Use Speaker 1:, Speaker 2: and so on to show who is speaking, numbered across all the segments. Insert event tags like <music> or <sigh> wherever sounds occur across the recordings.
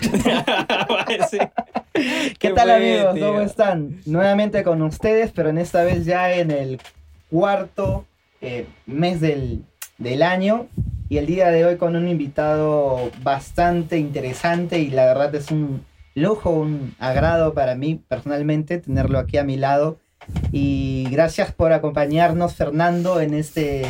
Speaker 1: Pues Sí.
Speaker 2: <laughs> ¿Qué,
Speaker 1: Qué
Speaker 2: tal
Speaker 1: buen
Speaker 2: amigos?
Speaker 1: día.
Speaker 2: ¿Cómo están? Nuevamente con ustedes, pero en esta vez ya en el cuarto eh, mes del, del año y el día de hoy con un invitado bastante interesante y la verdad es un lujo, un agrado para mí personalmente tenerlo aquí a mi lado y gracias por acompañarnos Fernando en este...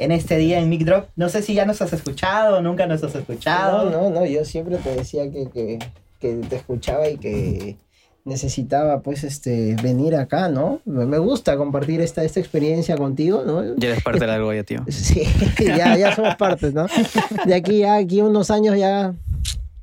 Speaker 2: En este día en Mic Drop, no sé si ya nos has escuchado, nunca nos has escuchado.
Speaker 3: No, no, no, yo siempre te decía que, que, que te escuchaba y que necesitaba pues este venir acá, ¿no? Me me gusta compartir esta, esta experiencia contigo, ¿no? <laughs>
Speaker 1: Ya eres parte de la goya, tío.
Speaker 3: Sí, ya, ya somos partes, ¿no? De aquí a aquí unos años ya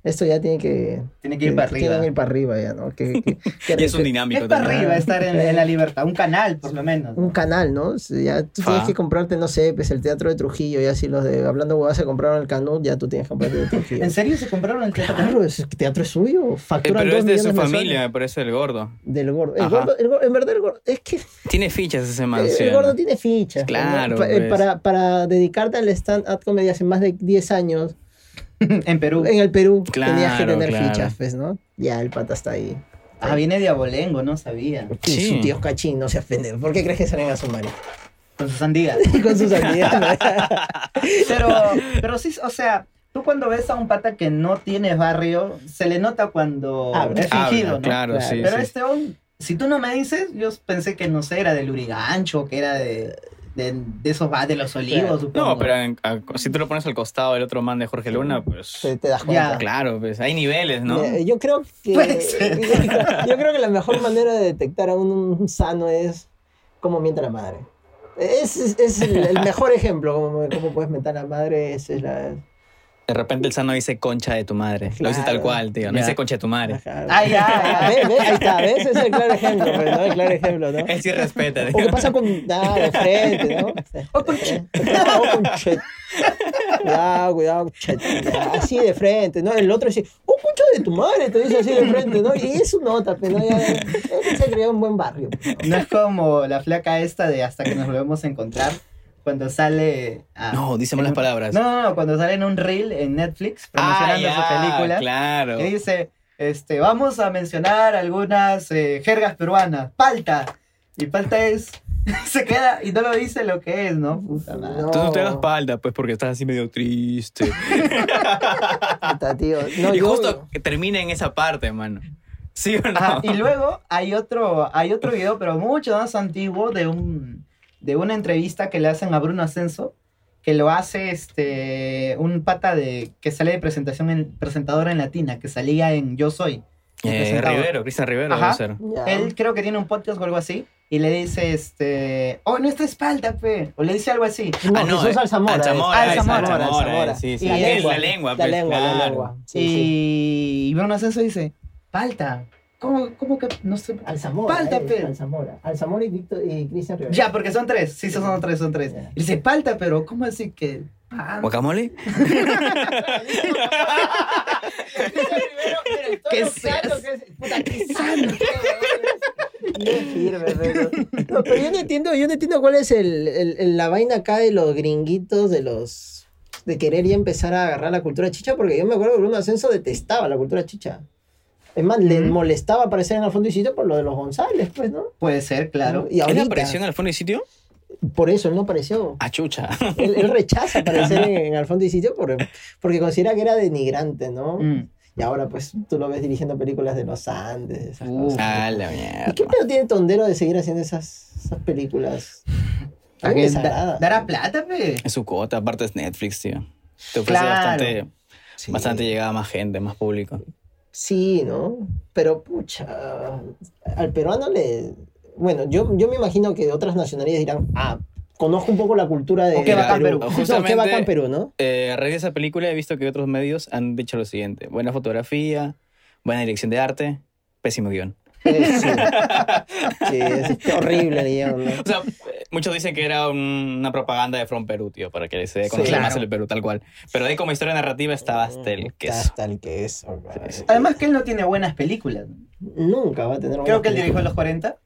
Speaker 3: esto ya tiene que,
Speaker 2: Tiene que ir para arriba.
Speaker 3: tiene que ir para arriba ya, ¿no? Que, que- que-
Speaker 1: <laughs> <laughs> Y es un
Speaker 3: que-
Speaker 1: dinámico
Speaker 2: Es para
Speaker 1: también.
Speaker 2: arriba estar en, en la libertad, un canal por lo menos.
Speaker 3: un canal, ¿no? Si Ya tú
Speaker 1: Fa.
Speaker 3: tienes que comprarte, no sé, pues el teatro de Trujillo, ya si los de Hablando Huevas se compraron el Canut, ya tú tienes que comprarte el de
Speaker 2: <laughs>
Speaker 3: Trujillo.
Speaker 2: ¿En serio se compraron el teatro?
Speaker 3: Claro, ese teatro es suyo,
Speaker 1: Eh,
Speaker 3: facturan
Speaker 1: pero
Speaker 3: dos
Speaker 1: es de su
Speaker 3: millones mensuales.
Speaker 1: familia, me parece el gordo.
Speaker 3: Del gordo. El
Speaker 1: Ajá.
Speaker 3: gordo, el gordo- en verdad, el gordo. Es que
Speaker 1: Tiene fichas ese man.
Speaker 2: Eh,
Speaker 3: el-
Speaker 1: ¿sí o
Speaker 3: el
Speaker 1: no?
Speaker 3: gordo tiene fichas. ¿no?
Speaker 1: Claro,
Speaker 3: Pa- eh,
Speaker 1: pues.
Speaker 3: para, para dedicarte al stand-up comedy hace más de 10 años,
Speaker 2: En Perú.
Speaker 1: Eh.
Speaker 3: en el Perú,
Speaker 1: Claro,
Speaker 3: tenías que tener
Speaker 1: claro.
Speaker 3: fichas, pues, ¿no? Ya, el pata está ahí.
Speaker 2: Ah, viene de Abolengo, no sabía.
Speaker 3: Y
Speaker 1: Sí.
Speaker 3: su tío Cachín, no se ofende. ¿Por qué crees que salen a su marido?
Speaker 2: Con sus sandías.
Speaker 3: Con sus amigas.
Speaker 1: <laughs>
Speaker 2: Pero, pero sí, o sea, tú cuando ves a un pata que no tiene barrio, se le nota cuando
Speaker 3: Habla.
Speaker 2: es
Speaker 1: Habla,
Speaker 2: fingido, ¿no?
Speaker 1: Claro,
Speaker 3: Claro.
Speaker 1: sí.
Speaker 2: Pero
Speaker 1: sí.
Speaker 2: este hombre, si tú no me dices, yo pensé que no sé, era del Urigancho, que era de, de, de esos va de los olivos,
Speaker 3: Claro.
Speaker 2: supongo.
Speaker 1: No, pero en- a- si tú lo pones al costado del otro man de Jorge Luna, pues.
Speaker 3: te, te das
Speaker 2: Ya.
Speaker 3: cuenta.
Speaker 1: Claro, pues hay niveles, ¿no?
Speaker 3: Mira, Yo creo que.
Speaker 2: Puede ser.
Speaker 3: <laughs> yo creo que la mejor manera de detectar a un, un sano es como mienta la madre. Es, es- es el, el mejor ejemplo, como, como puedes mentar a la madre. esa es la,
Speaker 1: De repente el sano dice concha de tu madre. Lo dice tal
Speaker 3: Claro.
Speaker 1: cual, tío. No
Speaker 3: Ya.
Speaker 1: dice concha de tu madre.
Speaker 3: Ajá.
Speaker 2: Ay, ya, ya.
Speaker 3: Ve, ve, ahí está, ¿ves? Ese es el claro ejemplo, pues, ¿no? El claro ejemplo, ¿no?
Speaker 1: <laughs> Es irrespeta.
Speaker 3: O qué pasa con... Ah, de frente, ¿no?
Speaker 2: O con
Speaker 1: Eh.
Speaker 2: che-
Speaker 3: O con che- Cuidado, cuidado, con che- Así de frente, ¿no? El otro dice, oh, concha de tu madre, te dice así de frente, ¿no? Y es un nota, pero ¿no? Ya, ya se creó un buen barrio. pues,
Speaker 2: No es como la flaca esta de hasta que nos volvemos a encontrar cuando sale a,
Speaker 1: No, dice malas palabras.
Speaker 2: <laughs> No, no, no, cuando sale en un reel en Netflix
Speaker 1: ah,
Speaker 2: promocionando
Speaker 1: ya,
Speaker 2: su película,
Speaker 1: Claro.
Speaker 2: que dice, este, vamos a mencionar algunas eh, jergas peruanas. Palta. Y palta es, <laughs> se queda y no lo dice lo que es, ¿no? Puta madre.
Speaker 3: No,
Speaker 1: Tú no te das palda, pues, porque estás así medio triste.
Speaker 3: puta, tío. No,
Speaker 1: y
Speaker 3: yo-
Speaker 1: justo que termina en esa parte, mano. ¿Sí o no?
Speaker 2: Ajá, y luego hay otro, hay otro video, pero mucho más antiguo, de un de una entrevista que le hacen a Bruno Ascenso, que lo hace este un pata de que sale de presentación en presentadora en latina, que salía en Yo Soy. y
Speaker 1: Eh,
Speaker 2: presentaba.
Speaker 1: Rivero, Cristian Rivero,
Speaker 2: Ajá.
Speaker 1: debe ser.
Speaker 3: Ya.
Speaker 2: Él creo que tiene un podcast o algo así. Y le dice, este, oh, nuestra espalda, pe. O le dice algo así.
Speaker 3: No,
Speaker 1: Ah, no,
Speaker 3: Jesús
Speaker 1: eh,
Speaker 3: Alzamora.
Speaker 1: al
Speaker 3: es.
Speaker 1: Zamora,
Speaker 2: al Zamora,
Speaker 3: Ah, Zamora,
Speaker 1: al
Speaker 3: Zamora,
Speaker 1: Zamora,
Speaker 3: Zamora.
Speaker 1: sí, sí.
Speaker 3: Y la
Speaker 2: Y es
Speaker 3: lengua.
Speaker 1: la lengua,
Speaker 3: La
Speaker 1: pues,
Speaker 3: lengua, la
Speaker 1: claro.
Speaker 3: lengua. Sí,
Speaker 2: y
Speaker 3: sí.
Speaker 2: Bruno Ascenso dice, palta. ¿Cómo, cómo que no sé?
Speaker 3: Alzamora.
Speaker 2: Falta,
Speaker 3: eh,
Speaker 2: pero-
Speaker 3: Alzamora. Alzamora y Víctor y Cristian Rivera.
Speaker 2: Ya, porque son tres. Sí, son tres, son tres.
Speaker 3: Ya.
Speaker 2: Y dice, palta, pero ¿cómo así que? Ah, <laughs>
Speaker 1: ¿Guacamole?
Speaker 2: ¿Qué
Speaker 3: ¿Qué
Speaker 2: es eso?
Speaker 3: Puta, qué sano. No sirve,
Speaker 2: <laughs>
Speaker 3: pero. No, pero yo no entiendo, yo no entiendo cuál es el, el- el- la vaina acá de los gringuitos, de los. de querer ya empezar a agarrar la cultura chicha, porque yo me acuerdo que Bruno Ascenso detestaba la cultura chicha. Es más, le
Speaker 2: Ujú.
Speaker 3: molestaba aparecer en el fondo y sitio por lo de los González, pues, ¿no?
Speaker 2: Puede ser, claro.
Speaker 3: Y
Speaker 1: ¿Él
Speaker 3: ahorita,
Speaker 1: apareció en el fondo del sitio? Ah,
Speaker 3: por eso él no apareció.
Speaker 1: Achucha.
Speaker 3: Él, él rechaza aparecer en, en Al fondo y sitio por- porque considera que era denigrante, ¿no?
Speaker 2: Mm.
Speaker 3: Y ahora pues tú lo ves dirigiendo películas de los Andes, esas
Speaker 2: Uf.
Speaker 3: cosas.
Speaker 1: <laughs> A la
Speaker 3: ¿Y qué
Speaker 1: mierda.
Speaker 3: pedo tiene Tondero de seguir haciendo esas, esas películas? A mí me
Speaker 2: Porque
Speaker 3: desagrada.
Speaker 2: da- Dará plata, pe.
Speaker 1: Es su cuota, aparte es Netflix, tío. Te ofrece
Speaker 2: Claro.
Speaker 1: bastante,
Speaker 3: Sí.
Speaker 1: bastante llegada a más gente, más público.
Speaker 3: Sí, ¿no? Pero pucha, al peruano le... Bueno, yo, yo me imagino que otras nacionalidades dirán, ah, conozco un poco la cultura de
Speaker 2: O qué bacán Perú.
Speaker 3: No,
Speaker 1: Justamente-
Speaker 3: qué bacán Perú, ¿no?
Speaker 1: Eh, a raíz de esa película he visto que otros medios han dicho lo siguiente. Buena fotografía, buena dirección de arte, pésimo guión.
Speaker 3: Eh, sí. Sí, es horrible el guión, ¿no?
Speaker 1: O sea, eh, muchos dicen que era un- una propaganda de From Perú, tío, para que se dé a conocer
Speaker 2: Claro.
Speaker 1: más el Perú tal cual. Pero ahí como historia narrativa está
Speaker 3: Mm,
Speaker 1: hasta el queso.
Speaker 3: Hasta el queso. güey.
Speaker 2: Además que él no tiene buenas películas.
Speaker 3: Nunca va a tener
Speaker 2: Creo que él
Speaker 3: el
Speaker 2: dirigió Los 40.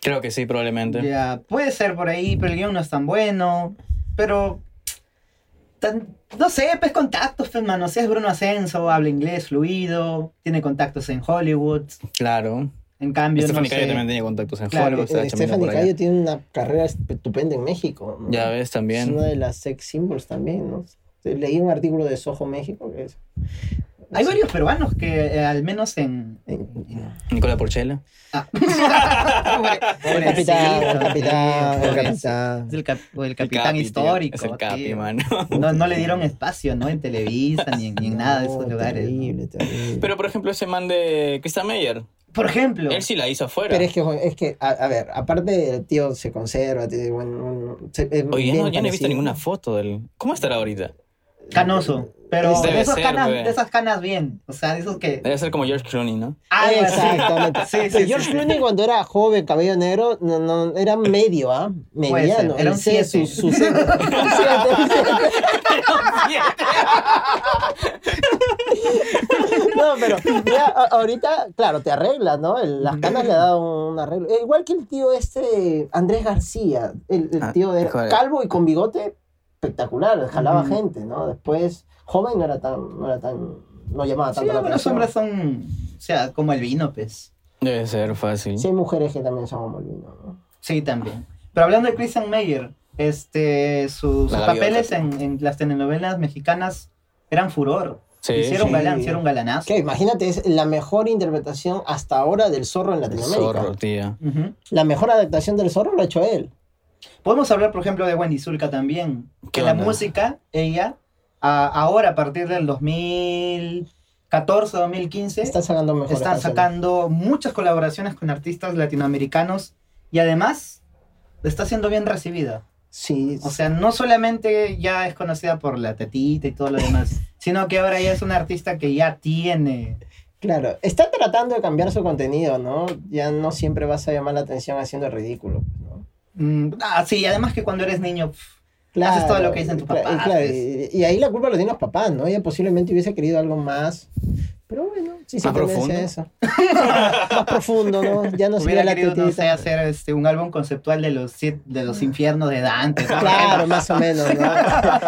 Speaker 1: Creo que sí, probablemente.
Speaker 2: Ya, puede ser por ahí, pero el guión no es tan bueno. Pero tan- no sé, pues contactos, pues, mano. Si es Bruno Ascenso, habla inglés fluido, tiene contactos en Hollywood.
Speaker 1: Claro.
Speaker 2: En cambio,
Speaker 1: Stephanie
Speaker 2: no
Speaker 1: Cayo
Speaker 2: sé.
Speaker 1: también tenía contactos en
Speaker 2: Claro,
Speaker 1: Hollywood. se la
Speaker 3: Eh,
Speaker 1: chambeó por
Speaker 3: Stephanie
Speaker 1: allá.
Speaker 3: Cayo tiene una carrera estupenda en México. ¿no?
Speaker 1: Ya ves,
Speaker 3: Es
Speaker 1: también.
Speaker 3: una de las sex symbols también, ¿no? Leí un artículo de Soho México que es.
Speaker 2: Hay varios peruanos que, eh, al menos en.
Speaker 3: En-
Speaker 1: Nicola Porchela.
Speaker 2: Ah.
Speaker 3: El capitán, el capitán, el capitán.
Speaker 2: Es el, cap- o el
Speaker 1: El
Speaker 2: capitán
Speaker 1: Capi, tío.
Speaker 2: histórico.
Speaker 1: Es el Capi,
Speaker 2: tío.
Speaker 1: mano. <laughs>
Speaker 2: No, no le dieron espacio, ¿no? En Televisa ni en, ni en nada de
Speaker 3: No,
Speaker 2: esos lugares.
Speaker 3: terrible, terrible.
Speaker 1: Pero, por ejemplo, ese man de Christian Meyer,
Speaker 2: Por ejemplo,
Speaker 1: él sí la hizo afuera.
Speaker 3: Pero es que, jo- es que a, a ver, aparte el tío se conserva, tiene buen- un- se- es
Speaker 1: Oye,
Speaker 3: bien
Speaker 1: no, ya no he visto
Speaker 3: parecido.
Speaker 1: ninguna foto del. ¿Cómo estará ahorita?
Speaker 2: canoso. Pero
Speaker 1: Debe
Speaker 2: de, esas
Speaker 1: ser,
Speaker 2: canas,
Speaker 1: güey.
Speaker 2: de esas canas bien. O sea, de esos que.
Speaker 1: Debe ser como George Clooney, ¿no?
Speaker 2: Ah,
Speaker 3: Exactamente.
Speaker 2: Sí, sí,
Speaker 3: Pero
Speaker 2: sí,
Speaker 3: George
Speaker 2: sí.
Speaker 3: Clooney cuando era joven, cabello negro, no, no, era medio, ¿ah?
Speaker 2: Puede ser,
Speaker 3: Mediano.
Speaker 2: era un
Speaker 3: Él sí,
Speaker 2: siete.
Speaker 3: Su, su siete, un siete, un siete. <laughs> No, pero ya, a- ahorita, claro, te arregla, ¿no? El- las canas le ha dado un arreglo. Eh, Igual que el tío este, Andrés García, el, el
Speaker 1: Ah,
Speaker 3: tío de
Speaker 1: joder.
Speaker 3: calvo y con bigote, espectacular, jalaba
Speaker 2: Ujú.
Speaker 3: gente, ¿no? Después, joven no era tan, no era tan, no llamaba
Speaker 2: Sí,
Speaker 3: tanto la
Speaker 2: bueno, los
Speaker 3: atención.
Speaker 2: hombres son. O sea, como el vino, pues.
Speaker 1: Debe ser fácil.
Speaker 3: Sí, hay mujeres que también son como el vino, ¿no?
Speaker 2: Sí, también. Pero hablando de Christian Meyer, este, su- sus
Speaker 1: La gaviota.
Speaker 2: papeles en, en las telenovelas mexicanas eran furor.
Speaker 1: Sí,
Speaker 2: hicieron
Speaker 1: sí.
Speaker 2: galán, hicieron galanazo.
Speaker 3: Que imagínate, es la mejor interpretación hasta ahora del zorro en
Speaker 1: El
Speaker 3: Latinoamérica.
Speaker 1: zorro, tía.
Speaker 2: Ujú.
Speaker 3: La mejor adaptación del zorro lo ha hecho él.
Speaker 2: Podemos hablar, por ejemplo, de Wendy Zulka también.
Speaker 1: ¿Qué
Speaker 2: Que la
Speaker 1: onda?
Speaker 2: música, ella, a- ahora a partir del 2014, 2015,
Speaker 3: Está sacando mejor.
Speaker 2: están sacando muchas colaboraciones con artistas latinoamericanos y además está siendo bien recibida.
Speaker 3: Sí,
Speaker 2: O sea, no solamente ya es conocida por la tetita y todo lo
Speaker 3: <laughs>
Speaker 2: demás, sino que ahora ya es una artista que ya tiene.
Speaker 3: Claro, está tratando de cambiar su contenido, ¿no? Ya no siempre vas a llamar la atención haciendo el ridículo, pues, ¿no?
Speaker 2: mm, ah, sí, además que cuando eres niño. pf, Haces todo lo que dicen tus
Speaker 3: cla-
Speaker 2: papás,
Speaker 3: claro,
Speaker 2: pues.
Speaker 3: y, y ahí la culpa lo tienen los papás, ¿no? Ella posiblemente hubiese querido algo más. Pero bueno, sí se
Speaker 1: ¿Más
Speaker 3: tendencia a
Speaker 1: profundo?
Speaker 3: eso. <laughs> más profundo, ¿no? Ya no sería
Speaker 2: hubiera
Speaker 3: la
Speaker 2: querido, no sé,
Speaker 3: tetita.
Speaker 2: hacer este, un álbum conceptual de los, siete- de los infiernos de Dante. ¿no?
Speaker 3: Claro, más o menos, ¿no?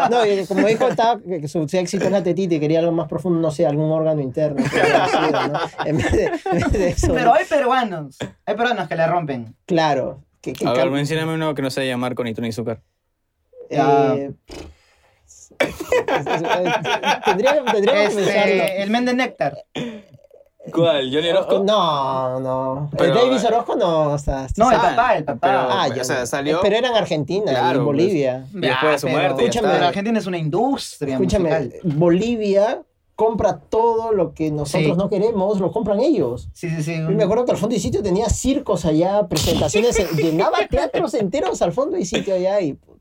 Speaker 3: <laughs> No, y como dijo Tab, que su su éxito es la tetita y quería algo más profundo, no sé, algún órgano interno. parecido, ¿no? En vez de, en vez de eso.
Speaker 2: Pero hay peruanos, hay peruanos que la rompen.
Speaker 3: Claro. Que, que
Speaker 1: A ver,
Speaker 3: cam-
Speaker 1: mencióname uno que no sea llamar con ni Zúcar.
Speaker 2: Ya.
Speaker 3: Eh, tendría, tendría que
Speaker 2: Este,
Speaker 3: pensarlo.
Speaker 2: el men de Néctar.
Speaker 1: ¿Cuál? ¿Johnny Orozco?
Speaker 3: No, no. El
Speaker 1: Pero-
Speaker 3: Davis Orozco no. o sea,
Speaker 2: No, el
Speaker 1: Ah,
Speaker 2: papá, el papá.
Speaker 1: pero-
Speaker 3: ah,
Speaker 1: o
Speaker 3: ya.
Speaker 1: sea, salió-
Speaker 3: Pero era en Argentina,
Speaker 1: Claro,
Speaker 3: y
Speaker 1: pues.
Speaker 3: en Bolivia.
Speaker 1: Y después de su
Speaker 2: Ah, pero-
Speaker 1: muerte, ya
Speaker 2: Escúchame,
Speaker 3: está.
Speaker 2: la Argentina es una industria.
Speaker 3: Escúchame,
Speaker 2: musical.
Speaker 3: Bolivia compra todo lo que nosotros
Speaker 2: Sí.
Speaker 3: no queremos, lo compran ellos.
Speaker 2: Sí, sí, sí.
Speaker 3: Yo me acuerdo que al fondo y sitio tenía circos allá, presentaciones, eh, llenaba teatros enteros al fondo y sitio allá y putz.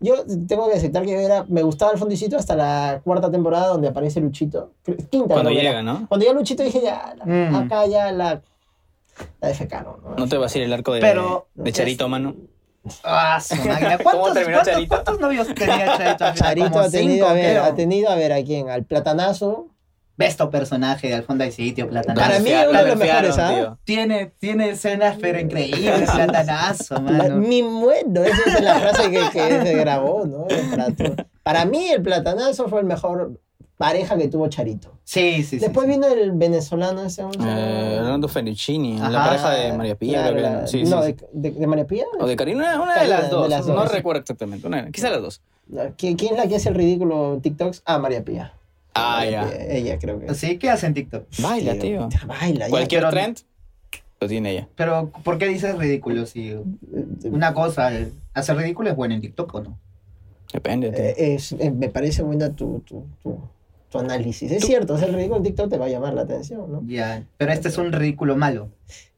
Speaker 3: yo tengo que aceptar que yo era, me gustaba el fondo y sitio hasta la cuarta temporada donde aparece Luchito, cre- quinta
Speaker 1: Cuando
Speaker 3: creo que era.
Speaker 1: llega, ¿no?
Speaker 3: Cuando ya Luchito dije ya, la-
Speaker 2: Mm.
Speaker 3: acá ya la, la defecaron. ¿no?
Speaker 1: No te vas a ir el arco de,
Speaker 2: Pero-
Speaker 1: de Charito, mano.
Speaker 2: Ah,
Speaker 3: <laughs>
Speaker 2: su máquina.
Speaker 1: ¿Cómo
Speaker 2: ¿Cuántos,
Speaker 1: terminó
Speaker 2: cuántos-
Speaker 1: Charito?
Speaker 2: cuántos novios tenía Charito? al final?
Speaker 3: Charito
Speaker 2: Como
Speaker 3: ha tenido,
Speaker 2: cinco,
Speaker 3: a ver,
Speaker 2: creo.
Speaker 3: ha tenido a ver a quién, al platanazo.
Speaker 2: Besto personaje de Alfonso y Sitio, Platanazo.
Speaker 3: Para mí es
Speaker 1: Lo
Speaker 3: uno de los
Speaker 1: nerfearon,
Speaker 3: mejores, ¿ah?
Speaker 1: tío.
Speaker 2: Tiene, tiene escenas, pero
Speaker 3: <laughs>
Speaker 2: increíbles. Platanazo,
Speaker 3: La-
Speaker 2: mano.
Speaker 3: mi muerto, esa es la frase que, que se grabó, ¿no? El plato. Para mí el platanazo fue el mejor pareja que tuvo Charito.
Speaker 2: Sí, sí, sí.
Speaker 3: Después
Speaker 2: sí.
Speaker 3: vino el venezolano ese. ¿cómo se
Speaker 1: Eh,
Speaker 3: llama?
Speaker 1: Orlando Fendichini, la
Speaker 2: Ajá,
Speaker 1: pareja de María Pía,
Speaker 3: Claro,
Speaker 1: creo que era,
Speaker 3: la-
Speaker 1: ¿no? Sí,
Speaker 3: no,
Speaker 1: sí, sí.
Speaker 3: De, de- de María Pía.
Speaker 1: O de Karina, una de
Speaker 3: Karina,
Speaker 1: las dos.
Speaker 3: de las
Speaker 1: No
Speaker 3: dos.
Speaker 1: recuerdo exactamente. Una, quizá las dos.
Speaker 3: ¿Qui- ¿Quién es la que hace el ridículo TikToks? Ah, María Pía.
Speaker 1: Ah,
Speaker 3: María
Speaker 1: ya.
Speaker 3: Pía, Ella creo que.
Speaker 2: Así que hacen TikTok.
Speaker 1: Baila, tío.
Speaker 3: Ya, Baila. ya.
Speaker 1: Cualquier
Speaker 2: pero-
Speaker 1: trend lo tiene ella.
Speaker 2: Pero, ¿por qué dices ridículo? Si una cosa, eh, hacer ridículo es bueno en TikTok o no.
Speaker 1: Depende, tío.
Speaker 3: Eh, es- eh, me parece buena tu, tu, tu, tu análisis. Es cierto, hacer el ridículo en TikTok te va a llamar la atención, ¿no?
Speaker 2: Ya. Pero este es un ridículo malo.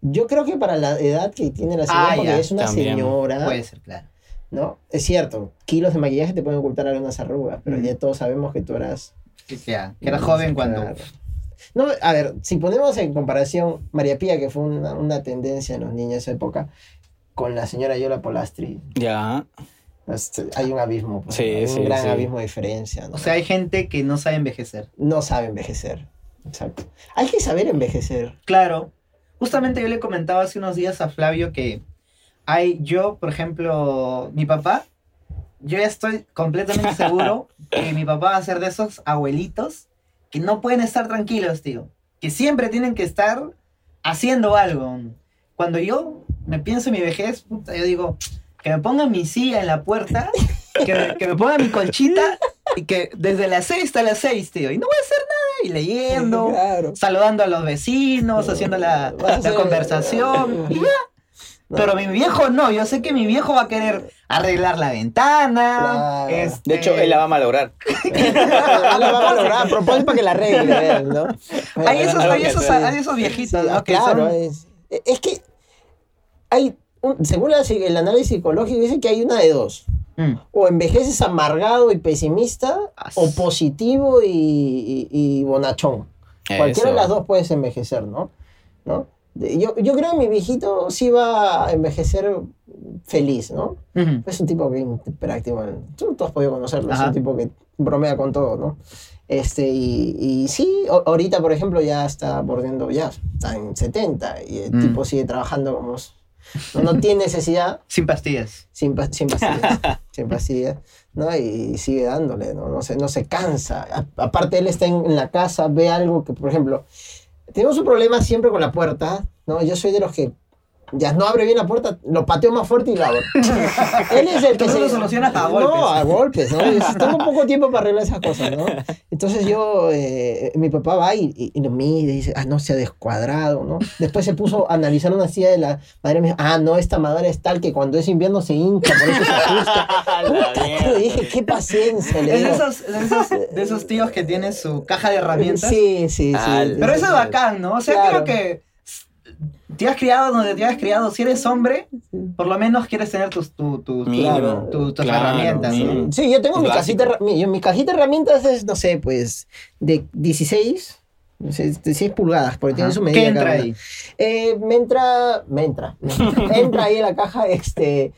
Speaker 3: Yo creo que para la edad que tiene la señora,
Speaker 2: Ah,
Speaker 3: porque
Speaker 2: ya,
Speaker 3: es una
Speaker 1: también. Pues.
Speaker 3: señora,
Speaker 2: Puede ser, claro.
Speaker 3: ¿no? Es cierto, kilos de maquillaje te pueden ocultar algunas arrugas, pero
Speaker 2: Mm.
Speaker 3: ya todos sabemos que tú eras
Speaker 2: Que sea, que era joven cuando.
Speaker 3: Claro. No, a ver, si ponemos en comparación María Pía, que fue una, una tendencia en los niños de esa época, con la señora Yola Polastri,
Speaker 1: Ya.
Speaker 3: este, hay un abismo, pues,
Speaker 1: Sí,
Speaker 3: ¿no? Hay un
Speaker 1: sí,
Speaker 3: gran
Speaker 1: sí.
Speaker 3: abismo de diferencia. ¿no?
Speaker 2: O sea, hay gente que no sabe envejecer.
Speaker 3: no sabe envejecer. Exacto. Hay que saber envejecer.
Speaker 2: Claro. Justamente yo le comentaba hace unos días a Flavio que hay yo, por ejemplo, mi papá yo estoy completamente seguro que mi papá va a ser de esos abuelitos que no pueden estar tranquilos, tío. Que siempre tienen que estar haciendo algo. Cuando yo me pienso en mi vejez, puta, yo digo, que me pongan mi silla en la puerta, que, me- que me pongan mi colchita y que desde las 6 hasta las 6, tío. Y no voy a hacer nada. Y leyendo,
Speaker 3: Claro.
Speaker 2: saludando a los vecinos, haciendo la,
Speaker 3: <laughs> Vas a
Speaker 2: la
Speaker 3: hacer- eh, <laughs>
Speaker 2: conversación. y ya.
Speaker 3: No. <laughs>
Speaker 2: Pero mi viejo no, yo sé que mi viejo va a querer arreglar la ventana.
Speaker 3: Claro.
Speaker 2: este,
Speaker 1: De hecho, él la va a malograr.
Speaker 3: Ah, la va a valorar, propone para que la arregle, él, ¿no?
Speaker 2: Hay esos, hay
Speaker 1: que
Speaker 2: esos,
Speaker 1: hacer.
Speaker 2: hay esos viejitos,
Speaker 3: Sí,
Speaker 2: ¿no? Que
Speaker 3: Ah, claro,
Speaker 2: son-
Speaker 3: es, es que hay, un- según la psi- el análisis psicológico, dice que hay una de dos.
Speaker 2: Mm.
Speaker 3: O envejeces amargado y pesimista,
Speaker 2: As-
Speaker 3: o positivo y, y- y bonachón. Cualquiera de
Speaker 1: Eso. <laughs>
Speaker 3: las dos puedes envejecer, ¿no? ¿No? De- Yo, yo creo que mi viejito sí va a envejejer feliz, ¿no?
Speaker 2: mm, Ujú.
Speaker 3: Es un tipo bien práctico. Tú, tú has podido conocerlo. Es
Speaker 2: Ajá.
Speaker 3: un tipo que bromea con todo, ¿no? Este, y, y sí, o- ahorita, por ejemplo, ya está bordeando, ya está en 70 y el
Speaker 2: Mm.
Speaker 3: tipo sigue trabajando como... s- No, no tiene necesidad,
Speaker 2: Sin pastillas.
Speaker 3: sin, pa- sin pastillas, sin pastillas, ¿no? Y sigue dándole, ¿no? No se, no se cansa. A- aparte, él está en, en la casa, ve algo que, por ejemplo, tenemos un problema siempre con la puerta, ¿no? Yo soy de los que ya no abre bien la puerta, lo pateo más fuerte y la abro. él es el que
Speaker 2: Tú
Speaker 3: se...
Speaker 2: lo solucionas a golpes.
Speaker 3: No, a
Speaker 2: <laughs>
Speaker 3: golpes, ¿no? Y si Tengo poco tiempo para arreglar esas cosas, ¿no? Entonces yo, eh, mi papá va y, y- y lo mide y dice, ah, no, se ha descuadrado, ¿no? Después se puso a analizar una silla de la madera y me dijo, ah, no, esta madera es tal que cuando es invierno se hincha, por eso
Speaker 2: <laughs>
Speaker 3: se ajusta. <laughs> Puta, yo dije, qué paciencia, le
Speaker 2: Es de
Speaker 3: digo.
Speaker 2: esos, de esos, de esos tíos que tienen su caja de herramientas. Ah,
Speaker 3: Sí, sí, sí.
Speaker 1: Al-
Speaker 2: Pero eso es bacán, ¿no? O sea,
Speaker 3: Claro.
Speaker 2: creo que s- te has criado donde te has criado. Si eres hombre, por lo menos quieres tener tus, tu- tu- tu-
Speaker 1: Mínimo.
Speaker 2: tu- tus
Speaker 1: Claro,
Speaker 2: herramientas. ¿no?
Speaker 1: mínimo.
Speaker 3: Sí, yo tengo mi
Speaker 1: Básico.
Speaker 3: casita, herra- mi, yo- mi cajita de herramientas es, no sé, pues, de 16, no sé, de 6 pulgadas, porque tiene
Speaker 2: Ajá.
Speaker 3: su medida.
Speaker 2: ¿Qué entra
Speaker 3: cada una.
Speaker 2: ahí?
Speaker 3: Eh, me entra, me entra, me entra, entra ahí en la caja, este,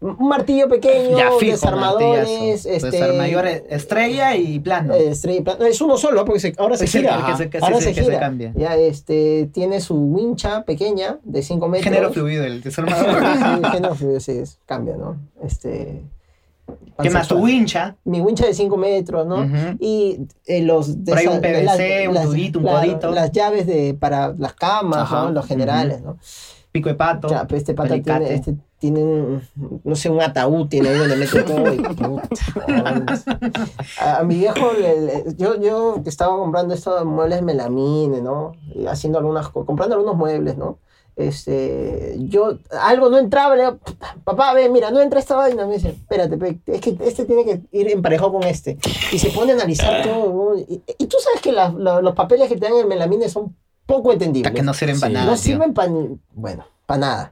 Speaker 3: un martillo pequeño,
Speaker 2: Ya fijo,
Speaker 3: desarmadores,
Speaker 2: martillazo.
Speaker 3: este,
Speaker 2: Desarmador, eh, estrella y plano.
Speaker 3: eh, estrella y plata. No, es uno solo, porque se- ahora se
Speaker 2: Sí,
Speaker 3: gira.
Speaker 2: porque
Speaker 3: Ajá.
Speaker 2: se- que se-
Speaker 3: ahora
Speaker 2: que
Speaker 3: se
Speaker 2: se
Speaker 3: gira.
Speaker 2: cambia.
Speaker 3: Ya, este, tiene su wincha pequeña de 5 metros. <laughs>
Speaker 2: Género fluido, el desarmador.
Speaker 3: Sí, género fluido, sí, es- cambia, ¿no? Este.
Speaker 2: <laughs> ¿Qué más? Tu
Speaker 3: pansexual.
Speaker 2: wincha.
Speaker 3: Mi wincha de 5 metros, ¿no?
Speaker 2: Ujú.
Speaker 3: Y eh, los
Speaker 2: Por ahí un
Speaker 3: desa-
Speaker 2: PVC, un tudito, un codito.
Speaker 3: Las llaves de, para las camas,
Speaker 1: Ajá.
Speaker 3: ¿no? Los generales, ¿no?
Speaker 2: Pico de pato.
Speaker 3: Ya, pero este pata tiene,
Speaker 2: alicate.
Speaker 3: este tiene un, no sé, un ataúd, tiene ahí donde mete todo y puta, joder. a, a mi viejo, le- le- yo, yo que estaba comprando estos muebles melamine, ¿no? Y haciendo algunas, co- comprando algunos muebles, ¿no? Este, yo, algo no entraba, le digo, papá, ve, mira, no entra esta vaina. Me dice, espérate, pe, es que este tiene que ir emparejado con este. Y se pone a analizar todo. ¿no? Y, y tú sabes que la- la- los papeles que te dan en melamine son poco entendibles.
Speaker 2: Para que no sirven
Speaker 1: Sí.
Speaker 2: para nada.
Speaker 3: No
Speaker 2: tío.
Speaker 3: sirven para bueno, para
Speaker 1: <laughs>
Speaker 3: nada,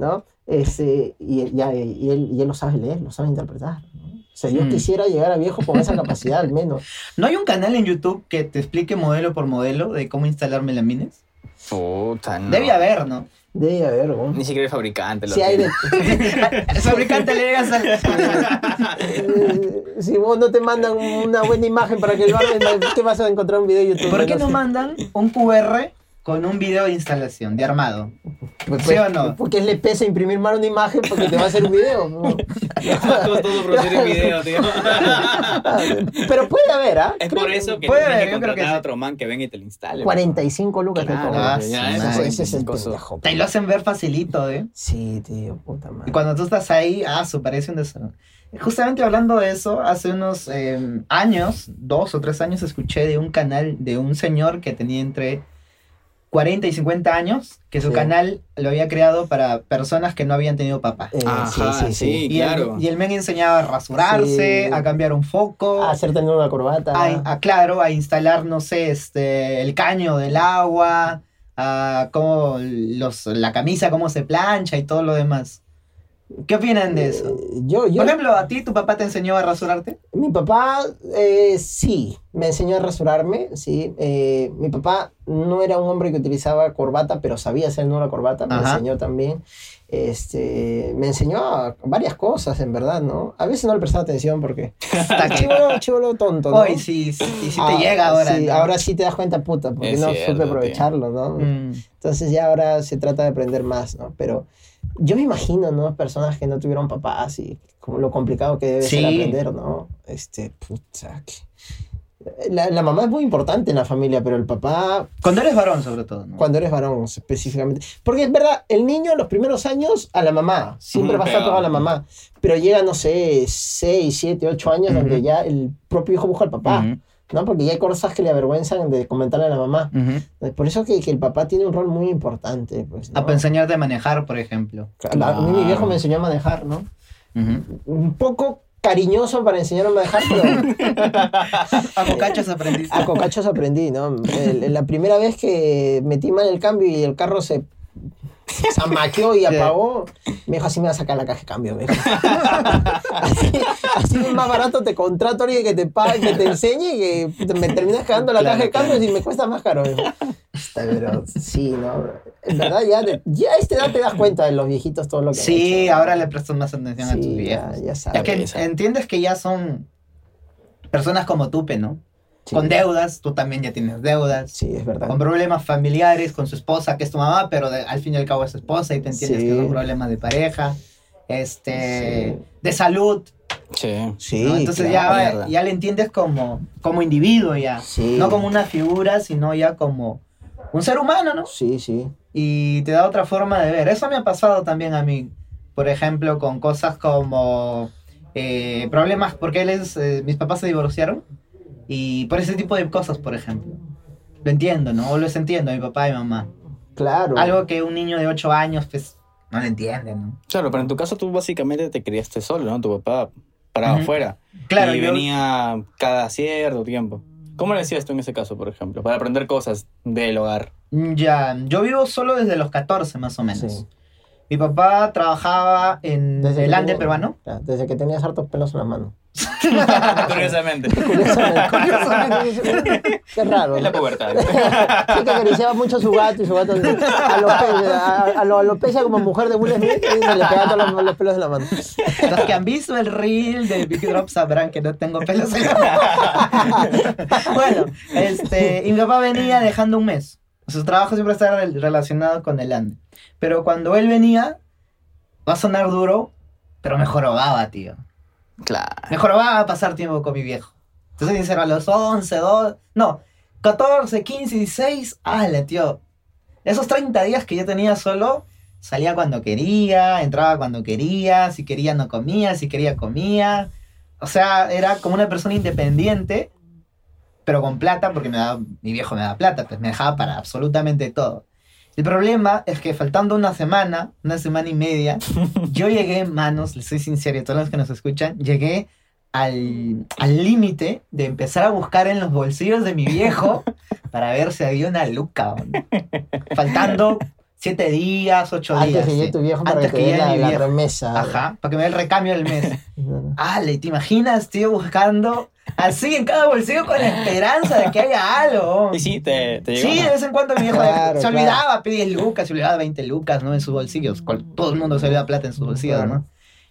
Speaker 3: ¿no? Este, y, él- ya, y él, y él lo sabe leer, lo sabe interpretar. ¿no? O sea, yo
Speaker 1: Mm.
Speaker 3: quisiera llegar a viejo
Speaker 1: <laughs>
Speaker 3: con esa capacidad al menos.
Speaker 2: ¿No hay un canal en YouTube que te explique modelo por modelo de cómo instalar melamines?
Speaker 1: Puta, no.
Speaker 2: Debe haber,
Speaker 3: <laughs>
Speaker 2: ¿no?
Speaker 3: Debe haber, ¿no?
Speaker 1: Ni siquiera el fabricante. Lo
Speaker 3: Si, hay de-
Speaker 1: tiene.
Speaker 2: El fabricante le llegas al...
Speaker 3: <laughs> eh, <laughs> si vos no te mandan una buena imagen para que el barrio, ¿qué vas a encontrar un video de YouTube?
Speaker 2: ¿Por qué
Speaker 3: Bueno,
Speaker 2: no mandan un QR con un video de instalación, de armado?
Speaker 3: pues,
Speaker 2: ¿Sí o no?
Speaker 3: Porque le pesa imprimir mal una imagen porque te va a hacer un
Speaker 1: <laughs>
Speaker 3: video. ¿no? <laughs>
Speaker 1: Todo, todo producir el video, tío.
Speaker 3: Pero puede haber, ¿ah?
Speaker 1: Es
Speaker 3: Creo-
Speaker 1: por eso que
Speaker 2: Puede
Speaker 1: tienes
Speaker 2: haber,
Speaker 1: que
Speaker 2: yo creo
Speaker 1: contratar
Speaker 2: que sí.
Speaker 1: a otro man que venga y te lo instale.
Speaker 3: 45 lucas te
Speaker 1: Claro,
Speaker 3: cobran.
Speaker 2: ah,
Speaker 3: pues,
Speaker 2: ya,
Speaker 3: ese-
Speaker 2: madre,
Speaker 3: ese es el
Speaker 1: coso.
Speaker 3: pendejo.
Speaker 2: Te lo hacen ver facilito, ¿eh?
Speaker 3: Sí, tío, puta madre.
Speaker 2: Y cuando tú estás ahí, ah, su parece un desastre. Justamente hablando de eso, hace unos eh, años, dos o tres años, escuché de un canal de un señor que tenía entre 40 y 50 años, que su
Speaker 3: Sí.
Speaker 2: canal lo había creado para personas que no habían tenido papá.
Speaker 3: Eh,
Speaker 1: Ajá, sí,
Speaker 2: Y,
Speaker 1: claro.
Speaker 2: el, y el men enseñaba a rasurarse,
Speaker 3: Sí.
Speaker 2: a cambiar un foco,
Speaker 3: A
Speaker 2: a,
Speaker 3: hacerte una corbata.
Speaker 2: a- claro, a instalar, no sé, este, el caño del agua, a cómo los, la camisa, cómo se plancha y todo lo demás. ¿Qué opinan de eso?
Speaker 3: Eh, Yo, yo,
Speaker 2: Por ejemplo, ¿a ti tu papá te enseñó a rasurarte?
Speaker 3: <laughs> mi papá eh, sí, me enseñó a rasurarme, sí. Eh, mi papá no era un hombre que utilizaba corbata, pero sabía hacer una corbata, me
Speaker 2: Ajá.
Speaker 3: enseñó también. Este, me enseñó a varias cosas, en verdad, ¿no? A veces no le prestaba atención porque... "Ah,
Speaker 2: Hasta que
Speaker 3: Chivolo, chivolo tonto, ¿no?
Speaker 2: hoy sí, sí, y sí
Speaker 3: Ah,
Speaker 2: te llega ahora.
Speaker 3: Sí,
Speaker 2: ¿no?
Speaker 3: ahora sí te das cuenta, puta, porque
Speaker 1: Es
Speaker 3: no
Speaker 1: cierto,
Speaker 3: supe
Speaker 1: tío.
Speaker 3: aprovecharlo, ¿no?
Speaker 2: Mm.
Speaker 3: Entonces ya ahora se trata de aprender más, ¿no? Pero Yo me imagino, ¿no? Personas que no tuvieron papás y como lo complicado que debe ser
Speaker 2: Sí.
Speaker 3: aprender, ¿no? Este, puta. que- La, la mamá es muy importante en la familia, pero el papá,
Speaker 2: Cuando eres varón, sobre todo. ¿no?
Speaker 3: cuando eres varón específicamente. Porque es verdad, el niño en los primeros años a la mamá, siempre
Speaker 1: Ujú,
Speaker 3: va a estar
Speaker 1: pegado.
Speaker 3: pegado a la mamá. Pero llega, no sé, 6, 7, 8 años donde
Speaker 2: Ujú.
Speaker 3: ya el propio hijo busca al papá,
Speaker 1: Ujú,
Speaker 3: ¿no? Porque ya hay cosas que le avergüenzan de comentarle a la mamá.
Speaker 1: ujú.
Speaker 3: Por eso que, que el papá tiene un rol muy importante. Pues, ¿no?
Speaker 2: Ah, para enseñarte a manejar, por ejemplo.
Speaker 3: Claro, A mí mi viejo
Speaker 1: Claro.
Speaker 3: me enseñó a manejar, ¿no?
Speaker 1: Ujú.
Speaker 3: Un poco cariñoso para enseñar a manejar, pero
Speaker 2: <laughs> A cocachos aprendiste.
Speaker 3: a cocachos aprendí, ¿no? El- la primera vez que metí mal el cambio y el carro se zamaqueó y
Speaker 2: Sí.
Speaker 3: apagó, me dijo, así me va a sacar la caja de cambio, me dijo. así, así es más barato te contrato a alguien que te pague, que te enseñe y que puta, me terminas cagando la
Speaker 2: Claro,
Speaker 3: caja de
Speaker 2: claro.
Speaker 3: cambios y me cuesta más caro. me dijo. Puta, Pero sí, ¿no? En verdad, ya, de- ya a esta edad te das cuenta de los viejitos todo lo que han
Speaker 2: Sí,
Speaker 3: hecho.
Speaker 2: ahora le prestas más atención a tus
Speaker 3: Sí, ya,
Speaker 2: viejos.
Speaker 3: ya sabes.
Speaker 2: Es que
Speaker 1: esa.
Speaker 2: entiendes que ya son personas como tú, pe, ¿no?
Speaker 3: Sí.
Speaker 2: Con deudas, tú también ya tienes deudas.
Speaker 3: Sí, es verdad.
Speaker 2: Con problemas familiares, con su esposa, que es tu mamá, pero de- al fin y al cabo es tu esposa y te entiendes
Speaker 3: Sí.
Speaker 2: que son problemas de pareja, este,
Speaker 3: Sí.
Speaker 2: de salud.
Speaker 1: Sí.
Speaker 3: Sí,
Speaker 2: ¿no? Entonces
Speaker 3: claro.
Speaker 2: ya,
Speaker 1: mierda.
Speaker 2: ya le entiendes como, como individuo ya.
Speaker 3: Sí.
Speaker 2: No como una figura, sino ya como un ser humano, ¿no?
Speaker 3: Sí, sí.
Speaker 2: y te da otra forma de ver. Eso me ha pasado también a mí, por ejemplo, con cosas como eh, problemas, porque él es, eh, mis papás se divorciaron y por ese tipo de cosas, por ejemplo. Lo entiendo, ¿no? Los entiendo, mi papá y mamá.
Speaker 3: Claro.
Speaker 2: Algo que un niño de 8 años, pues, no lo entiende, ¿no?
Speaker 1: Claro, pero en tu caso tú básicamente te criaste solo, ¿no? Tu papá paraba
Speaker 2: Ujú.
Speaker 1: afuera.
Speaker 2: Claro,
Speaker 1: y
Speaker 2: yo,
Speaker 1: venía cada cierto tiempo. ¿Cómo le decías tú en ese caso, por ejemplo? Para aprender cosas del hogar.
Speaker 2: ya, yo vivo solo desde los 14 más o menos.
Speaker 3: Sí.
Speaker 2: Mi papá trabajaba en
Speaker 3: Desde
Speaker 2: el
Speaker 3: que
Speaker 2: Ande
Speaker 3: tenía-
Speaker 2: peruano.
Speaker 3: Claro, Desde que tenías hartos pelos en la mano. <laughs>
Speaker 1: Curiosamente.
Speaker 3: Curiosamente, curiosamente, Qué raro.
Speaker 1: Es la
Speaker 3: <laughs> ¿no?
Speaker 1: pubertad.
Speaker 3: Sí, que acariciaba mucho a su gato y su gato alopecia, a, a lo alopecia como mujer de Will Smith y se le pegaba todos los, los pelos en la
Speaker 2: <laughs>
Speaker 3: mano.
Speaker 2: Los que han visto el reel del Big Drop sabrán que no tengo pelos en la mano. Bueno, este, y mi papá venía dejando un mes. Su trabajo siempre estaba rel- relacionado con el ande. Pero cuando él venía, va a sonar duro, pero me jorobaba, tío.
Speaker 1: Claro.
Speaker 2: Me jorobaba pasar tiempo con mi viejo. Te soy sincero, a los 11, 2, no, 14, 15, 16, ala, tío. Esos 30 días que yo tenía solo, salía cuando quería, entraba cuando quería, si quería no comía, si quería comía. O sea, era como una persona independiente, pero con plata, porque me daba- mi viejo me daba plata, pues me dejaba para absolutamente todo. El problema es que faltando una semana, una semana y
Speaker 3: <laughs>
Speaker 2: media, yo llegué, manos, les soy sincero, y a todos los que nos escuchan, llegué al al límite de empezar a buscar en los bolsillos de mi
Speaker 3: <laughs>
Speaker 2: viejo para ver si había una luca. ¿no? Faltando siete días, ocho
Speaker 3: Antes
Speaker 2: días.
Speaker 3: que llegue
Speaker 2: sí.
Speaker 3: tu viejo para
Speaker 2: Antes
Speaker 3: que
Speaker 2: que
Speaker 3: te dé
Speaker 2: llegue
Speaker 3: la,
Speaker 2: mi
Speaker 3: la
Speaker 2: viejo. Ah.
Speaker 3: remesa.
Speaker 2: Ajá, para que me dé el recambio del mes. Ale, ¿te imaginas, tío, buscando así en cada bolsillo con la esperanza de que haya algo?
Speaker 1: Y sí, te, te llegó.
Speaker 2: Sí, de vez en cuando mi viejo
Speaker 3: Claro,
Speaker 2: se
Speaker 3: claro.
Speaker 2: olvidaba, pedía 10 lucas, se olvidaba 20 lucas, ¿no? En sus bolsillos. Con- Todo el mundo se olvida plata en sus bolsillos,
Speaker 3: Claro.
Speaker 2: ¿no?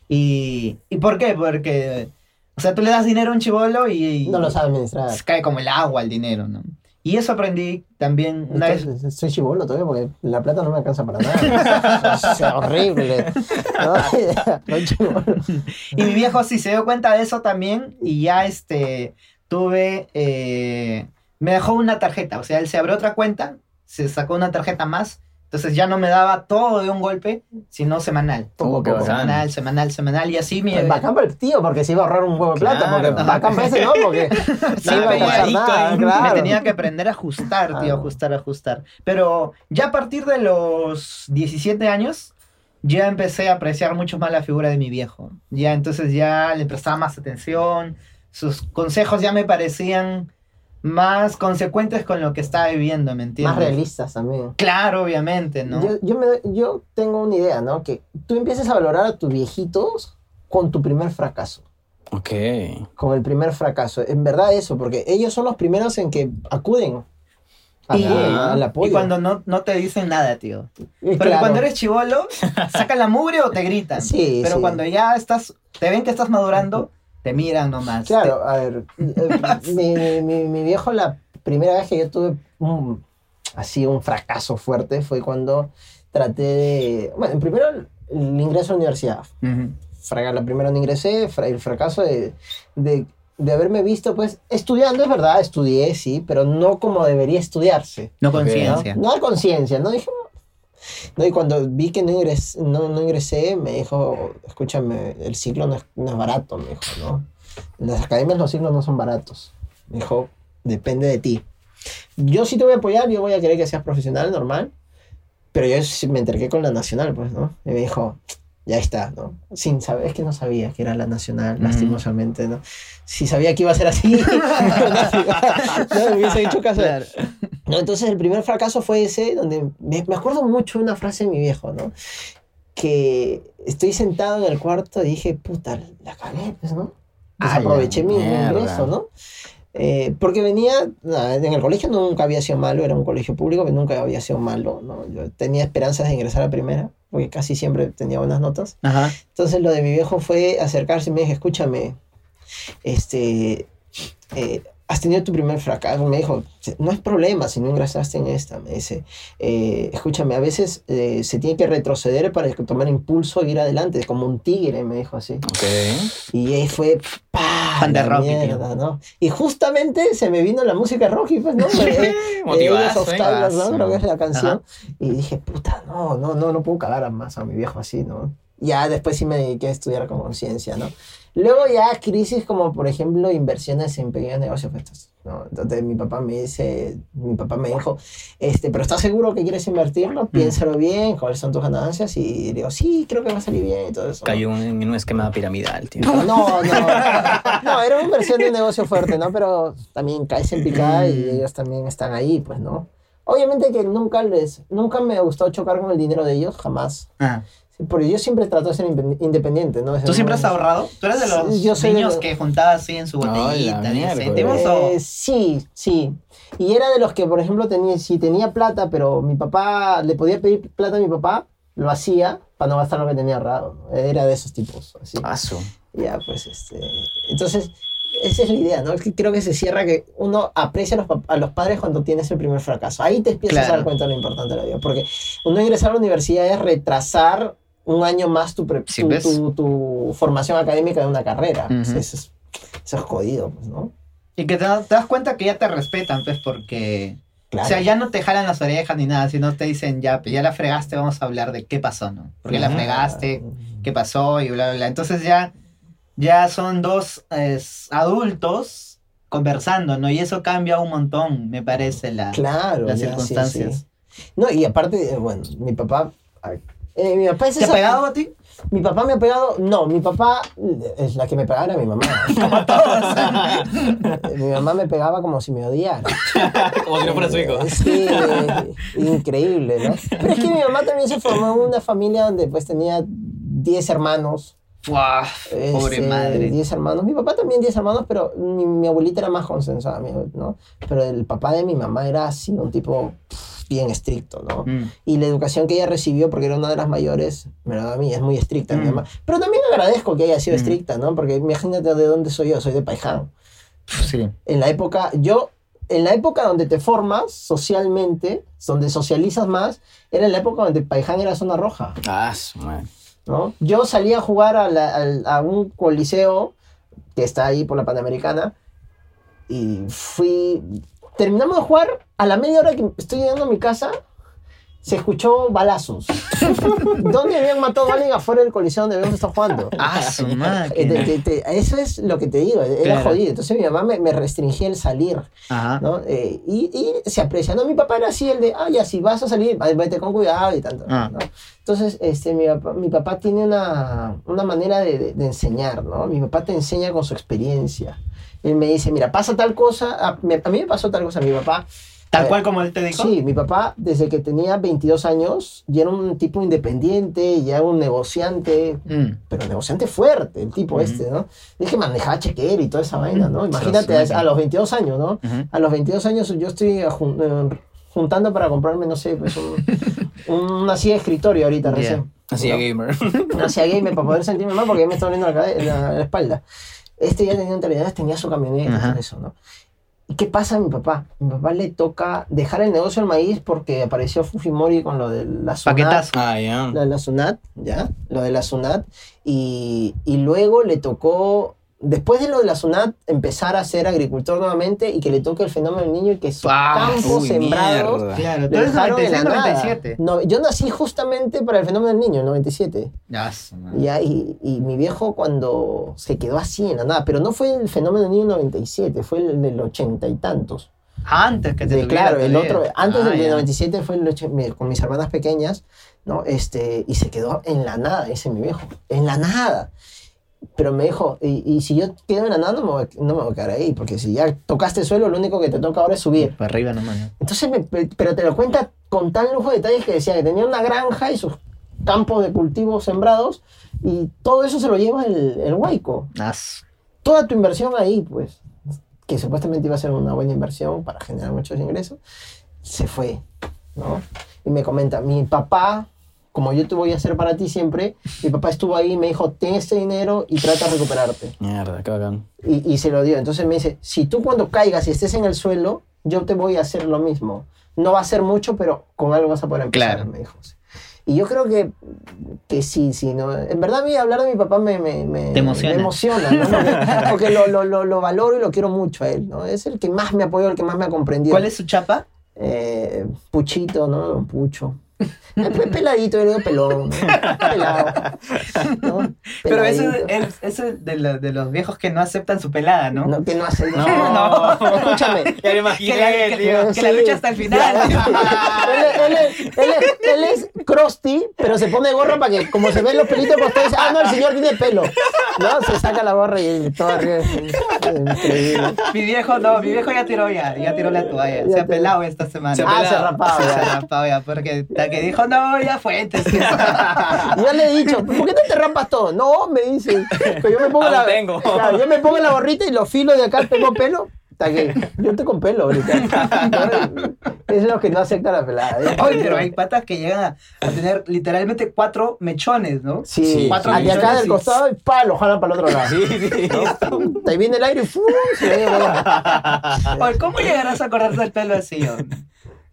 Speaker 2: Y, ¿Y por qué? Porque, o sea, tú le das dinero a un chivolo y,
Speaker 3: No lo sabe administrar.
Speaker 2: se cae como el agua el dinero, ¿no? Y eso aprendí también una vez.
Speaker 3: Entonces, soy chivolo todavía porque la plata no me alcanza para
Speaker 2: <laughs>
Speaker 3: nada. O sea, horrible. ¿no? Soy chibolo.
Speaker 2: Y mi viejo sí se dio cuenta de eso también y ya este tuve eh, me dejó una tarjeta, o sea, él se abrió otra cuenta, se sacó una tarjeta más, entonces ya no me daba todo de un golpe, sino semanal.
Speaker 3: Poco a
Speaker 1: Oh, qué
Speaker 3: poco.
Speaker 1: bacán.
Speaker 2: Semanal, semanal, semanal y así mi
Speaker 3: Pues Bacán para el tío, porque se iba a ahorrar un huevo de plata.
Speaker 1: Claro.
Speaker 3: Porque bacán para ese no, porque
Speaker 2: <laughs> Sí,
Speaker 3: no iba a
Speaker 2: pero
Speaker 3: alcanzar
Speaker 2: ahí
Speaker 3: nada.
Speaker 1: estoy.
Speaker 3: Claro.
Speaker 2: me tenía que aprender a ajustar, tío,
Speaker 3: Claro.
Speaker 2: ajustar, ajustar. Pero ya a partir de los 17 años ya empecé a apreciar mucho más la figura de mi viejo. Ya entonces ya le prestaba más atención, sus consejos ya me parecían más consecuentes con lo que estaba viviendo, ¿me entiendes?
Speaker 3: Más realistas también.
Speaker 2: Claro, obviamente, ¿no?
Speaker 3: Yo, yo, me doy- yo tengo una idea, ¿no? Que tú empieces a valorar a tus viejitos con tu primer fracaso.
Speaker 1: Ok.
Speaker 3: Con el primer fracaso. En verdad eso, porque ellos son los primeros en que acuden.
Speaker 2: Y-
Speaker 3: Acuden al apoyo.
Speaker 2: Ah. Y cuando no, no te dicen nada, tío.
Speaker 3: Eh,
Speaker 2: Porque
Speaker 3: claro.
Speaker 2: cuando eres chivolo,
Speaker 3: <laughs>
Speaker 2: sacan la mugre o te gritan.
Speaker 3: Sí,
Speaker 2: Pero
Speaker 3: sí.
Speaker 2: cuando ya estás, te ven que estás madurando, te miran nomás.
Speaker 3: Claro, a ver, eh, mi, mi- mi- mi viejo la primera vez que yo tuve un- así un fracaso fuerte fue cuando traté de... Bueno, primero el ingreso a la universidad.
Speaker 1: Ujú.
Speaker 3: Fraga- la primera no ingresé, fra- el fracaso de, de- de haberme visto, pues, estudiando, es verdad, estudié, sí, pero no como debería estudiarse.
Speaker 2: No
Speaker 3: ¿no?
Speaker 2: conciencia.
Speaker 3: No hay conciencia, ¿no? Dije, no, y cuando vi que no ingresé, no, no ingresé, me dijo, escúchame, el ciclo no es, no es barato, me dijo, ¿no? En las academias los ciclos no son baratos. Me dijo, depende de ti. Yo sí te voy a apoyar, yo voy a querer que seas profesional, normal, pero yo sí me entregué con la nacional, pues, ¿no? Y me dijo, ya está, ¿no? Sin saber, es que no sabía que era la nacional,
Speaker 1: Mm.
Speaker 3: lastimosamente, ¿no? Si sabía que iba a ser así, <laughs> no, me hubiese hecho caso.
Speaker 1: Claro.
Speaker 3: No, entonces el primer fracaso fue ese, donde me, me acuerdo mucho de una frase de mi viejo, ¿no? Que estoy sentado en el cuarto y dije, puta, la cagué, pues, ¿no?
Speaker 2: A la
Speaker 3: Desaproveché mi mi
Speaker 1: mierda.
Speaker 3: ingreso, ¿no? Eh, porque venía, nada, en el colegio nunca había sido malo, era un colegio público que nunca había sido malo, ¿no? Yo tenía esperanzas de ingresar a primera, porque casi siempre tenía buenas notas.
Speaker 1: Ajá.
Speaker 3: Entonces lo de mi viejo fue acercarse y me dijo, escúchame, este, eh, has tenido tu primer fracaso. Me dijo, no es problema si no ingresaste en esta. Me dice, "Eh, escúchame, a veces eh, se tiene que retroceder para tomar impulso e ir adelante, como un tigre, me dijo así.
Speaker 1: Ok.
Speaker 3: Y ahí fue pa
Speaker 2: Fan de
Speaker 3: la
Speaker 2: Rocky, tío.
Speaker 3: mierda, ¿no? Y justamente se me vino la música
Speaker 2: <laughs>
Speaker 3: Rocky, pues, <laughs> ¿no? Eh,
Speaker 1: Motivazo,
Speaker 3: Ellos
Speaker 1: ¿eh?
Speaker 3: Obstáculos,
Speaker 2: Motivazo.
Speaker 3: ¿no? Creo que es la canción. Y dije, puta, no, no, no, no puedo cagar a más a mi viejo así, ¿no? Ya después sí me dediqué a estudiar con conciencia, ¿no? Luego ya crisis como, por ejemplo, inversiones en pequeños negocios. pues, estás- ¿no? Entonces mi papá me dice, mi papá me dijo, este, pero ¿estás seguro que quieres invertirlo? Piénsalo bien, cuáles son tus ganancias. Y digo, sí, creo que va a salir bien y todo eso. ¿no?
Speaker 1: Cayó en un esquema piramidal, tío.
Speaker 3: No, no. No, era una inversión de un negocio fuerte, ¿no? Pero también caes en picada
Speaker 2: Mm.
Speaker 3: y ellos también están ahí, pues, ¿no? Obviamente que nunca les, nunca me gustó chocar con el dinero de ellos, jamás.
Speaker 2: Ah.
Speaker 3: Sí, Porque yo siempre trato de ser indepen- independiente, ¿no?
Speaker 2: ¿Tú siempre has ahorrado? ¿Tú eres de los
Speaker 3: Sí, yo soy de
Speaker 2: niños
Speaker 3: los-
Speaker 2: que juntaba así en su
Speaker 1: No, la
Speaker 2: botellita?
Speaker 1: mierda,
Speaker 2: ¿10
Speaker 1: güey.
Speaker 2: céntimos o...?
Speaker 3: Eh, sí, sí. Y era de los que, por ejemplo, tenía, si tenía plata, pero mi papá, le podía pedir plata a mi papá, lo hacía para no gastar lo que tenía ahorrado. ¿no? Era de esos tipos, así.
Speaker 1: Aso.
Speaker 3: Ya, pues, este... Entonces, esa es la idea, ¿no? Es que creo que se cierra que uno aprecia a los, pap- a los padres cuando tienes el primer fracaso. Ahí te empiezas a
Speaker 2: Claro.
Speaker 3: dar cuenta de lo importante de la vida. Porque uno ingresar a la universidad es retrasar un año más tu, pre-
Speaker 2: Sí,
Speaker 3: tu,
Speaker 2: ¿ves?
Speaker 3: tu- tu formación académica de una carrera.
Speaker 1: Ujú.
Speaker 3: Pues eso, es, eso es jodido, pues, ¿no?
Speaker 2: Y que te, das- te das cuenta que ya te respetan, pues, porque...
Speaker 3: Claro.
Speaker 2: O sea, ya no te jalan las orejas ni nada, sino te dicen, ya, pues ya la fregaste, vamos a hablar de qué pasó, ¿no? ¿Por qué la
Speaker 1: Ujú.
Speaker 2: fregaste? ¿Qué pasó? Y bla, bla, bla. Entonces ya, ya son dos es, adultos conversando, ¿no? Y eso cambia un montón, me parece, la,
Speaker 3: Claro.
Speaker 2: las
Speaker 3: ya, sí,
Speaker 2: circunstancias.
Speaker 3: sí. No, y aparte, eh, bueno, mi papá... eh, mi papá es
Speaker 2: ¿Te ha
Speaker 3: esa-
Speaker 2: pegado a ti?
Speaker 3: Mi papá me ha pegado. No, mi papá eh, es la que me pegaba era
Speaker 1: <laughs>
Speaker 3: mi mamá. Como todos. <laughs> mi mamá me pegaba como si me odiara.
Speaker 1: <laughs> Como si no fuera su hijo.
Speaker 3: Eh, Sí, eh, increíble, ¿no? Pero es que mi mamá también se formó en una familia donde pues tenía 10 hermanos.
Speaker 2: Buah, pobre
Speaker 3: este,
Speaker 2: madre.
Speaker 3: 10 hermanos. Mi papá también 10 hermanos, pero mi, mi abuelita era más consensada, mi abue- ¿no? Pero el papá de mi mamá era así, un tipo pff, bien estricto, ¿no?
Speaker 2: Mm.
Speaker 3: y la educación que ella recibió, porque era una de las mayores, me la da a mí, es muy estricta mi
Speaker 2: Mm.
Speaker 3: mamá. Pero también agradezco que haya sido
Speaker 2: Mm.
Speaker 3: estricta, ¿no? Porque imagínate de dónde soy yo, soy de Paiján. <laughs>
Speaker 2: Sí.
Speaker 3: En la época, yo, en la época donde te formas socialmente, donde socializas más, era en la época donde Paiján era zona roja,
Speaker 1: Aso, man.
Speaker 3: ¿no? Yo salía a jugar a, la- al- a un coliseo que está ahí por la Panamericana y fui... Terminamos de jugar, a la media hora que estoy llegando a mi casa, se
Speaker 2: <laughs>
Speaker 3: escuchó balazos. ¿Dónde habían matado a alguien afuera del coliseo donde habíamos estado jugando?
Speaker 2: Ah, su
Speaker 3: Eh, te-
Speaker 2: madre.
Speaker 3: te- te- eso es lo que te digo, era
Speaker 2: Claro.
Speaker 3: jodido. Entonces mi mamá me, me restringía el salir,
Speaker 2: Ajá.
Speaker 3: ¿no? Eh, y, y se aprecia. No, mi papá era así, el de, ah, ya, si vas a salir, ay, vete con cuidado y tanto.
Speaker 2: Ah.
Speaker 3: ¿no? Entonces, este, mi, papá, mi papá tiene una, una manera de, de- de enseñar, ¿no? Mi papá te enseña con su experiencia. Él me dice, mira, pasa tal cosa, a, me- a mí me pasó tal cosa, mi papá
Speaker 2: Tal
Speaker 3: eh,
Speaker 2: cual como él te dijo.
Speaker 3: Sí, mi papá desde que tenía 22 años ya era un tipo independiente, ya era un negociante,
Speaker 2: Mm.
Speaker 3: pero negociante fuerte, el tipo
Speaker 2: Ujú.
Speaker 3: este, ¿no? Es que manejaba chequera y toda esa vaina, ¿no?
Speaker 2: Se
Speaker 3: Imagínate
Speaker 2: los
Speaker 3: a, a los 22 años, ¿no?
Speaker 2: Ujú.
Speaker 3: A los 22 años yo estoy jun- eh, juntando para comprarme, no sé, pues
Speaker 2: <laughs>
Speaker 3: un- una silla de escritorio ahorita
Speaker 2: Ya.
Speaker 3: recién.
Speaker 1: Así
Speaker 3: ¿no?
Speaker 1: de gamer.
Speaker 3: hacia gamer para poder sentirme mal porque ya me está doliendo la, cade- la- la espalda. Este ya tenía un tenía su camioneta,
Speaker 2: Ajá.
Speaker 3: todo eso, ¿no? ¿Y qué pasa a mi papá? Mi papá le toca dejar el negocio del maíz porque apareció Fujimori con lo de la SUNAT.
Speaker 1: Paquetazo. <laughs> Ah, ya.
Speaker 3: Lo de la SUNAT, ¿ya? Lo de la SUNAT. Y, y luego le tocó, después de lo de la SUNAT, empezar a ser agricultor nuevamente y que le toque el fenómeno del niño y que sus
Speaker 1: Pa,
Speaker 3: campos
Speaker 1: uy,
Speaker 3: sembrados
Speaker 1: mierda.
Speaker 2: Claro,
Speaker 3: le
Speaker 2: tú eres
Speaker 3: dejaron en la
Speaker 2: 96,
Speaker 3: nada.
Speaker 2: 97.
Speaker 3: No, yo nací justamente para el fenómeno del niño, en 97.
Speaker 2: Ya, su madre.
Speaker 3: Ya, y, y mi viejo cuando se quedó así en la nada, pero no fue el fenómeno del niño 97, fue el del ochenta y tantos.
Speaker 2: Antes que te
Speaker 3: De-
Speaker 2: tuviera
Speaker 3: claro, el
Speaker 2: todavía.
Speaker 3: otro, antes
Speaker 2: Ah,
Speaker 3: del
Speaker 2: ya.
Speaker 3: del 97 fue el ocho- mi- con mis hermanas pequeñas, ¿no? Este, y se quedó en la nada, ese mi viejo, en la nada. Pero me dijo, y, y si yo quedo en la nada, no me, voy, a- no me voy a quedar ahí, porque si ya tocaste suelo, lo único que te toca ahora es subir.
Speaker 2: Para Pues arriba nomás. ¿no?
Speaker 3: Entonces, me- pe- pero te lo cuenta con tan lujo de detalles que decía que tenía una granja y sus campos de cultivos sembrados y todo eso se lo lleva el, el huaico.
Speaker 2: Ah, su-
Speaker 3: Toda tu inversión ahí, pues, que supuestamente iba a ser una buena inversión para generar muchos ingresos, se fue, ¿no? Y me comenta, mi papá, como yo te voy a hacer para ti siempre, mi papá estuvo ahí y me dijo, ten este dinero y trata de recuperarte
Speaker 1: Mierda, qué bacán.
Speaker 3: y, y se lo dio. Entonces me dice, si tú cuando caigas y estés en el suelo, yo te voy a hacer lo mismo. No va a ser mucho, pero con algo vas a poder empezar,
Speaker 2: Claro.
Speaker 3: me dijo. Y yo creo que, que sí, sí. ¿no? En verdad a mí hablar de mi papá me, me, me-
Speaker 2: Te emociona.
Speaker 3: me emociona, ¿no?
Speaker 2: <laughs>
Speaker 3: porque, porque lo, lo, lo, lo valoro y lo quiero mucho a él. ¿no? Es el que más me apoyó, el que más me ha comprendido.
Speaker 2: ¿Cuál es su chapa?
Speaker 3: Eh, Puchito, ¿no? Pucho. Eh, pe- Peladito, yo le digo pelón. ¿no? Pelado. ¿no?
Speaker 2: Pero eso
Speaker 3: Peladito.
Speaker 2: es, ¿eh? eso es de, la- de los viejos que no aceptan su pelada, ¿no?
Speaker 3: No, que <laughs> no hace
Speaker 1: No.
Speaker 2: <laughs>
Speaker 3: Escúchame,
Speaker 1: <laughs> Ya me
Speaker 2: Que, la, que-
Speaker 3: tío.
Speaker 2: que la
Speaker 3: Sí.
Speaker 2: lucha hasta el final.
Speaker 3: Claro. él, es- él es- él es- él es Krusty, pero se pone gorra para que, como se ven los pelitos de ustedes, ah, no, el señor tiene pelo. No, se saca la gorra y todo arriba. Increíble.
Speaker 2: <laughs> mi viejo no, mi viejo ya tiró ya, ya tiró la toalla.
Speaker 3: Ya
Speaker 2: se ha
Speaker 3: tiró.
Speaker 2: pelado esta semana.
Speaker 1: Se ha
Speaker 3: Ah,
Speaker 1: pelado.
Speaker 3: se rapaba.
Speaker 2: Sí, se
Speaker 3: ya.
Speaker 2: ha rapado ya, porque hasta que dijo, no, ya fue. entonces". <laughs>
Speaker 3: Yo le he dicho, ¿por qué no te rampas todo? No, me dice. Que yo me pongo
Speaker 1: Aún
Speaker 3: la,
Speaker 1: tengo.
Speaker 3: Claro, yo me pongo la gorrita y los filos de acá tengo pelo. Hasta que yo estoy con pelo ahorita. Es lo que no acepta la pelada.
Speaker 2: Oye, pero hay patas que llegan a, a tener literalmente cuatro mechones, ¿no?
Speaker 3: Sí,
Speaker 1: Sí,
Speaker 3: cuatro
Speaker 1: sí.
Speaker 3: al de acá
Speaker 2: millones,
Speaker 3: del
Speaker 2: sí.
Speaker 3: costado y palo, jalan para el otro lado.
Speaker 1: Sí, sí.
Speaker 3: ¿no? Te viene el aire y ¡fum! se le lleva.
Speaker 2: Oye, ¿cómo llegarás a cortarse el pelo así? hombre?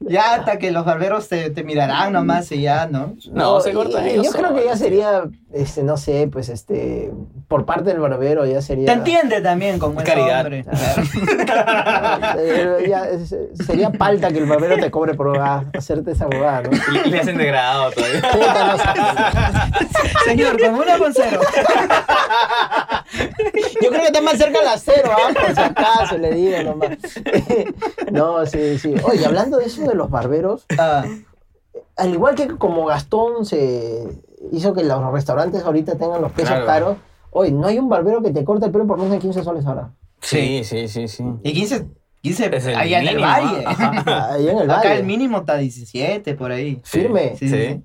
Speaker 2: Ya hasta que los barberos te, te mirarán nomás y ya, ¿no?
Speaker 1: No, se corta
Speaker 3: y- y
Speaker 1: ellos
Speaker 3: Yo creo que ya
Speaker 1: solos.
Speaker 3: sería, este, no sé, pues este, por parte del barbero ya sería.
Speaker 2: Te entiende también como es
Speaker 1: Caridad.
Speaker 2: hombre.
Speaker 3: <laughs> eh, ya, eh, sería palta que el barbero te cobre por ah, hacerte esa bobada, ¿no?
Speaker 1: Le, le hacen degradado todavía.
Speaker 3: Puta, no sé.
Speaker 2: Señor, con una con cero.
Speaker 3: Yo creo que está más cerca la cero, ¿ah? por si acaso, le digo nomás. <laughs> No, sí, sí. Oye, hablando de eso de los barberos,
Speaker 2: Ah,
Speaker 3: al igual que como Gastón se hizo que los restaurantes ahorita tengan los precios
Speaker 1: Claro.
Speaker 3: caros, hoy no hay un barbero que te corte el pelo por menos de 15 soles ahora.
Speaker 1: Sí, sí, sí, sí.
Speaker 2: y 15, 15
Speaker 1: Es el
Speaker 2: allá en el
Speaker 1: mínimo,
Speaker 2: valle.
Speaker 1: ah, ajá.
Speaker 3: <laughs> Ahí en el
Speaker 2: Acá
Speaker 3: valle.
Speaker 2: el mínimo está 17 por ahí.
Speaker 3: Firme.
Speaker 2: Sí, sí.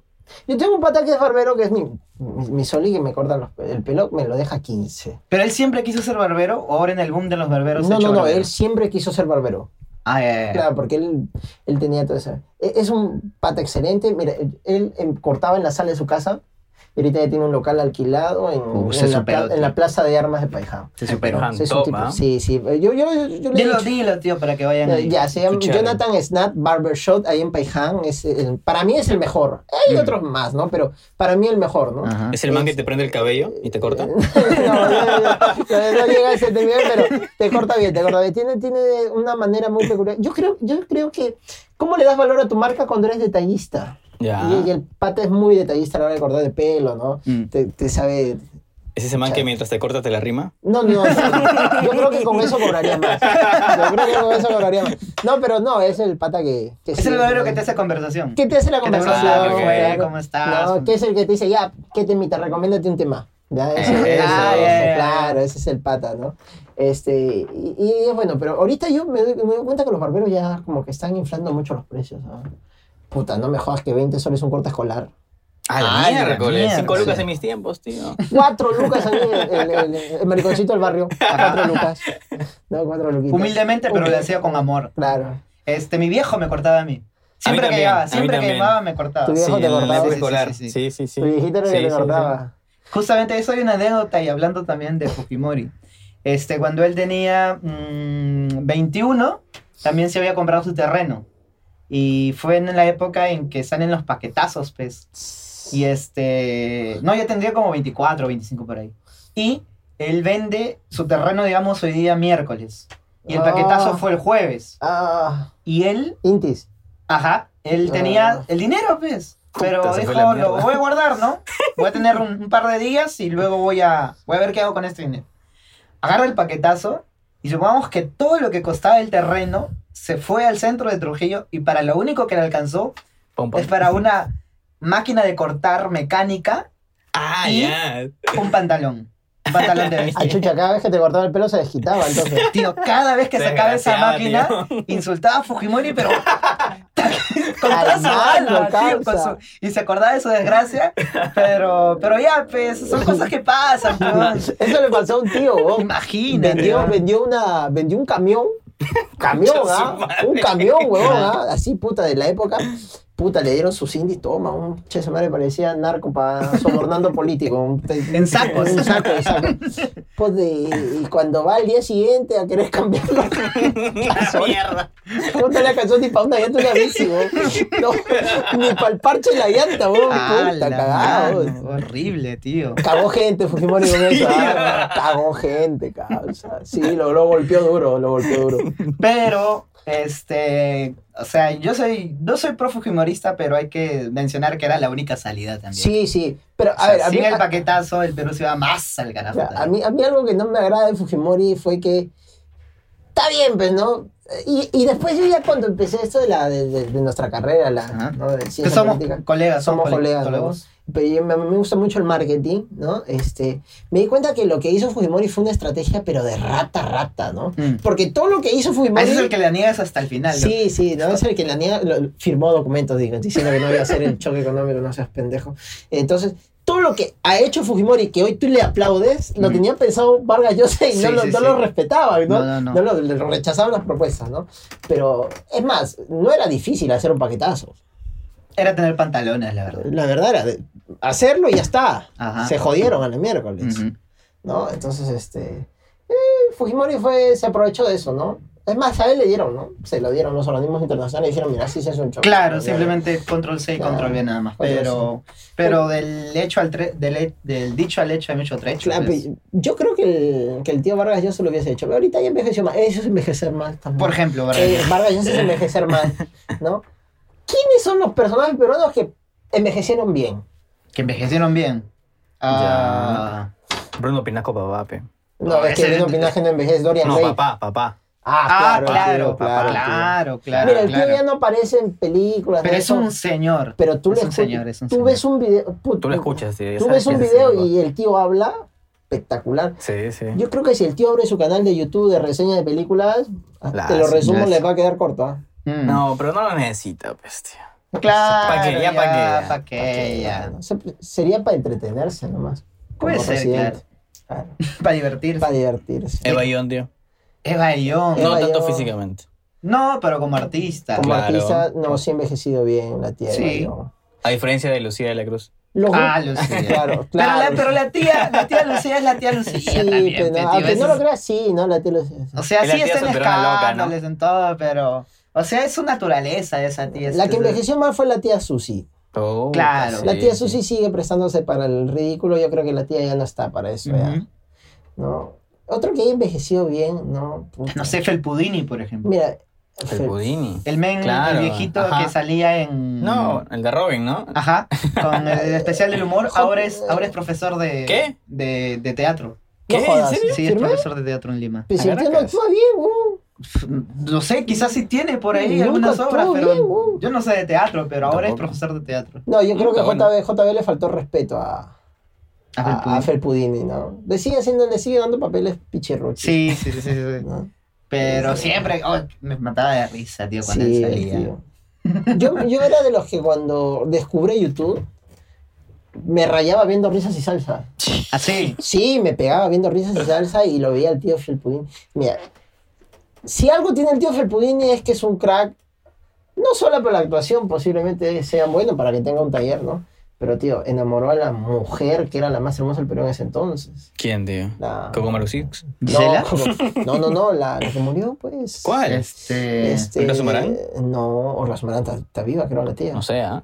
Speaker 3: Yo tengo un pata que es barbero que es mi, mi, mi sol y que me corta los- el pelo, me lo deja 15.
Speaker 2: Pero él siempre quiso ser barbero o ahora en el boom de los barberos. se ha
Speaker 3: no, no,
Speaker 2: hecho
Speaker 3: no,
Speaker 2: barbero?
Speaker 3: él siempre quiso ser barbero.
Speaker 2: Ah, ya, ya, ya.
Speaker 3: Claro, porque él, él tenía todo eso. E- Es un pata excelente. Mira, él, em, cortaba en la sala de su casa y ahorita ya tiene un local alquilado en,
Speaker 2: Uh, se
Speaker 3: en, la,
Speaker 2: superó,
Speaker 3: pla- en
Speaker 2: tío.
Speaker 3: la plaza de armas de Paijao.
Speaker 2: Se superó.
Speaker 1: Ajá.
Speaker 3: Sí, es un tipo-
Speaker 1: Toma.
Speaker 3: sí, sí. Yo, yo, yo, yo le he
Speaker 2: Dilo,
Speaker 3: dicho-
Speaker 2: dilo, tío, para que vayan.
Speaker 3: Eh,
Speaker 2: ahí.
Speaker 3: Ya, se llama
Speaker 1: Escucharon.
Speaker 3: Jonathan Snap Barbershop ahí en Paiján. Es el- para mí es el mejor. Hay otros más, ¿no? Pero para mí el mejor, ¿no?
Speaker 2: Ajá.
Speaker 1: ¿Es el man que te prende el cabello y te corta?
Speaker 3: <laughs> no, no, no, no, no llega a ese nivel, pero te corta bien, te corta bien. Tiene, tiene una manera muy peculiar. Yo creo, yo creo que, ¿cómo le das valor a tu marca cuando eres detallista?
Speaker 1: Ya.
Speaker 3: Y, y el pata es muy detallista a la hora de cortar el pelo, ¿no?
Speaker 2: Mm.
Speaker 3: Te, te sabe...
Speaker 1: ¿Es ese man que mientras te corta te la rima?
Speaker 3: No, no, no. Yo creo que con eso cobraría más. Yo creo que con eso cobraría más. No, pero no, es el pata que... que
Speaker 2: Es
Speaker 3: sí,
Speaker 2: el barbero
Speaker 3: ¿no?
Speaker 2: que te hace conversación.
Speaker 3: ¿Qué te hace la
Speaker 2: Que te
Speaker 3: conversación?
Speaker 1: habla, ¿qué fue?
Speaker 3: Claro.
Speaker 2: ¿Cómo estás?
Speaker 3: No, que es el que te dice, ya, ¿qué temita? Recomiéndate un tema. Ya, ese,
Speaker 1: Eso.
Speaker 3: ese,
Speaker 1: Ah,
Speaker 3: ese,
Speaker 2: ya, ya, ya.
Speaker 3: claro, ese es el pata, ¿no? Este, y, y es bueno, pero ahorita yo me doy, me doy cuenta que los barberos ya como que están inflando mucho los precios, ¿no? Puta, no me jodas que 20 soles un corte escolar.
Speaker 1: ¡A
Speaker 2: la mierda,
Speaker 1: Ah, Cinco lucas
Speaker 2: sí.
Speaker 1: en mis tiempos, tío.
Speaker 3: Cuatro lucas ahí en el, el- el mariconcito del barrio. Cuatro lucas. No, cuatro luquitas.
Speaker 2: Humildemente, pero
Speaker 3: Humilde.
Speaker 2: lo hacía con amor.
Speaker 3: Claro.
Speaker 2: Este, mi viejo me cortaba a mí. Siempre que
Speaker 1: también, a
Speaker 2: llegaba,
Speaker 1: mí
Speaker 2: siempre que
Speaker 1: también.
Speaker 2: llegaba me cortaba.
Speaker 3: Tu viejo
Speaker 1: Sí,
Speaker 3: te
Speaker 1: en la
Speaker 3: cortaba.
Speaker 1: época
Speaker 2: Sí, sí,
Speaker 1: escolar.
Speaker 2: sí,
Speaker 1: Sí,
Speaker 2: sí.
Speaker 1: sí, sí.
Speaker 3: Tu viejita era
Speaker 1: Sí,
Speaker 3: que
Speaker 1: sí,
Speaker 3: te
Speaker 1: sí.
Speaker 3: cortaba.
Speaker 2: Justamente eso hay una anécdota y hablando también de Fujimori. Este, cuando él tenía mm, 21, también se había comprado su terreno. Y fue en la época en que salen los paquetazos, pues. Y este. No, ya tendría como 24, 25 por ahí. Y él vende su terreno, digamos, hoy día miércoles. Y el
Speaker 3: Ah.
Speaker 2: paquetazo fue el jueves.
Speaker 3: Ah,
Speaker 2: Y él,
Speaker 3: Intis.
Speaker 2: ajá, él
Speaker 3: Ah.
Speaker 2: tenía el dinero, pues. Pero
Speaker 1: Puta, se fue
Speaker 2: dijo,
Speaker 1: la
Speaker 2: lo
Speaker 1: mierda".
Speaker 2: voy a
Speaker 1: <laughs>
Speaker 2: guardar, ¿no? Voy a tener un, un par de días y luego voy a, voy a ver qué hago con este dinero. Agarra el paquetazo y supongamos que todo lo que costaba el terreno se fue al centro de Trujillo y para lo único que le alcanzó
Speaker 1: Pom, pom.
Speaker 2: es para una máquina de cortar mecánica,
Speaker 1: Ah,
Speaker 2: y-
Speaker 1: ya.
Speaker 2: un pantalón. Un pantalón de
Speaker 3: Ah,
Speaker 2: vestir.
Speaker 3: chucha, cada vez que te cortaba el pelo se desquitaba, entonces.
Speaker 2: Tío, cada vez que sacaba esa máquina,
Speaker 1: Desgraciado, tío.
Speaker 2: insultaba a Fujimori,
Speaker 3: <laughs>
Speaker 2: pero con toda su
Speaker 3: Al malo,
Speaker 2: alma, tío, con
Speaker 3: causa.
Speaker 2: su- y se acordaba de su desgracia, pero, pero ya, pues, son cosas que pasan,
Speaker 3: <laughs>
Speaker 2: pues.
Speaker 3: Eso le pasó a un tío, weón.
Speaker 2: Imagínate.
Speaker 3: Vendió,
Speaker 2: ¿no?
Speaker 3: vendió, una, vendió un camión. <laughs> Camión,
Speaker 1: Concha su
Speaker 3: ¿ah?
Speaker 1: madre. <laughs>
Speaker 3: Un camión, huevón, ¿ah? Así, puta, de la época. Puta, le dieron sus indies, toma, un che, esa madre parecía narco para sobornando político. un-
Speaker 2: En sacos.
Speaker 3: En saco, <laughs> en saco. Pues de- y cuando va al día siguiente a querer cambiarlo,
Speaker 2: Mierda.
Speaker 3: puta, la canción ni para una llanta una bici, weón. No, ni para el parche de la llanta, weón.
Speaker 2: Ah,
Speaker 3: Puta,
Speaker 2: la
Speaker 3: cagado.
Speaker 2: mano, horrible, tío.
Speaker 3: Cagó gente, Fujimori con eso. ah, Cagó gente, causa. Sí, lo, lo golpeó duro, lo golpeó duro.
Speaker 2: Pero, este, o sea, yo soy, no soy pro Fujimorista, pero hay que mencionar que era la única salida también.
Speaker 3: Sí, sí. Pero,
Speaker 2: O
Speaker 3: a
Speaker 2: sea,
Speaker 3: ver, a mí,
Speaker 2: sin el
Speaker 3: a,
Speaker 2: paquetazo, el Perú se va más al carajo.
Speaker 3: ya,
Speaker 2: también.
Speaker 3: a mí, a mí algo que no me agrada de Fujimori fue que. Está bien, pues, ¿no? Y, y después yo ya cuando empecé esto de, la, de, de- de nuestra carrera, la,
Speaker 2: Ajá.
Speaker 3: ¿no? de
Speaker 2: Que
Speaker 3: ciencia
Speaker 2: somos
Speaker 3: política,
Speaker 2: colegas,
Speaker 3: somos colegas, ¿no?
Speaker 2: colegas.
Speaker 3: Pero yo- me, me gusta mucho el marketing, ¿no? Este, me di cuenta que lo que hizo Fujimori fue una estrategia, pero de rata, rata, ¿no?
Speaker 2: Mm.
Speaker 3: Porque todo lo que hizo Fujimori...
Speaker 2: Ese es el que la niegas hasta el final. ¿no?
Speaker 3: Sí, sí, no es el que la niega, lo- firmó documentos digo, diciendo que no iba
Speaker 2: <laughs>
Speaker 3: a hacer el choque económico, no seas pendejo. Entonces, todo lo que ha hecho Fujimori, que hoy tú le aplaudes, lo
Speaker 2: Mm.
Speaker 3: tenía pensado Vargas Llosa y no,
Speaker 2: Sí,
Speaker 3: lo,
Speaker 2: sí,
Speaker 3: no
Speaker 2: sí.
Speaker 3: lo respetaban, ¿no?
Speaker 2: No, no, no.
Speaker 3: lo, le rechazaban las propuestas, ¿no? Pero, es más, no era difícil hacer un paquetazo.
Speaker 2: Era tener pantalones, la verdad.
Speaker 3: La verdad era de- hacerlo y ya está.
Speaker 2: Ajá.
Speaker 3: Se jodieron a la miércoles,
Speaker 2: Ujú.
Speaker 3: ¿no? Entonces, este... eh, Fujimori fue, se aprovechó de eso, ¿no? Es más, a él le dieron, ¿no? Se lo dieron los organismos internacionales y dijeron, mira, sí se hace un choque.
Speaker 2: Claro,
Speaker 3: ¿no?
Speaker 2: simplemente control C y
Speaker 3: Claro.
Speaker 2: control V nada más.
Speaker 3: Control
Speaker 2: Pero, pero del hecho al tre- del, he- del dicho al hecho hay mucho trecho.
Speaker 3: Claro,
Speaker 2: pues.
Speaker 3: pero yo creo que el, que el tío Vargas yo se lo hubiese hecho, pero ahorita ya envejeció más. Eso es envejecer más también.
Speaker 2: Por ejemplo, ¿verdad?
Speaker 3: Eh, Vargas Llosa es envejecer mal, ¿no? ¿Quiénes son los personajes peruanos que envejecieron bien?
Speaker 2: que envejecieron bien. Ah,
Speaker 1: Bruno Pinasco, papá, pe.
Speaker 3: No,
Speaker 2: No,
Speaker 3: es que
Speaker 2: ese-
Speaker 3: Bruno Pinaje no envejece, Dorian
Speaker 1: No,
Speaker 3: Gray.
Speaker 1: papá, papá.
Speaker 3: Ah,
Speaker 2: Ah,
Speaker 3: claro,
Speaker 2: claro,
Speaker 3: tío,
Speaker 2: papá,
Speaker 3: tío.
Speaker 2: claro, claro,
Speaker 3: Mira, el tío
Speaker 2: claro.
Speaker 3: ya no aparece en películas.
Speaker 2: Pero
Speaker 3: ¿no?
Speaker 2: es un señor.
Speaker 3: Pero tú
Speaker 2: es
Speaker 3: le
Speaker 2: un
Speaker 3: escu-
Speaker 2: señor, es un
Speaker 3: Tú
Speaker 2: señor.
Speaker 3: ves un video... put-
Speaker 1: Tú lo escuchas, sí. ya
Speaker 3: Tú
Speaker 1: sabes
Speaker 3: ves un
Speaker 1: que ese es el
Speaker 3: video y el tío habla espectacular.
Speaker 1: Sí, sí.
Speaker 3: Yo creo que si el tío abre su canal de YouTube de reseña de películas, ah,
Speaker 1: La
Speaker 3: te lo
Speaker 1: hace,
Speaker 3: resumo,
Speaker 2: la
Speaker 3: le
Speaker 2: hace.
Speaker 3: va a quedar corto. ¿ah?
Speaker 2: Mm.
Speaker 1: No, pero no lo necesita, pues, tío.
Speaker 2: Claro.
Speaker 1: Pa' que, ya, pa' que, ya.
Speaker 2: pa' que, ya.
Speaker 3: O sea, sería para entretenerse nomás.
Speaker 2: Puede
Speaker 3: Como
Speaker 2: ser,
Speaker 3: presidente. Claro,
Speaker 2: Para divertirse.
Speaker 3: para divertirse.
Speaker 1: Eva Ion, tío.
Speaker 2: Eva Ayón.
Speaker 1: No
Speaker 3: Eva
Speaker 1: tanto
Speaker 3: Ion.
Speaker 1: físicamente.
Speaker 2: No, pero como artista.
Speaker 3: Como
Speaker 1: claro.
Speaker 3: artista, no, sí ha envejecido bien la tía.
Speaker 2: Sí.
Speaker 3: digo.
Speaker 1: A diferencia de Lucía de la Cruz.
Speaker 3: Los <laughs>
Speaker 2: Ah,
Speaker 3: grupos-
Speaker 2: Lucía.
Speaker 3: Claro,
Speaker 2: Pero, la,
Speaker 3: claro.
Speaker 2: pero la tía, la <laughs> tía Lucía es la tía Lucía
Speaker 3: Sí,
Speaker 2: también,
Speaker 3: pero
Speaker 2: tío,
Speaker 3: no, aunque
Speaker 2: es-
Speaker 3: no lo creas, sí, ¿no? La tía Lucía.
Speaker 2: O sea,
Speaker 1: Es la
Speaker 2: sí
Speaker 1: tía
Speaker 2: está en
Speaker 1: solterona loca,
Speaker 2: escándalos, en todo, pero... O sea, es su naturaleza esa tía.
Speaker 3: La
Speaker 2: es-
Speaker 3: que
Speaker 2: es-
Speaker 3: envejeció mal fue la tía Susi.
Speaker 1: Oh,
Speaker 2: Claro.
Speaker 1: sí,
Speaker 3: La tía
Speaker 1: sí.
Speaker 3: Susi sigue prestándose para el ridículo. Yo creo que la tía ya no está para eso, ya,
Speaker 2: Ujú.
Speaker 3: ¿no? Otro que haya envejecido bien, ¿no? Puta.
Speaker 2: No sé, Felpudini, por ejemplo.
Speaker 3: Mira,
Speaker 1: El Budini.
Speaker 2: El men,
Speaker 1: Claro,
Speaker 2: el viejito
Speaker 1: ajá.
Speaker 2: que salía en...
Speaker 1: No,
Speaker 3: Mm.
Speaker 1: el de Robin, ¿no?
Speaker 2: Ajá,
Speaker 3: Ah.
Speaker 2: con <laughs> el especial del humor, ahora es, ahora es profesor de...
Speaker 1: ¿Qué?
Speaker 2: De, de teatro.
Speaker 1: ¿Qué?
Speaker 3: No
Speaker 1: ¿En
Speaker 3: jodas.
Speaker 1: serio?
Speaker 2: Sí, es
Speaker 3: ¿Firmé?
Speaker 2: profesor de teatro en Lima.
Speaker 3: pues, si el tío no
Speaker 1: Caracas.
Speaker 3: actúa bien, weón.
Speaker 2: Pf, No sé, quizás sí tiene por ahí
Speaker 3: Nunca
Speaker 2: algunas
Speaker 3: estuvo
Speaker 2: obras,
Speaker 3: bien,
Speaker 2: pero
Speaker 3: uh.
Speaker 2: yo no sé de teatro, pero ahora es
Speaker 1: Tampoco.
Speaker 2: profesor de teatro.
Speaker 3: No, yo creo que
Speaker 1: Está bueno.
Speaker 3: JB, JB le faltó respeto a,
Speaker 2: A
Speaker 3: a,
Speaker 2: Felpudini.
Speaker 3: a Felpudini, ¿no? Le sigue, haciendo, le sigue dando papeles pichirruchos.
Speaker 2: Sí, sí, sí, sí, sí.
Speaker 3: ¿no?
Speaker 2: Pero
Speaker 3: Sí.
Speaker 2: siempre, oh, me mataba de risa, tío, cuando
Speaker 3: Sí,
Speaker 2: él salía.
Speaker 3: tío. Yo, yo era de los que cuando descubrí YouTube me rayaba viendo risas y salsa.
Speaker 2: Así.
Speaker 3: Sí, me pegaba viendo risas y salsa y lo veía el tío Felpudini. Mira, si algo tiene el tío Felpudini es que es un crack, no solo por la actuación, posiblemente sea bueno para que tenga un taller, ¿no? Pero, tío, enamoró a la mujer que era la más hermosa del Perú en ese entonces.
Speaker 1: ¿Quién, tío?
Speaker 3: La...
Speaker 1: ¿Coco Marusix?
Speaker 2: ¿Gisela?
Speaker 3: No, Coco- no, no, no, la, la que murió, pues.
Speaker 1: ¿Cuál?
Speaker 2: Este,
Speaker 3: Este,
Speaker 1: ¿Orla Sumarán?
Speaker 3: No, Orla Sumarán está, está viva, creo, la tía.
Speaker 1: No sé, ¿ah?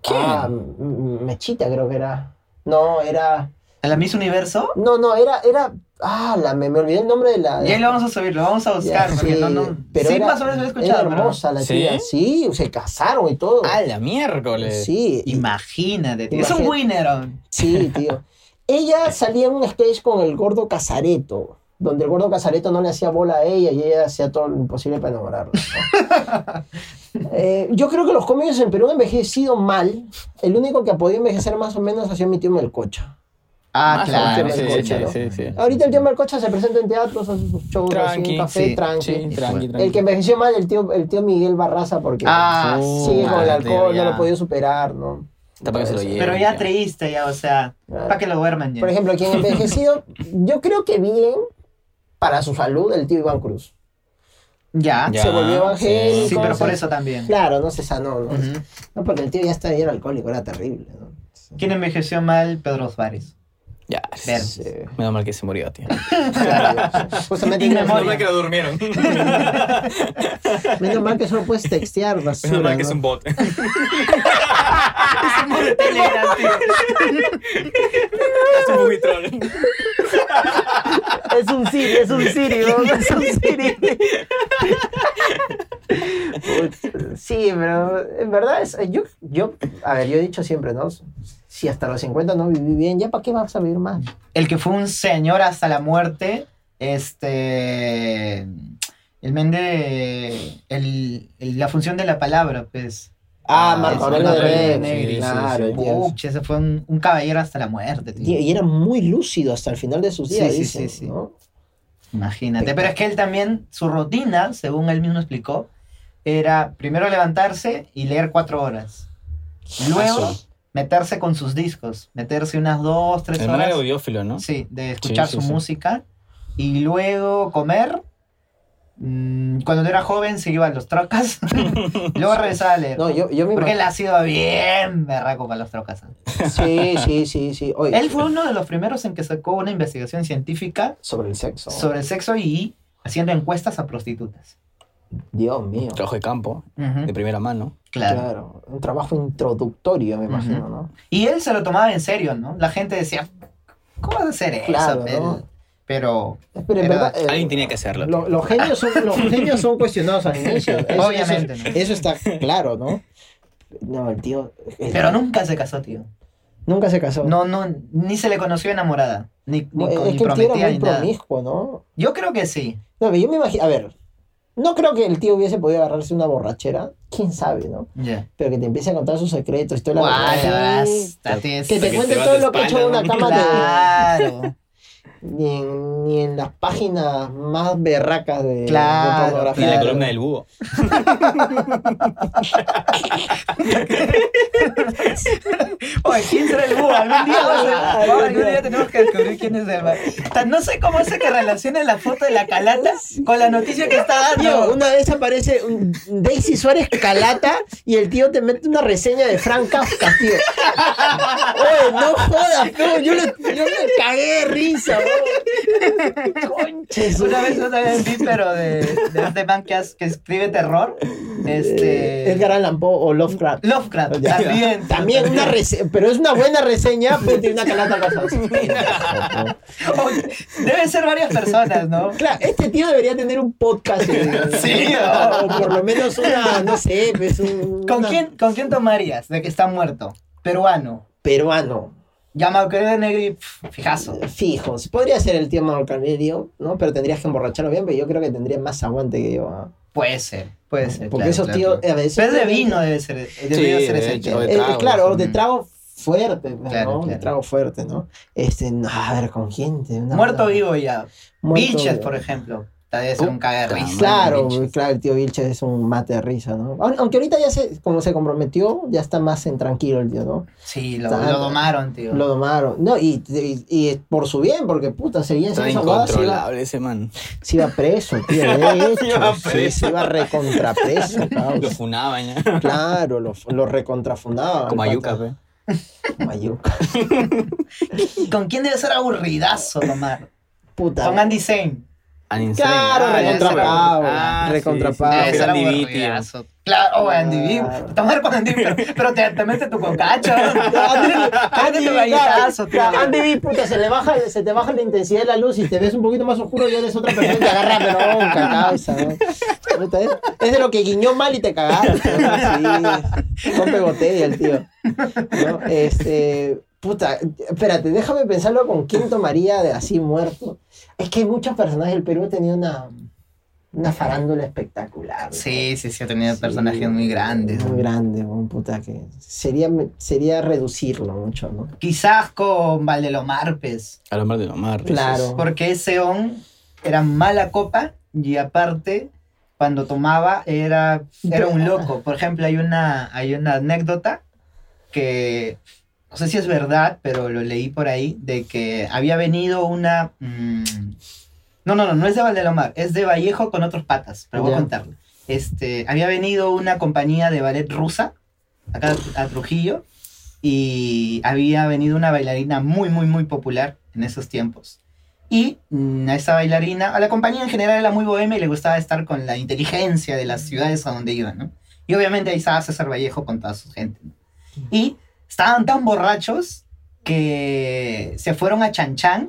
Speaker 1: ¿Quién?
Speaker 3: Ah, M- M- Mechita creo que era. No, era...
Speaker 2: ¿A la Miss Universo?
Speaker 3: No, no, era... era ah, la, me, me olvidé el nombre de la...
Speaker 2: Ya lo vamos a subir, lo vamos a buscar.
Speaker 3: Ah, Ya,
Speaker 2: porque
Speaker 3: sí,
Speaker 2: no, no.
Speaker 3: pero
Speaker 2: sí,
Speaker 3: era-
Speaker 2: más o menos lo he
Speaker 3: era
Speaker 2: escuchado. pero-
Speaker 3: hermosa la
Speaker 1: ¿Sí?
Speaker 3: tía. Sí, se casaron y todo.
Speaker 1: ¡A la miércoles!
Speaker 3: sí, y-
Speaker 2: Imagínate, tío. Es un
Speaker 3: Imagínate.
Speaker 2: winner. on.
Speaker 3: sí, tío. Ella salía en un sketch con el gordo Casareto, donde el gordo Casareto no le hacía bola a ella y ella hacía todo lo imposible para enamorarla.
Speaker 2: <laughs>
Speaker 3: ¿no? Eh, yo creo que los cómicos en Perú han envejecido mal. El único que ha podido envejecer más o menos ha sido mi tío Melcocha.
Speaker 2: Ah,
Speaker 1: Más
Speaker 3: claro,
Speaker 1: o menos,
Speaker 3: sí,
Speaker 1: sí,
Speaker 3: sí,
Speaker 1: sí, sí, sí.
Speaker 3: Ahorita el tío Melcocha se presenta en teatros, hace sus shows, así,
Speaker 1: Tranqui,
Speaker 3: en café,
Speaker 2: sí,
Speaker 3: tranqui.
Speaker 1: Sí, tranqui, tranqui.
Speaker 3: El que envejeció mal, el tío, el tío Miguel Barraza, porque
Speaker 2: Ah,
Speaker 3: sigue
Speaker 2: sí.
Speaker 3: con el
Speaker 1: Oh, madre,
Speaker 3: alcohol, no
Speaker 1: uh, ya.
Speaker 3: lo ha podido superar, ¿no?
Speaker 1: Está para que se lo lleve.
Speaker 2: Pero ya
Speaker 1: ya.
Speaker 2: triste, ya, o sea,
Speaker 3: Claro.
Speaker 2: para que lo duerman ya.
Speaker 3: Por ejemplo, quien envejecido, yo creo que bien para su salud el tío Iván Cruz.
Speaker 2: ya.
Speaker 1: Ya,
Speaker 3: se volvió
Speaker 1: sí.
Speaker 3: evangélico.
Speaker 2: Sí, pero por
Speaker 3: se-
Speaker 2: eso también.
Speaker 3: Claro, no se sanó, ¿no?
Speaker 2: Ujú.
Speaker 3: No, porque el tío ya estaba, ya era alcohólico, era terrible, ¿no?
Speaker 2: ¿Quién envejeció mal? Pedro Suárez.
Speaker 1: Ya.
Speaker 2: Ver.
Speaker 3: Sí.
Speaker 1: Menos mal que se murió, tío.
Speaker 3: Claro, sí. Justamente
Speaker 2: In
Speaker 3: menos,
Speaker 2: memoria.
Speaker 3: mal,
Speaker 1: lo durmieron.
Speaker 3: menos mal que solo puedes textear basura,
Speaker 1: Menos mal que
Speaker 3: ¿no?
Speaker 1: es un bot. <laughs>
Speaker 2: Telegram, tío.
Speaker 1: Es un booby troll.
Speaker 3: Es un Siri, es un Siri, <laughs> ¿no? es un Siri. Put- Sí, pero en verdad es, yo, yo, a ver, yo he dicho siempre, ¿no? Si hasta los 50 no viví bien, ¿ya para qué vas a vivir más?
Speaker 2: El que fue un señor hasta la muerte, este... El men de... el- el- la función de la palabra, pues.
Speaker 3: Ah,
Speaker 2: Ah,
Speaker 3: Marco
Speaker 2: sí,
Speaker 3: Aurelio
Speaker 2: Marco Aurelio
Speaker 3: de
Speaker 2: Negri,
Speaker 3: Negri,
Speaker 1: sí,
Speaker 3: claro.
Speaker 1: sí, sí.
Speaker 3: tío.
Speaker 2: Puch, ese fue un, un caballero hasta la muerte, tío.
Speaker 3: Tío, y era muy lúcido hasta el final de sus
Speaker 2: Sí,
Speaker 3: días,
Speaker 2: sí,
Speaker 3: dicen,
Speaker 2: sí, sí.
Speaker 3: ¿no?
Speaker 2: Imagínate. Pero es que él también, su rutina, según él mismo explicó, era primero levantarse y leer cuatro horas. Luego,
Speaker 3: Eso.
Speaker 2: meterse con sus discos. Meterse unas dos, tres
Speaker 1: El man
Speaker 2: horas.
Speaker 1: era audiófilo, ¿no?
Speaker 2: Sí, de escuchar
Speaker 1: sí,
Speaker 2: su
Speaker 1: sí.
Speaker 2: música. Y luego comer. Mm, Cuando era joven se iba a
Speaker 1: <laughs>
Speaker 2: los trocas. luego regresaba a leer.
Speaker 3: No, yo, yo me
Speaker 2: porque él
Speaker 3: imagino.
Speaker 2: ha sido bien berraco para los trocas. ¿eh?
Speaker 3: Sí, sí, sí, sí. Oye,
Speaker 2: Él fue uno de los primeros en que sacó una investigación científica
Speaker 3: sobre el sexo.
Speaker 2: sobre el sexo y haciendo encuestas a prostitutas.
Speaker 3: Dios mío.
Speaker 1: Trabajo de campo,
Speaker 2: Ujú,
Speaker 1: de primera mano.
Speaker 2: claro.
Speaker 3: Claro. Un trabajo introductorio, me imagino, ¿no?
Speaker 2: Y él se lo tomaba en serio, ¿no? La gente decía, ¿cómo vas a hacer eso?
Speaker 3: Claro,
Speaker 2: Pel?"
Speaker 3: ¿no?
Speaker 2: Pero,
Speaker 3: Pero en
Speaker 2: Pero
Speaker 3: verdad, eh,
Speaker 1: Alguien tenía que hacerlo.
Speaker 3: lo- los, genios son,
Speaker 1: <laughs>
Speaker 3: los genios son cuestionados al inicio. Eso-
Speaker 2: Obviamente,
Speaker 3: Eso,
Speaker 2: ¿no?
Speaker 3: eso está claro, ¿no? No, el tío. el-
Speaker 2: pero nunca se casó, tío.
Speaker 3: nunca se casó.
Speaker 2: No, no, ni se le conoció enamorada, ni, ni,
Speaker 3: No, Eh, es
Speaker 2: con- ni
Speaker 3: que el tío
Speaker 2: prometida
Speaker 3: era
Speaker 2: ni
Speaker 3: muy
Speaker 2: nada.
Speaker 3: promiscuo, ¿no?
Speaker 2: Yo creo que sí.
Speaker 3: No, pero yo me imagino. A ver, no creo que el tío hubiese podido agarrarse una borrachera. Quién sabe, ¿no?
Speaker 2: Ya.
Speaker 3: Pero que te empiece a contar sus secretos y toda la
Speaker 2: Guau, ya
Speaker 3: verdad. Sí.
Speaker 2: basta, tío.
Speaker 3: Que te
Speaker 1: te
Speaker 3: cuente
Speaker 1: vas
Speaker 3: todo
Speaker 1: de
Speaker 3: lo que ha hecho en
Speaker 1: espalda,
Speaker 3: una
Speaker 1: ¿no?
Speaker 3: cama de. <laughs>
Speaker 2: Claro.
Speaker 3: Ni en, ni en las páginas más berracas de, de
Speaker 2: Claro,
Speaker 1: Y
Speaker 3: pornografía.
Speaker 1: la
Speaker 2: claro.
Speaker 1: columna del búho.
Speaker 2: Oye, ¿quién será el búho? Algún día, vamos a-
Speaker 3: Algún
Speaker 2: <laughs> algún
Speaker 3: día.
Speaker 2: día tenemos que descubrir quién es el man. Tan- No sé cómo hace que relacione la foto de la calata con la noticia que está
Speaker 3: Tío,
Speaker 2: dando.
Speaker 3: una vez aparece un Daisy Suárez Calata y el tío te mete una reseña de Frank Kafka, tío. Oye, no jodas, tío. Yo, le- yo me cagué de risa, bro. Conches,
Speaker 2: Una vez yo también vi, pero de, de este man que, has- que escribe terror. Este.
Speaker 3: Edgar Allan Poe o Lovecraft.
Speaker 2: Lovecraft,
Speaker 3: Ya.
Speaker 2: también.
Speaker 3: También una reseña, pero es una buena reseña, pues tiene una calata cosa.
Speaker 2: Oye, Deben ser varias personas, ¿no?
Speaker 3: Claro, este tío debería tener un podcast. eh,
Speaker 2: Sí,
Speaker 3: o, por lo menos una, no sé, pues un
Speaker 2: ¿Con
Speaker 3: una-
Speaker 2: quién, ¿Con quién tomarías de que está muerto? Peruano.
Speaker 3: peruano.
Speaker 2: Llamado de Negri, pf, fijazo.
Speaker 3: Fijos. Podría ser el tío Manuel Carneiro, ¿no? Pero tendrías que emborracharlo bien, pero yo creo que tendría más aguante que yo. ¿ah?
Speaker 2: Puede ser, puede ser.
Speaker 3: Porque
Speaker 2: claro,
Speaker 3: esos
Speaker 2: claro,
Speaker 3: tíos
Speaker 2: claro.
Speaker 3: a veces.
Speaker 2: Pero es de vino, debe ser. eh, debería ser
Speaker 1: de
Speaker 2: ese
Speaker 1: hecho,
Speaker 2: tío.
Speaker 1: de
Speaker 3: Eh,
Speaker 1: tragos.
Speaker 3: claro, de
Speaker 2: Mm.
Speaker 3: trago fuerte, pues,
Speaker 2: Claro,
Speaker 3: ¿no? De
Speaker 2: claro.
Speaker 3: trago fuerte, ¿no? Este, no, a ver, ¿con quién? Te- una-
Speaker 2: Muerto
Speaker 3: una-
Speaker 2: vivo ya.
Speaker 3: Muerto
Speaker 2: Vilches,
Speaker 3: vivo.
Speaker 2: por ejemplo. Está de ser un
Speaker 1: Puta
Speaker 2: cague de risa.
Speaker 3: Claro,
Speaker 2: Bichos.
Speaker 3: claro, el tío Vilches es un mate de risa, ¿no? Aun- Aunque ahorita ya se, como se comprometió, ya está más en tranquilo el tío, ¿no?
Speaker 2: Sí, lo,
Speaker 3: Está-
Speaker 2: lo domaron, tío.
Speaker 3: Lo domaron. No, y, y, y es por su bien, porque puta, seguía
Speaker 1: Está
Speaker 3: esa huevada, se iba,
Speaker 1: incontrolable ese man.
Speaker 3: se iba preso, tío, de hecho.
Speaker 1: <laughs> Se iba
Speaker 3: sí,
Speaker 1: preso.
Speaker 3: se iba recontrapreso,
Speaker 1: Lo <laughs>
Speaker 3: causa.
Speaker 1: funaban ya.
Speaker 3: Claro, lo, lo recontrafundaban.
Speaker 1: Como
Speaker 3: el
Speaker 1: Ayuca,
Speaker 3: pata.
Speaker 1: pe.
Speaker 3: Como Ayuca.
Speaker 2: ¿Y con quién debe ser aburridazo
Speaker 3: <laughs>
Speaker 2: domar?
Speaker 3: Puta.
Speaker 2: Con Andy Zane.
Speaker 1: An Insane.
Speaker 3: Claro,
Speaker 1: Ah, ya
Speaker 2: recontra
Speaker 1: sé.
Speaker 3: Pau,
Speaker 1: Ah,
Speaker 3: recontra
Speaker 1: sí, sí,
Speaker 3: Pau.
Speaker 1: sí,
Speaker 2: Debe
Speaker 1: pero
Speaker 2: ser
Speaker 1: Andy B,
Speaker 2: aburridazo. Claro, oh, Andy
Speaker 3: Claro.
Speaker 2: B. Tomar con Andy B, pero, pero te, te metes tu cocacho.
Speaker 3: <laughs>
Speaker 2: Andy
Speaker 3: Andy,
Speaker 2: tu
Speaker 3: claro,
Speaker 2: galletazo, tío.
Speaker 3: claro, Andy, vi, puta, se, le baja, se te baja la intensidad de la luz y te ves un poquito más oscuro y eres otra persona y te agarra bronca, causa. ¿no? Puta, es- Es de lo que guiñó mal y te cagaste. ¿no? Sí, rompe botella el tío. ¿no? Este, puta, espérate, déjame pensarlo con quién tomaría de así muerto. Es que hay muchos personajes. El Perú ha tenido una, una farándula espectacular. ¿no?
Speaker 2: Sí, sí, sí, ha tenido
Speaker 3: Sí,
Speaker 2: personajes muy grandes.
Speaker 3: Muy grandes, weón, puta, que sería, sería reducirlo mucho, ¿no?
Speaker 2: Quizás con Valdelomar, pues.
Speaker 1: Al hombre de Omar. dices.
Speaker 3: Claro.
Speaker 2: Porque ese on era mala copa y aparte, cuando tomaba, era, era un
Speaker 3: ah.
Speaker 2: loco. Por ejemplo, hay una, hay una anécdota que no sé si es verdad, pero lo leí por ahí, de que había venido una... mm, no, no, no, no es de Valdelomar, es de Vallejo con otros patas, pero voy
Speaker 3: Ya.
Speaker 2: a contarlo. Este, había venido una compañía de ballet rusa, acá a Trujillo, y había venido una bailarina muy, muy, muy popular en esos tiempos. Y mm, a esa bailarina, a la compañía en general era muy bohemia y le gustaba estar con la inteligencia de las ciudades a donde iban, ¿no? Y obviamente ahí estaba César Vallejo con toda su gente. ¿no? Y estaban tan borrachos que se fueron a Chan Chan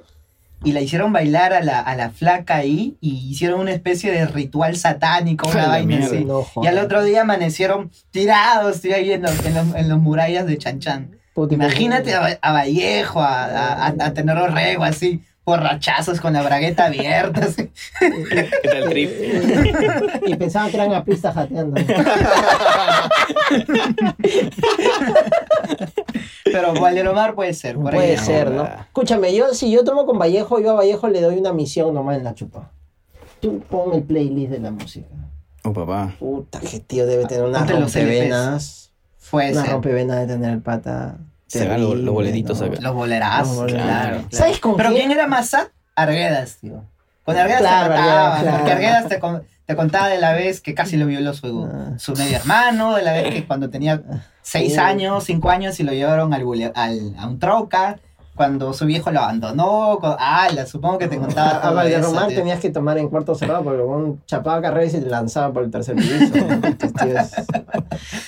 Speaker 2: y la hicieron bailar a la, a la flaca ahí y hicieron una especie de ritual satánico,
Speaker 1: A
Speaker 2: una
Speaker 1: la
Speaker 2: vaina
Speaker 1: mierda.
Speaker 2: así.
Speaker 3: No,
Speaker 2: Y
Speaker 3: joder.
Speaker 2: al otro día amanecieron tirados, tirados ahí en los, en los- en los murallas de Chan Chan.
Speaker 3: Puta,
Speaker 2: Imagínate a, Va- a Vallejo, a, a, a, a Tenor Orrego, así, borrachazos con la bragueta abierta, <laughs> así.
Speaker 1: ¿Qué tal trip?
Speaker 3: <laughs> Y pensaban que eran apristas jateando.
Speaker 2: Pero Valderomar puede ser, por ahí.
Speaker 3: Puede
Speaker 1: no,
Speaker 3: ser, ¿no?
Speaker 1: ¿verdad?
Speaker 3: Escúchame, yo si yo tomo con Vallejo, yo a Vallejo le doy una misión nomás en la chupa. Tú pon el playlist de la música.
Speaker 1: <laughs> Oh, papá.
Speaker 3: Puta, que tío debe tener unas
Speaker 2: Ponte los
Speaker 3: rompevenas.
Speaker 2: Puede
Speaker 3: Una
Speaker 2: ser.
Speaker 3: rompevenas de tener el pata.
Speaker 1: Se van los- los
Speaker 3: terrible,
Speaker 1: boletitos acá.
Speaker 2: Los bolerazos,
Speaker 3: Los
Speaker 2: claro,
Speaker 3: bolerazos.
Speaker 2: claro.
Speaker 3: ¿Sabes con
Speaker 2: ¿Pero
Speaker 3: quién? Ah,
Speaker 2: quién era más sad? Arguedas, tío. Con Arguedas
Speaker 3: Claro,
Speaker 2: te mataba,
Speaker 3: Arguedas,
Speaker 2: porque
Speaker 3: claro.
Speaker 2: Arguedas te, con- te contaba de la vez que casi lo violó su,
Speaker 3: Ah.
Speaker 2: su medio hermano, de la vez que cuando tenía seis
Speaker 3: Uh.
Speaker 2: años, cinco años y lo llevaron al, bule- al- a un troca, cuando su viejo lo abandonó, con, ala, supongo que te contaba
Speaker 3: A, a
Speaker 2: todo
Speaker 3: Valderromar
Speaker 2: eso, tío.
Speaker 3: Ah, tenías que tomar en cuarto cerrado porque un chapaba carrera y se lanzaba por el tercer piso.
Speaker 2: <laughs>
Speaker 3: Estos tíos.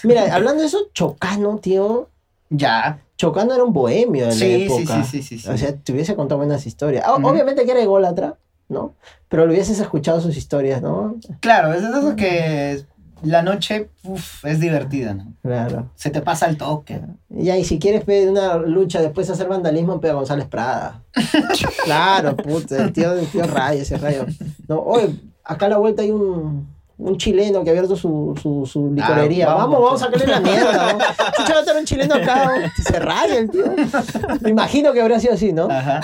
Speaker 3: Mira, hablando de eso, Chocano, tío.
Speaker 2: Ya,
Speaker 3: Chocano era un bohemio de la
Speaker 2: sí, sí,
Speaker 3: época.
Speaker 2: sí, sí, sí, sí.
Speaker 3: O sea, te hubiese contado buenas historias. O-
Speaker 2: Ujú.
Speaker 3: Obviamente que era ególatra, ¿no? Pero lo hubieses escuchado sus historias, ¿no?
Speaker 2: claro, es de eso que la noche uf, es divertida, ¿no?
Speaker 3: Claro.
Speaker 2: Se te pasa el toque.
Speaker 3: Ya, y si quieres pedir una lucha después de hacer vandalismo, pega a González Prada. claro, puta, el tío, el tío rayo, ese rayo. No, oye, acá a la vuelta hay un, un chileno que ha abierto su, su, su licorería.
Speaker 2: Ah,
Speaker 3: vamos,
Speaker 2: vamos,
Speaker 3: vamos, a sacarle la mierda. ¿no? Chucha, va a estar un chileno acá, ¿no? se raya el tío. Me imagino que habría sido así, ¿no? <laughs>
Speaker 2: Ajá.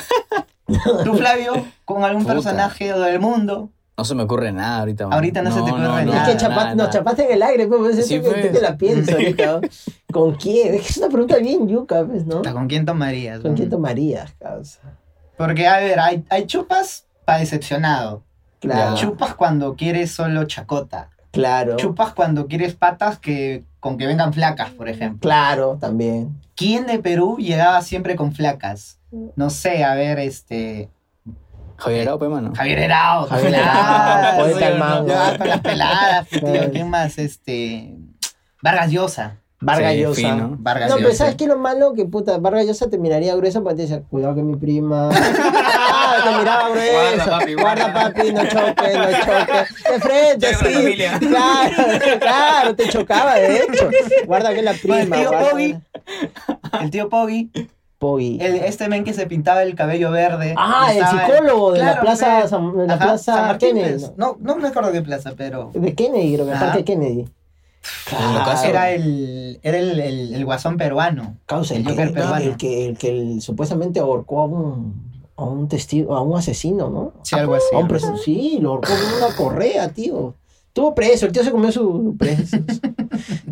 Speaker 2: ¿Tú, Flavio, con algún
Speaker 1: Puta.
Speaker 2: personaje del mundo?
Speaker 1: No se me ocurre nada ahorita. man.
Speaker 2: Ahorita no se te ocurre
Speaker 3: Es
Speaker 2: nada,
Speaker 3: que chapa- nos chapaste en el aire, pues, pues,
Speaker 1: Sí,
Speaker 3: eso que-
Speaker 1: pues.
Speaker 3: que la pienso ahorita, ¿no? ¿Con quién? Es que es una pregunta bien yuca, pues, ¿no?
Speaker 2: Puta, ¿Con quién tomarías?
Speaker 3: ¿Con quién
Speaker 2: no?
Speaker 3: tomarías, causa?
Speaker 2: Porque, a ver, hay, hay chupas para decepcionado.
Speaker 3: Claro,
Speaker 1: Ya.
Speaker 2: Chupas cuando quieres solo chacota.
Speaker 3: claro.
Speaker 2: Chupas cuando quieres patas que con que vengan flacas, por ejemplo.
Speaker 3: Claro, también.
Speaker 2: ¿Quién de Perú llegaba siempre con flacas? No sé, a ver, este.
Speaker 1: Javier Araupe, mano.
Speaker 2: Javier Herao,
Speaker 3: Javier Herao,
Speaker 2: claro.
Speaker 3: poeta
Speaker 2: sí,
Speaker 3: al mango.
Speaker 2: ya, Con las
Speaker 3: <laughs>
Speaker 2: peladas, tío.
Speaker 3: Claro.
Speaker 2: ¿Quién más? Este. Vargas Llosa.
Speaker 3: Vargas
Speaker 1: Sí,
Speaker 3: Llosa.
Speaker 1: fino.
Speaker 3: No,
Speaker 2: Vargas
Speaker 3: pero
Speaker 2: Llosa.
Speaker 3: ¿sabes qué es lo malo? Que puta, Vargas Llosa te miraría gruesa porque te decía, cuidado que mi
Speaker 2: <laughs>
Speaker 3: prima. ah, te miraba gruesa.
Speaker 2: Guarda, papi,
Speaker 3: Guarda,
Speaker 2: guarda.
Speaker 3: papi, no choque, no
Speaker 2: <laughs>
Speaker 3: choque. De frente,
Speaker 1: Choque con la
Speaker 3: sí.
Speaker 1: familia.
Speaker 3: Claro, claro, te chocaba, de hecho. Guarda que la prima.
Speaker 2: Bueno, el tío
Speaker 3: guarda-
Speaker 2: Poggi. El tío Poggi.
Speaker 3: Poggi.
Speaker 2: el- este men que se pintaba el cabello verde.
Speaker 3: Ah, el
Speaker 2: estaba-
Speaker 3: psicólogo de la
Speaker 2: Claro,
Speaker 3: plaza,
Speaker 2: pe.
Speaker 3: San, de la
Speaker 2: Ajá,
Speaker 3: plaza
Speaker 2: San Martín,
Speaker 3: Kennedy.
Speaker 2: pues. No, no me acuerdo qué plaza, pero.
Speaker 3: ¿no? De Kennedy, creo que
Speaker 2: Ajá.
Speaker 3: aparte de Kennedy.
Speaker 1: locazo.
Speaker 2: Era el, era el, el- el guasón peruano.
Speaker 3: Causa,
Speaker 2: el
Speaker 3: el, que-
Speaker 2: Joker
Speaker 3: no,
Speaker 2: peruano.
Speaker 3: el que, el que el- supuestamente ahorcó a un, a un testigo, a un asesino, ¿no?
Speaker 2: Sí, algo así.
Speaker 3: A Ah, un
Speaker 2: algo
Speaker 3: preso- sí, lo ahorcó con una correa, tío. Estuvo preso, el tío se comió su preso.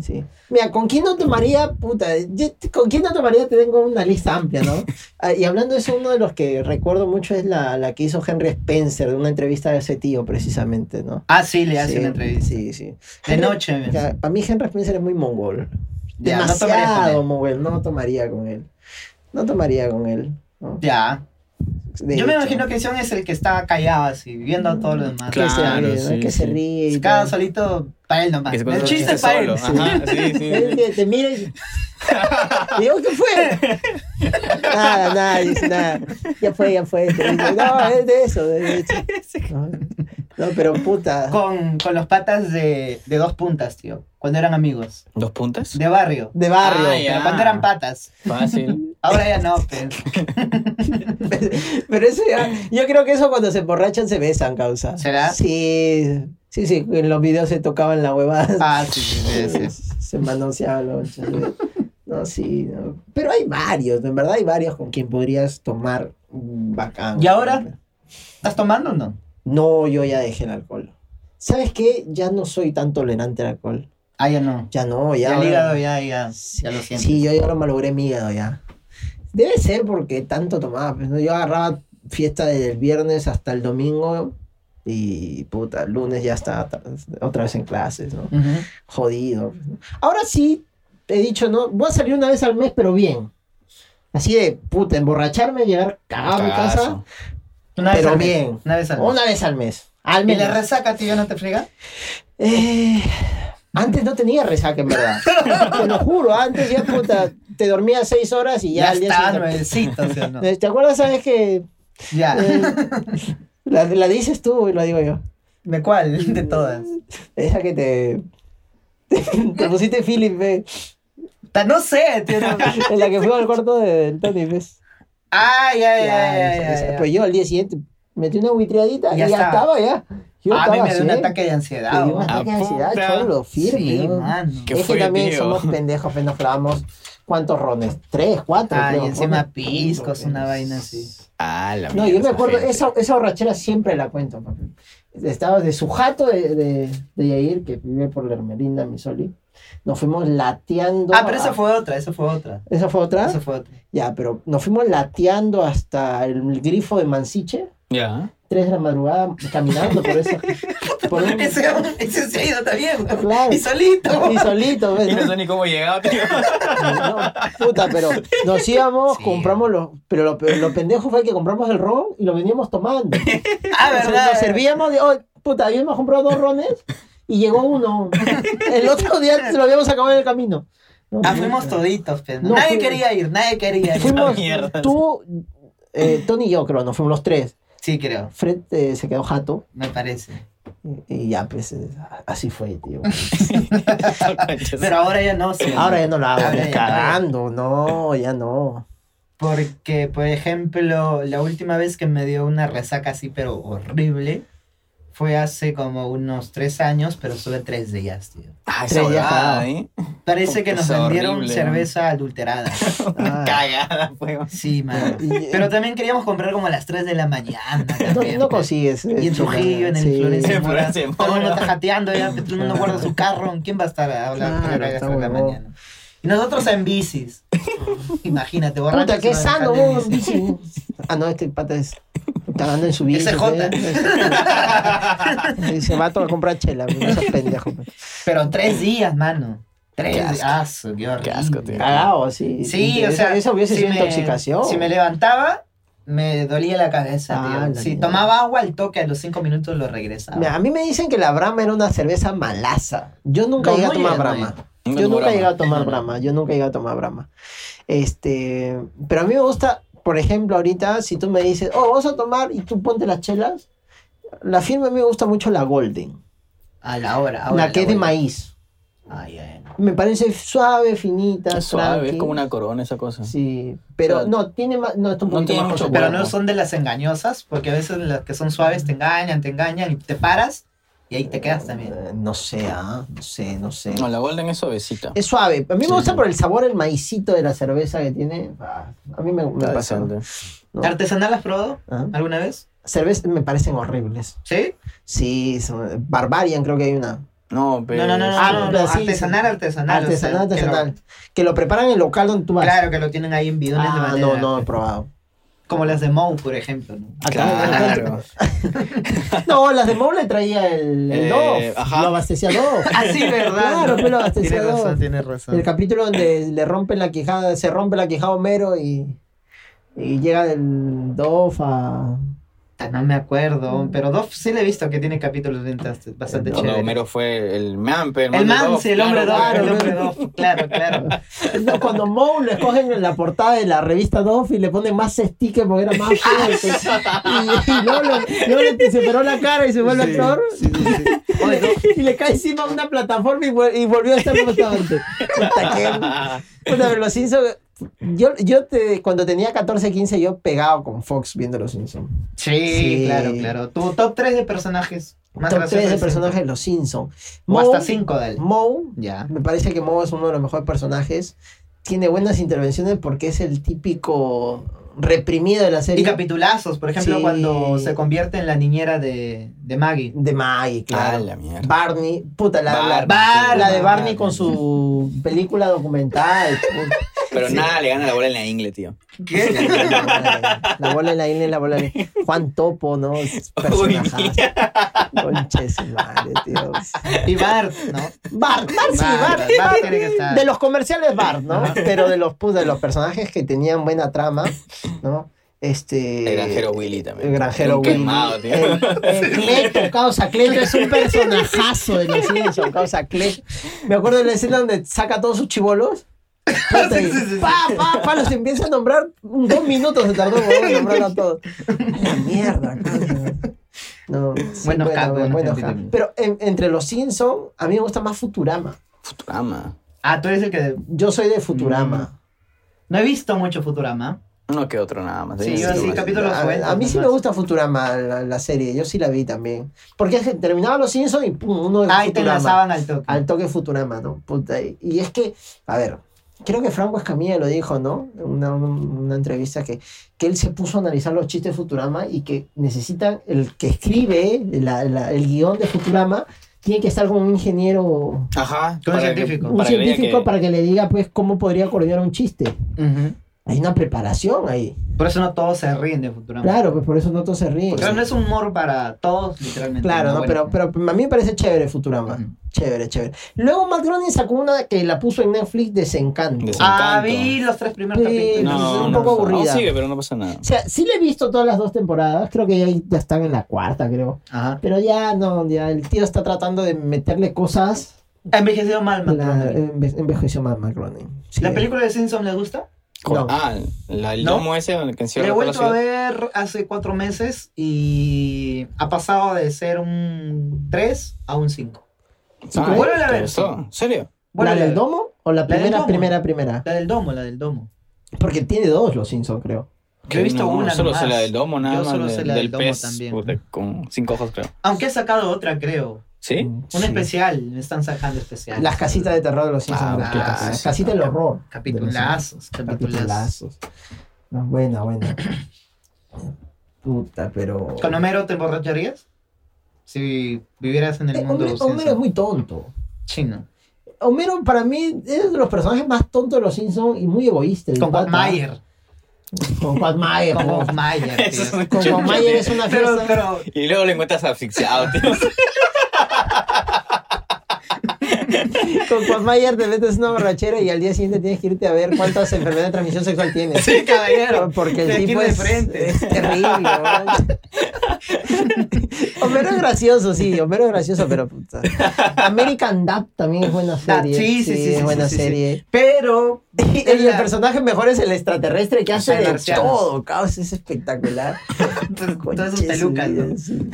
Speaker 3: Sí. Mira, ¿con quién no tomaría, puta? Yo- ¿Con quién no tomaría? Tengo una lista amplia, ¿no? Ah, Y hablando de eso, uno de los que recuerdo mucho es la, la que hizo Henry Spencer, de una entrevista de ese tío, precisamente, ¿no?
Speaker 2: Ah, sí, le hace
Speaker 3: Sí,
Speaker 2: una entrevista.
Speaker 3: Sí, sí. <laughs>
Speaker 2: De noche. pues.
Speaker 3: Para mí Henry Spencer es muy mongol.
Speaker 2: Ya, no
Speaker 3: Demasiado
Speaker 2: tomarías con él.
Speaker 3: mongol. No tomaría con él. No tomaría con él. ¿no?
Speaker 2: Ya.
Speaker 3: De
Speaker 2: Yo me
Speaker 3: hecho.
Speaker 2: imagino que Sion es el que está callado así, viendo a todos los demás. Pues,
Speaker 3: Que se
Speaker 1: Claro,
Speaker 3: ríe, ¿no?
Speaker 1: sí,
Speaker 3: que se
Speaker 1: sí.
Speaker 3: ríe. y
Speaker 2: Cada
Speaker 3: tal.
Speaker 2: solito para él nomás.
Speaker 1: Que se
Speaker 2: El
Speaker 1: conoce
Speaker 2: chiste es para él.
Speaker 1: solo. Ajá, sí,
Speaker 3: <laughs> Él
Speaker 1: sí.
Speaker 3: que te mira <laughs> y digo, ¿qué fue? nada, nada, dice nada. Ya fue, ya fue. Te dice, no, es de eso,
Speaker 2: <laughs>
Speaker 3: de hecho. No, no, pero puta.
Speaker 2: Con, con los patas de, de dos puntas, tío. Cuando eran amigos.
Speaker 1: ¿Dos puntas?
Speaker 2: De barrio.
Speaker 3: De barrio.
Speaker 1: Ah, ya.
Speaker 2: Pero cuando eran patas.
Speaker 1: Fácil.
Speaker 2: Ahora ya no,
Speaker 3: <laughs>
Speaker 2: pues.
Speaker 3: Pero eso ya, yo creo que eso cuando se emborrachan se besan, causa.
Speaker 2: ¿Será?
Speaker 3: Sí, sí, sí, en los videos se tocaban la huevada.
Speaker 2: Ah, sí, sí,
Speaker 3: <laughs>
Speaker 2: sí, sí.
Speaker 3: Se manoseaban los chas, güey. No, sí, no. pero hay varios, en verdad hay varios con quien podrías tomar mm, bacán.
Speaker 2: ¿Y ahora? ¿Estás tomando o no?
Speaker 3: No, yo ya dejé el alcohol. ¿Sabes qué? Ya no soy tan tolerante al alcohol.
Speaker 2: Ah, ya no.
Speaker 3: Ya no,
Speaker 2: Ya,
Speaker 3: ya.
Speaker 2: el
Speaker 3: ahora-
Speaker 2: hígado ya, ya, ya lo siento.
Speaker 3: Sí, yo ya lo malogré mi hígado ya. Debe ser porque tanto tomaba. pues, ¿no? Yo agarraba fiesta desde el viernes hasta el domingo y puta, el lunes ya estaba ta- otra vez en clases, ¿no?
Speaker 2: Ujú.
Speaker 3: Jodido. pues, ¿no? Ahora sí, he dicho, ¿no? Voy a salir una vez al mes, pero bien. Así de puta, emborracharme, llegar cagado a mi casa.
Speaker 1: Cagazo.
Speaker 2: Una vez
Speaker 3: Pero
Speaker 2: al mes,
Speaker 3: bien.
Speaker 2: Una vez al mes.
Speaker 3: Una vez al mes. Al
Speaker 2: ¿Y
Speaker 3: menos.
Speaker 2: la resaca, tío, no te frega?
Speaker 3: Eh, antes no tenía resaca,
Speaker 2: <laughs>
Speaker 3: en verdad. Te lo juro, antes ya, puta, te dormías seis horas y ya,
Speaker 2: Ya,
Speaker 3: al día
Speaker 2: está,
Speaker 3: siguiente-
Speaker 2: nuevecito, ¿sí o
Speaker 3: <laughs>
Speaker 2: no?
Speaker 3: Eh,
Speaker 2: Ah.
Speaker 3: ¿Te acuerdas, sabes que
Speaker 2: Ya.
Speaker 3: eh, la, la dices tú y la digo yo?
Speaker 2: ¿De cuál? <laughs> De todas.
Speaker 3: Esa
Speaker 2: <laughs>
Speaker 3: que te, te, pusiste Philip, ve,
Speaker 2: Ta- No sé, tío. no-
Speaker 3: en la que fue al cuarto del Tony, ¿ves?
Speaker 2: Ah, ya, ya,
Speaker 3: Ya,
Speaker 2: ya,
Speaker 3: esa- esa.
Speaker 2: ya, ya.
Speaker 3: Pues yo al día siguiente metí una buitreadita
Speaker 2: Ya
Speaker 3: y ya
Speaker 2: estaba. Ah,
Speaker 3: estaba, ya. Yo
Speaker 2: a
Speaker 3: estaba
Speaker 2: mí me dio un
Speaker 3: así,
Speaker 2: ataque de
Speaker 3: te
Speaker 2: ansiedad.
Speaker 3: dio un
Speaker 2: weón.
Speaker 3: ataque de
Speaker 1: Ah,
Speaker 3: ansiedad,
Speaker 1: puta.
Speaker 3: cholo, firme.
Speaker 2: Sí,
Speaker 3: ¿no?
Speaker 2: mano.
Speaker 1: ¿Qué
Speaker 3: es
Speaker 1: fue,
Speaker 3: que también
Speaker 1: tío?
Speaker 3: somos pendejos, pues nos clavamos cuántos rones, tres, cuatro.
Speaker 2: Ah, y
Speaker 3: creo,
Speaker 2: encima
Speaker 3: rones.
Speaker 2: piscos, una vaina así.
Speaker 1: Ah, la
Speaker 3: No,
Speaker 1: mierda,
Speaker 3: yo me
Speaker 1: esa
Speaker 3: acuerdo,
Speaker 1: gente.
Speaker 3: esa, esa borrachera siempre la cuento. papi. Estaba de su jato de, de, de Yair, que vive por la Hermelinda, Misoli. Nos fuimos lateando.
Speaker 2: Ah, pero esa
Speaker 3: a-
Speaker 2: fue otra, esa fue otra.
Speaker 3: ¿Esa fue otra?
Speaker 2: Esa fue otra. <laughs>
Speaker 3: Ya, pero nos fuimos lateando hasta el grifo de Mansiche,
Speaker 1: Ya.
Speaker 3: tres de la madrugada, caminando
Speaker 2: <laughs>
Speaker 3: por eso. por un-
Speaker 2: Ese, ese se ha ido también. weón.
Speaker 3: Claro.
Speaker 2: Y solito.
Speaker 3: <laughs> y solito, ¿ves?
Speaker 1: Y no sé ni cómo he llegado, tío.
Speaker 3: No, puta, pero nos íbamos,
Speaker 1: Sí.
Speaker 3: compramos los. Pero lo, pe- lo pendejo fue que compramos el ron y lo veníamos tomando.
Speaker 2: Ah,
Speaker 3: O sea,
Speaker 2: verdad.
Speaker 3: nos servíamos de. Oh, puta, habíamos comprado dos rones y
Speaker 2: <laughs>
Speaker 3: llegó uno. El otro día se lo habíamos acabado en el camino. No,
Speaker 2: Ah,
Speaker 3: puta.
Speaker 2: fuimos toditos, pe.
Speaker 3: No,
Speaker 2: nadie
Speaker 3: fui-
Speaker 2: quería ir, nadie quería ir.
Speaker 3: Fuimos.
Speaker 1: Mierda.
Speaker 3: Tú, eh, Tony y yo, creo, nos fuimos los tres.
Speaker 2: Sí, creo,
Speaker 3: Fred eh, se quedó jato
Speaker 2: me parece.
Speaker 3: y ya, pues, eh, así fue, tío.
Speaker 2: Pero ahora ya no, sí.
Speaker 3: Pues, Ahora ya no la hago,
Speaker 2: Ahora <laughs>
Speaker 3: ni
Speaker 2: ya no.
Speaker 3: cagando, no, ya
Speaker 2: <laughs>
Speaker 3: no.
Speaker 2: Porque, por ejemplo, la última vez que me dio una resaca así, pero horrible, fue hace como unos tres años, pero solo tres días, tío.
Speaker 1: Ah,
Speaker 3: Tres
Speaker 1: esa
Speaker 3: días
Speaker 1: huevada,
Speaker 3: cada-
Speaker 1: ¿eh?
Speaker 2: Parece que
Speaker 1: Puta,
Speaker 2: nos
Speaker 1: está
Speaker 2: vendieron
Speaker 1: horrible,
Speaker 2: cerveza
Speaker 3: <laughs>
Speaker 2: adulterada.
Speaker 3: Ah.
Speaker 1: Cagada, pues.
Speaker 2: Sí, man.
Speaker 3: Y-
Speaker 2: Pero también queríamos comprar como a las 3 de la mañana.
Speaker 3: No,
Speaker 2: También, pues.
Speaker 3: no
Speaker 2: pe.
Speaker 3: consigues. eh,
Speaker 2: Y en Trujillo, en el
Speaker 3: sí.
Speaker 2: Florencia
Speaker 1: En
Speaker 2: Mora,
Speaker 1: Florencia
Speaker 2: Todo el mundo
Speaker 1: Mora.
Speaker 2: está jateando ya, pe, todo el mundo guarda su carro. ¿Quién va a estar a hablar
Speaker 3: Claro,
Speaker 2: a las
Speaker 3: está
Speaker 2: 3 de la
Speaker 3: huevón.
Speaker 2: mañana? Y nosotros en
Speaker 3: <laughs>
Speaker 2: bicis. Imagínate, borrachos.
Speaker 3: Puta,
Speaker 2: y
Speaker 3: qué
Speaker 2: nos
Speaker 3: sano,
Speaker 2: dejan de
Speaker 3: vos.
Speaker 2: bici.
Speaker 3: Ah, no, este pata es. Cagando en su bici.
Speaker 2: Ese es Jota.
Speaker 3: ¿eh? Y Se va a tomar- comprar chela, pues, no seas pendejo. pues.
Speaker 2: Pero tres días, mano. Tres
Speaker 1: Qué
Speaker 2: días.
Speaker 1: asco.
Speaker 2: Ah, su, qué horrible.
Speaker 1: Qué asco, tío.
Speaker 3: Cagado, sí.
Speaker 2: Sí, o
Speaker 3: Eso-
Speaker 2: sea.
Speaker 3: Eso hubiese
Speaker 2: si
Speaker 3: sido
Speaker 2: me-
Speaker 3: intoxicación.
Speaker 2: Si me levantaba, me dolía la cabeza,
Speaker 3: Ah,
Speaker 2: tío.
Speaker 3: la
Speaker 2: Si
Speaker 3: mierda.
Speaker 2: tomaba agua al toque, a los cinco minutos lo regresaba.
Speaker 3: Mira, A mí me dicen que la Brahma era una cerveza malaza. Yo nunca
Speaker 2: No,
Speaker 3: llegué a
Speaker 2: no
Speaker 3: tomar
Speaker 2: llegué, no
Speaker 3: Brahma.
Speaker 1: llegué.
Speaker 3: Yo nunca
Speaker 1: Brahma.
Speaker 3: he llegado a tomar
Speaker 2: No, no.
Speaker 3: Brahma. Yo nunca he llegado a tomar Brahma. Este, pero a mí me gusta, por ejemplo, ahorita si tú me dices, "Oh, vas a tomar" y tú ponte las chelas, la firma a mí me gusta mucho la Golden,
Speaker 2: A Ah, la hora. ahora,
Speaker 3: la que es de
Speaker 2: hora.
Speaker 3: maíz.
Speaker 2: Ay, ay, ay.
Speaker 3: Me parece suave, finita,
Speaker 1: Es suave, es
Speaker 3: tranqui.
Speaker 1: como una corona esa cosa.
Speaker 3: Sí, pero
Speaker 1: Suave.
Speaker 3: no tiene más, no está un
Speaker 1: No
Speaker 3: poquito
Speaker 1: tiene
Speaker 3: más
Speaker 1: mucho
Speaker 2: Pero
Speaker 3: concentrado.
Speaker 2: no son de las engañosas, porque a veces las que son suaves te engañan, te engañan y te paras y ahí te quedas también.
Speaker 3: Eh, No sé, ah, no sé, no sé.
Speaker 1: No, la Golden es suavecita.
Speaker 3: Es suave. A mí
Speaker 1: Sí,
Speaker 3: me gusta
Speaker 1: sí.
Speaker 3: por el sabor, el maicito de la cerveza que tiene. Ah, A mí me, me
Speaker 1: Está
Speaker 3: pasa.
Speaker 1: decente.
Speaker 3: ¿no?
Speaker 2: ¿Artesanal has probado
Speaker 3: Ah.
Speaker 2: alguna vez?
Speaker 3: Cervezas me parecen horribles.
Speaker 2: ¿Sí?
Speaker 3: Sí, son- eh, Barbarian creo que hay una.
Speaker 1: No, pero.
Speaker 2: No, no, no, no,
Speaker 3: Ah,
Speaker 2: no, no,
Speaker 3: pero sí,
Speaker 2: artesanal, artesanal. o sea,
Speaker 3: Artesanal,
Speaker 2: que lo-
Speaker 3: artesanal. Que lo preparan en el local donde tú vas.
Speaker 2: claro, que lo tienen ahí en bidones de
Speaker 3: Ah,
Speaker 2: madera.
Speaker 3: no, no he probado.
Speaker 2: Como las de Mou, por ejemplo. ¿no?
Speaker 1: Claro.
Speaker 2: <laughs>
Speaker 3: No, las de Mole traía el, el
Speaker 1: Eh,
Speaker 3: Dove.
Speaker 1: ajá.
Speaker 3: Lo abastecía Dove.
Speaker 2: Ah, sí, ¿verdad?
Speaker 3: Claro, pero abastecía
Speaker 2: Tienes
Speaker 3: Dove.
Speaker 2: razón, tienes razón.
Speaker 3: El capítulo donde le rompen la quijada, se rompe la quijada a Homero y, y llega del Dove a.
Speaker 2: Ah, No me acuerdo, pero Dof sí le he visto que tiene capítulos bien tas- bastante
Speaker 1: Cuando
Speaker 2: chéveres.
Speaker 1: Homero fue el Mampe,
Speaker 2: El man, sí, el hombre Dof,
Speaker 3: claro,
Speaker 2: el hombre
Speaker 3: claro.
Speaker 2: Dof, claro, claro.
Speaker 3: No, cuando Moe le escogen en la portada de la revista Dove y le ponen más sticker porque era más feo. pues. y y luego le- luego le- se operó la cara y se vuelve actor.
Speaker 2: Oye, Dof,
Speaker 3: Y le cae encima una plataforma y, vuel- y volvió a estar como estaba antes. Puta, qué- puta, pero los Simpsons. Yo, yo te, cuando tenía 14, 15, yo pegado con Fox viendo los Simpsons.
Speaker 2: Sí,
Speaker 3: Sí.
Speaker 2: claro, claro. Tu top 3 de personajes más
Speaker 3: Top
Speaker 2: graciosos
Speaker 3: 3 de
Speaker 2: del
Speaker 3: personajes de los Simpsons.
Speaker 2: O hasta 5, dale.
Speaker 3: Moe,
Speaker 2: Ya.
Speaker 3: me parece que Moe es uno de los mejores personajes. Tiene buenas intervenciones porque es el típico reprimido de la
Speaker 2: Y
Speaker 3: serie.
Speaker 2: capitulazos, por ejemplo,
Speaker 3: Sí.
Speaker 2: cuando se convierte en la niñera de, de Maggie.
Speaker 3: de Maggie,
Speaker 1: Ah,
Speaker 3: claro.
Speaker 1: la mierda.
Speaker 3: Barney, puta, la, la-
Speaker 2: Barney.
Speaker 3: la de Barney con su
Speaker 2: <laughs>
Speaker 3: película documental. puta.
Speaker 1: Pero nada le gana la bola en la ingle, tío.
Speaker 3: La bola en la isla y la bola en la Juan
Speaker 2: <laughs>
Speaker 3: Topo, ¿no? Es Personajazo. Conches, madre, tío.
Speaker 2: Y Bart,
Speaker 3: <laughs>
Speaker 2: ¿no?
Speaker 3: Bart, Bart, Ah, sí, Bart,
Speaker 2: Bart
Speaker 3: Bart.
Speaker 2: tiene que estar.
Speaker 3: De los comerciales Bart, ¿no? Pero de los, pues, de los personajes que tenían buena trama, ¿no? Este.
Speaker 1: El granjero Willy también.
Speaker 3: El granjero
Speaker 1: Un
Speaker 3: Willy.
Speaker 1: quemado, tío.
Speaker 3: Eh, eh, Cleto, causa Cleto es un personajazo de los Simpsons, causa Cleto. Me acuerdo de la escena donde saca a todos
Speaker 1: <laughs>
Speaker 3: sus chivolos. puta, y
Speaker 2: Sí, sí, sí.
Speaker 3: Pa, pa, pa, los empieza a nombrar. Dos minutos se tardó huevón, en nombrar a todos. A La mierda, cabrón. No, sí,
Speaker 2: Buenos
Speaker 3: bueno,
Speaker 2: cats, buenos
Speaker 3: buenos
Speaker 2: cats.
Speaker 3: cats. Pero en- entre los Simpsons, a mí me gusta más Futurama.
Speaker 1: Futurama.
Speaker 2: Ah, tú eres el que.
Speaker 3: Yo soy de Futurama.
Speaker 2: No he visto mucho Futurama.
Speaker 1: No que otro nada más.
Speaker 2: Sí,
Speaker 1: Tenía
Speaker 2: yo
Speaker 1: que
Speaker 2: sí,
Speaker 1: más.
Speaker 2: capítulo- Pero los
Speaker 3: Este, A,
Speaker 2: sueltos,
Speaker 3: a mí sí me
Speaker 2: nomás.
Speaker 3: gusta Futurama, la, la serie. Yo sí la vi también. Porque es que terminaba los Simpsons y pum, uno de
Speaker 2: Ahí te
Speaker 3: Futurama.
Speaker 2: lanzaban al toque.
Speaker 3: Al toque Futurama, ¿no? Puta, y, y es que, a ver, creo que Franco Escamilla lo dijo, ¿no? En una, una entrevista que, que él se puso a analizar los chistes de Futurama y que necesitan, el que escribe la- la- el guión de Futurama, tiene que estar con un ingeniero,
Speaker 1: Ajá.
Speaker 2: Con un
Speaker 1: para que-
Speaker 2: científico.
Speaker 3: un
Speaker 1: para que vea
Speaker 3: científico
Speaker 1: que-
Speaker 3: para que le diga, pues, cómo podría coordinar un chiste.
Speaker 2: Ujú.
Speaker 3: Hay una preparación ahí.
Speaker 2: Por eso no todos se ríen de Futurama.
Speaker 3: Claro, pues por eso no todos se ríen.
Speaker 2: Porque no es humor para todos, literalmente.
Speaker 3: Claro,
Speaker 2: ¿no?
Speaker 3: no,
Speaker 2: Bueno,
Speaker 3: pero, pero a mí me parece chévere Futurama.
Speaker 2: Ujú.
Speaker 3: Chévere, chévere. Luego Matt Groening sacó una que la puso en Netflix, Desencanto.
Speaker 1: Desencanto.
Speaker 2: Ah, vi los tres primeros
Speaker 3: Sí,
Speaker 2: capítulos.
Speaker 3: entonces
Speaker 1: No,
Speaker 3: un
Speaker 1: no,
Speaker 3: poco
Speaker 1: no.
Speaker 3: aburrida.
Speaker 1: No, sigue, pero no pasa nada.
Speaker 3: O sea, sí le he visto todas las dos temporadas, creo que ya, ya están en la cuarta, creo.
Speaker 2: Ajá.
Speaker 3: Pero ya no, ya el tío está tratando de meterle cosas.
Speaker 2: Ha envejecido mal, Matt
Speaker 3: La,
Speaker 2: Groening.
Speaker 3: enve- envejeció más Matt Groening. eh, Sí.
Speaker 2: ¿La película de Simpson le gusta?
Speaker 3: No.
Speaker 1: Ah, la, el
Speaker 2: ¿No?
Speaker 1: domo ese donde que encierra
Speaker 2: Le he
Speaker 1: toda la
Speaker 2: vuelto a
Speaker 1: ciudad.
Speaker 2: ver hace cuatro meses y ha pasado de ser un 3 a un 5.
Speaker 1: Ah,
Speaker 3: ¿Te
Speaker 2: vuelve a
Speaker 1: ¿te
Speaker 2: ver?
Speaker 1: gustó? ¿En serio?
Speaker 3: ¿La del domo o la
Speaker 2: La del
Speaker 3: primera,
Speaker 2: domo.
Speaker 3: primera, primera?
Speaker 2: La del domo, la del domo.
Speaker 3: Porque tiene dos los Simpsons, creo.
Speaker 2: Yo he visto
Speaker 1: No,
Speaker 2: una
Speaker 1: Solo
Speaker 2: nomás.
Speaker 1: sé la del domo, nada
Speaker 2: Yo
Speaker 1: más.
Speaker 2: solo
Speaker 1: de-
Speaker 2: sé la
Speaker 1: del
Speaker 2: del domo
Speaker 1: pez,
Speaker 2: también.
Speaker 1: puta, con cinco ojos, creo.
Speaker 2: Aunque he sacado otra, creo.
Speaker 1: ¿Sí?
Speaker 2: Un
Speaker 3: Mm, Sí.
Speaker 2: especial, me están sacando especial.
Speaker 3: Las casitas de terror de los Simpsons.
Speaker 1: Ah,
Speaker 3: las
Speaker 1: claro,
Speaker 3: casitas.
Speaker 1: sí,
Speaker 3: Casita del horror.
Speaker 2: Capitulazos, capitulazos.
Speaker 3: Capitulazos. No,
Speaker 2: <clears throat>
Speaker 3: buena, buena. Puta, pero.
Speaker 2: ¿Con Homero te emborracharías? Si vivieras en el
Speaker 3: Eh,
Speaker 2: mundo
Speaker 3: Homero, Homero es muy tonto.
Speaker 2: chino.
Speaker 3: Homero para mí es de los personajes más tontos de los Simpsons y muy egoísta. el
Speaker 2: Con
Speaker 3: pata.
Speaker 2: Mayer.
Speaker 3: Con Quagmire.
Speaker 2: Con
Speaker 3: ¿no?
Speaker 2: Bob Mayer,
Speaker 1: Eso es
Speaker 2: tío.
Speaker 1: muy
Speaker 2: <laughs>
Speaker 3: Con
Speaker 1: chulo.
Speaker 3: Quagmire es una
Speaker 2: Pero,
Speaker 3: fiesta.
Speaker 2: pero,
Speaker 1: Y luego lo encuentras asfixiado, tío.
Speaker 2: <laughs>
Speaker 3: Con Quagmire te metes una borrachera y al día siguiente tienes que irte a ver cuántas enfermedades de transmisión sexual tienes.
Speaker 2: sí,
Speaker 3: <laughs>
Speaker 2: <laughs> caballero.
Speaker 3: Porque
Speaker 2: Te
Speaker 3: el tipo
Speaker 2: tiro de
Speaker 3: es,
Speaker 2: frente.
Speaker 3: es terrible. ¿no? <laughs> Homero es gracioso, sí, Homero es gracioso, pero puta. American Dad también es buena serie.
Speaker 2: sí, sí, sí,
Speaker 3: es
Speaker 2: sí,
Speaker 3: buena
Speaker 2: sí, sí.
Speaker 3: serie.
Speaker 2: Pero
Speaker 3: Y el, personaje mejor es el extraterrestre que hace
Speaker 2: El
Speaker 3: de
Speaker 2: marciano.
Speaker 3: todo, caos, es
Speaker 2: <laughs>
Speaker 3: espectacular. Ah,
Speaker 2: Todas sus pelucas, ¿no?
Speaker 3: Sí.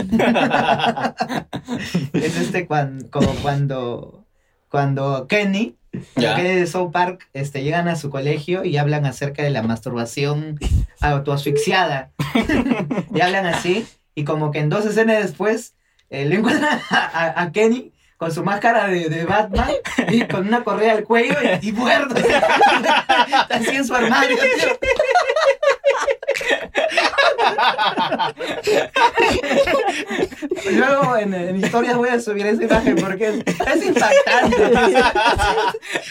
Speaker 2: Es este cuan- como cuando, cuando Kenny,
Speaker 1: Ya.
Speaker 2: Kenny de South Park, este, llegan a su colegio y hablan acerca de la masturbación autoasfixiada. y hablan así, y como que en dos escenas después eh, le encuentran a, a- a Kenny con su máscara de, de Batman y con una correa al cuello y, y <laughs> muerto. Está así en su armario, tío. <laughs> Luego en, en historias voy a subir esa imagen porque es, es impactante.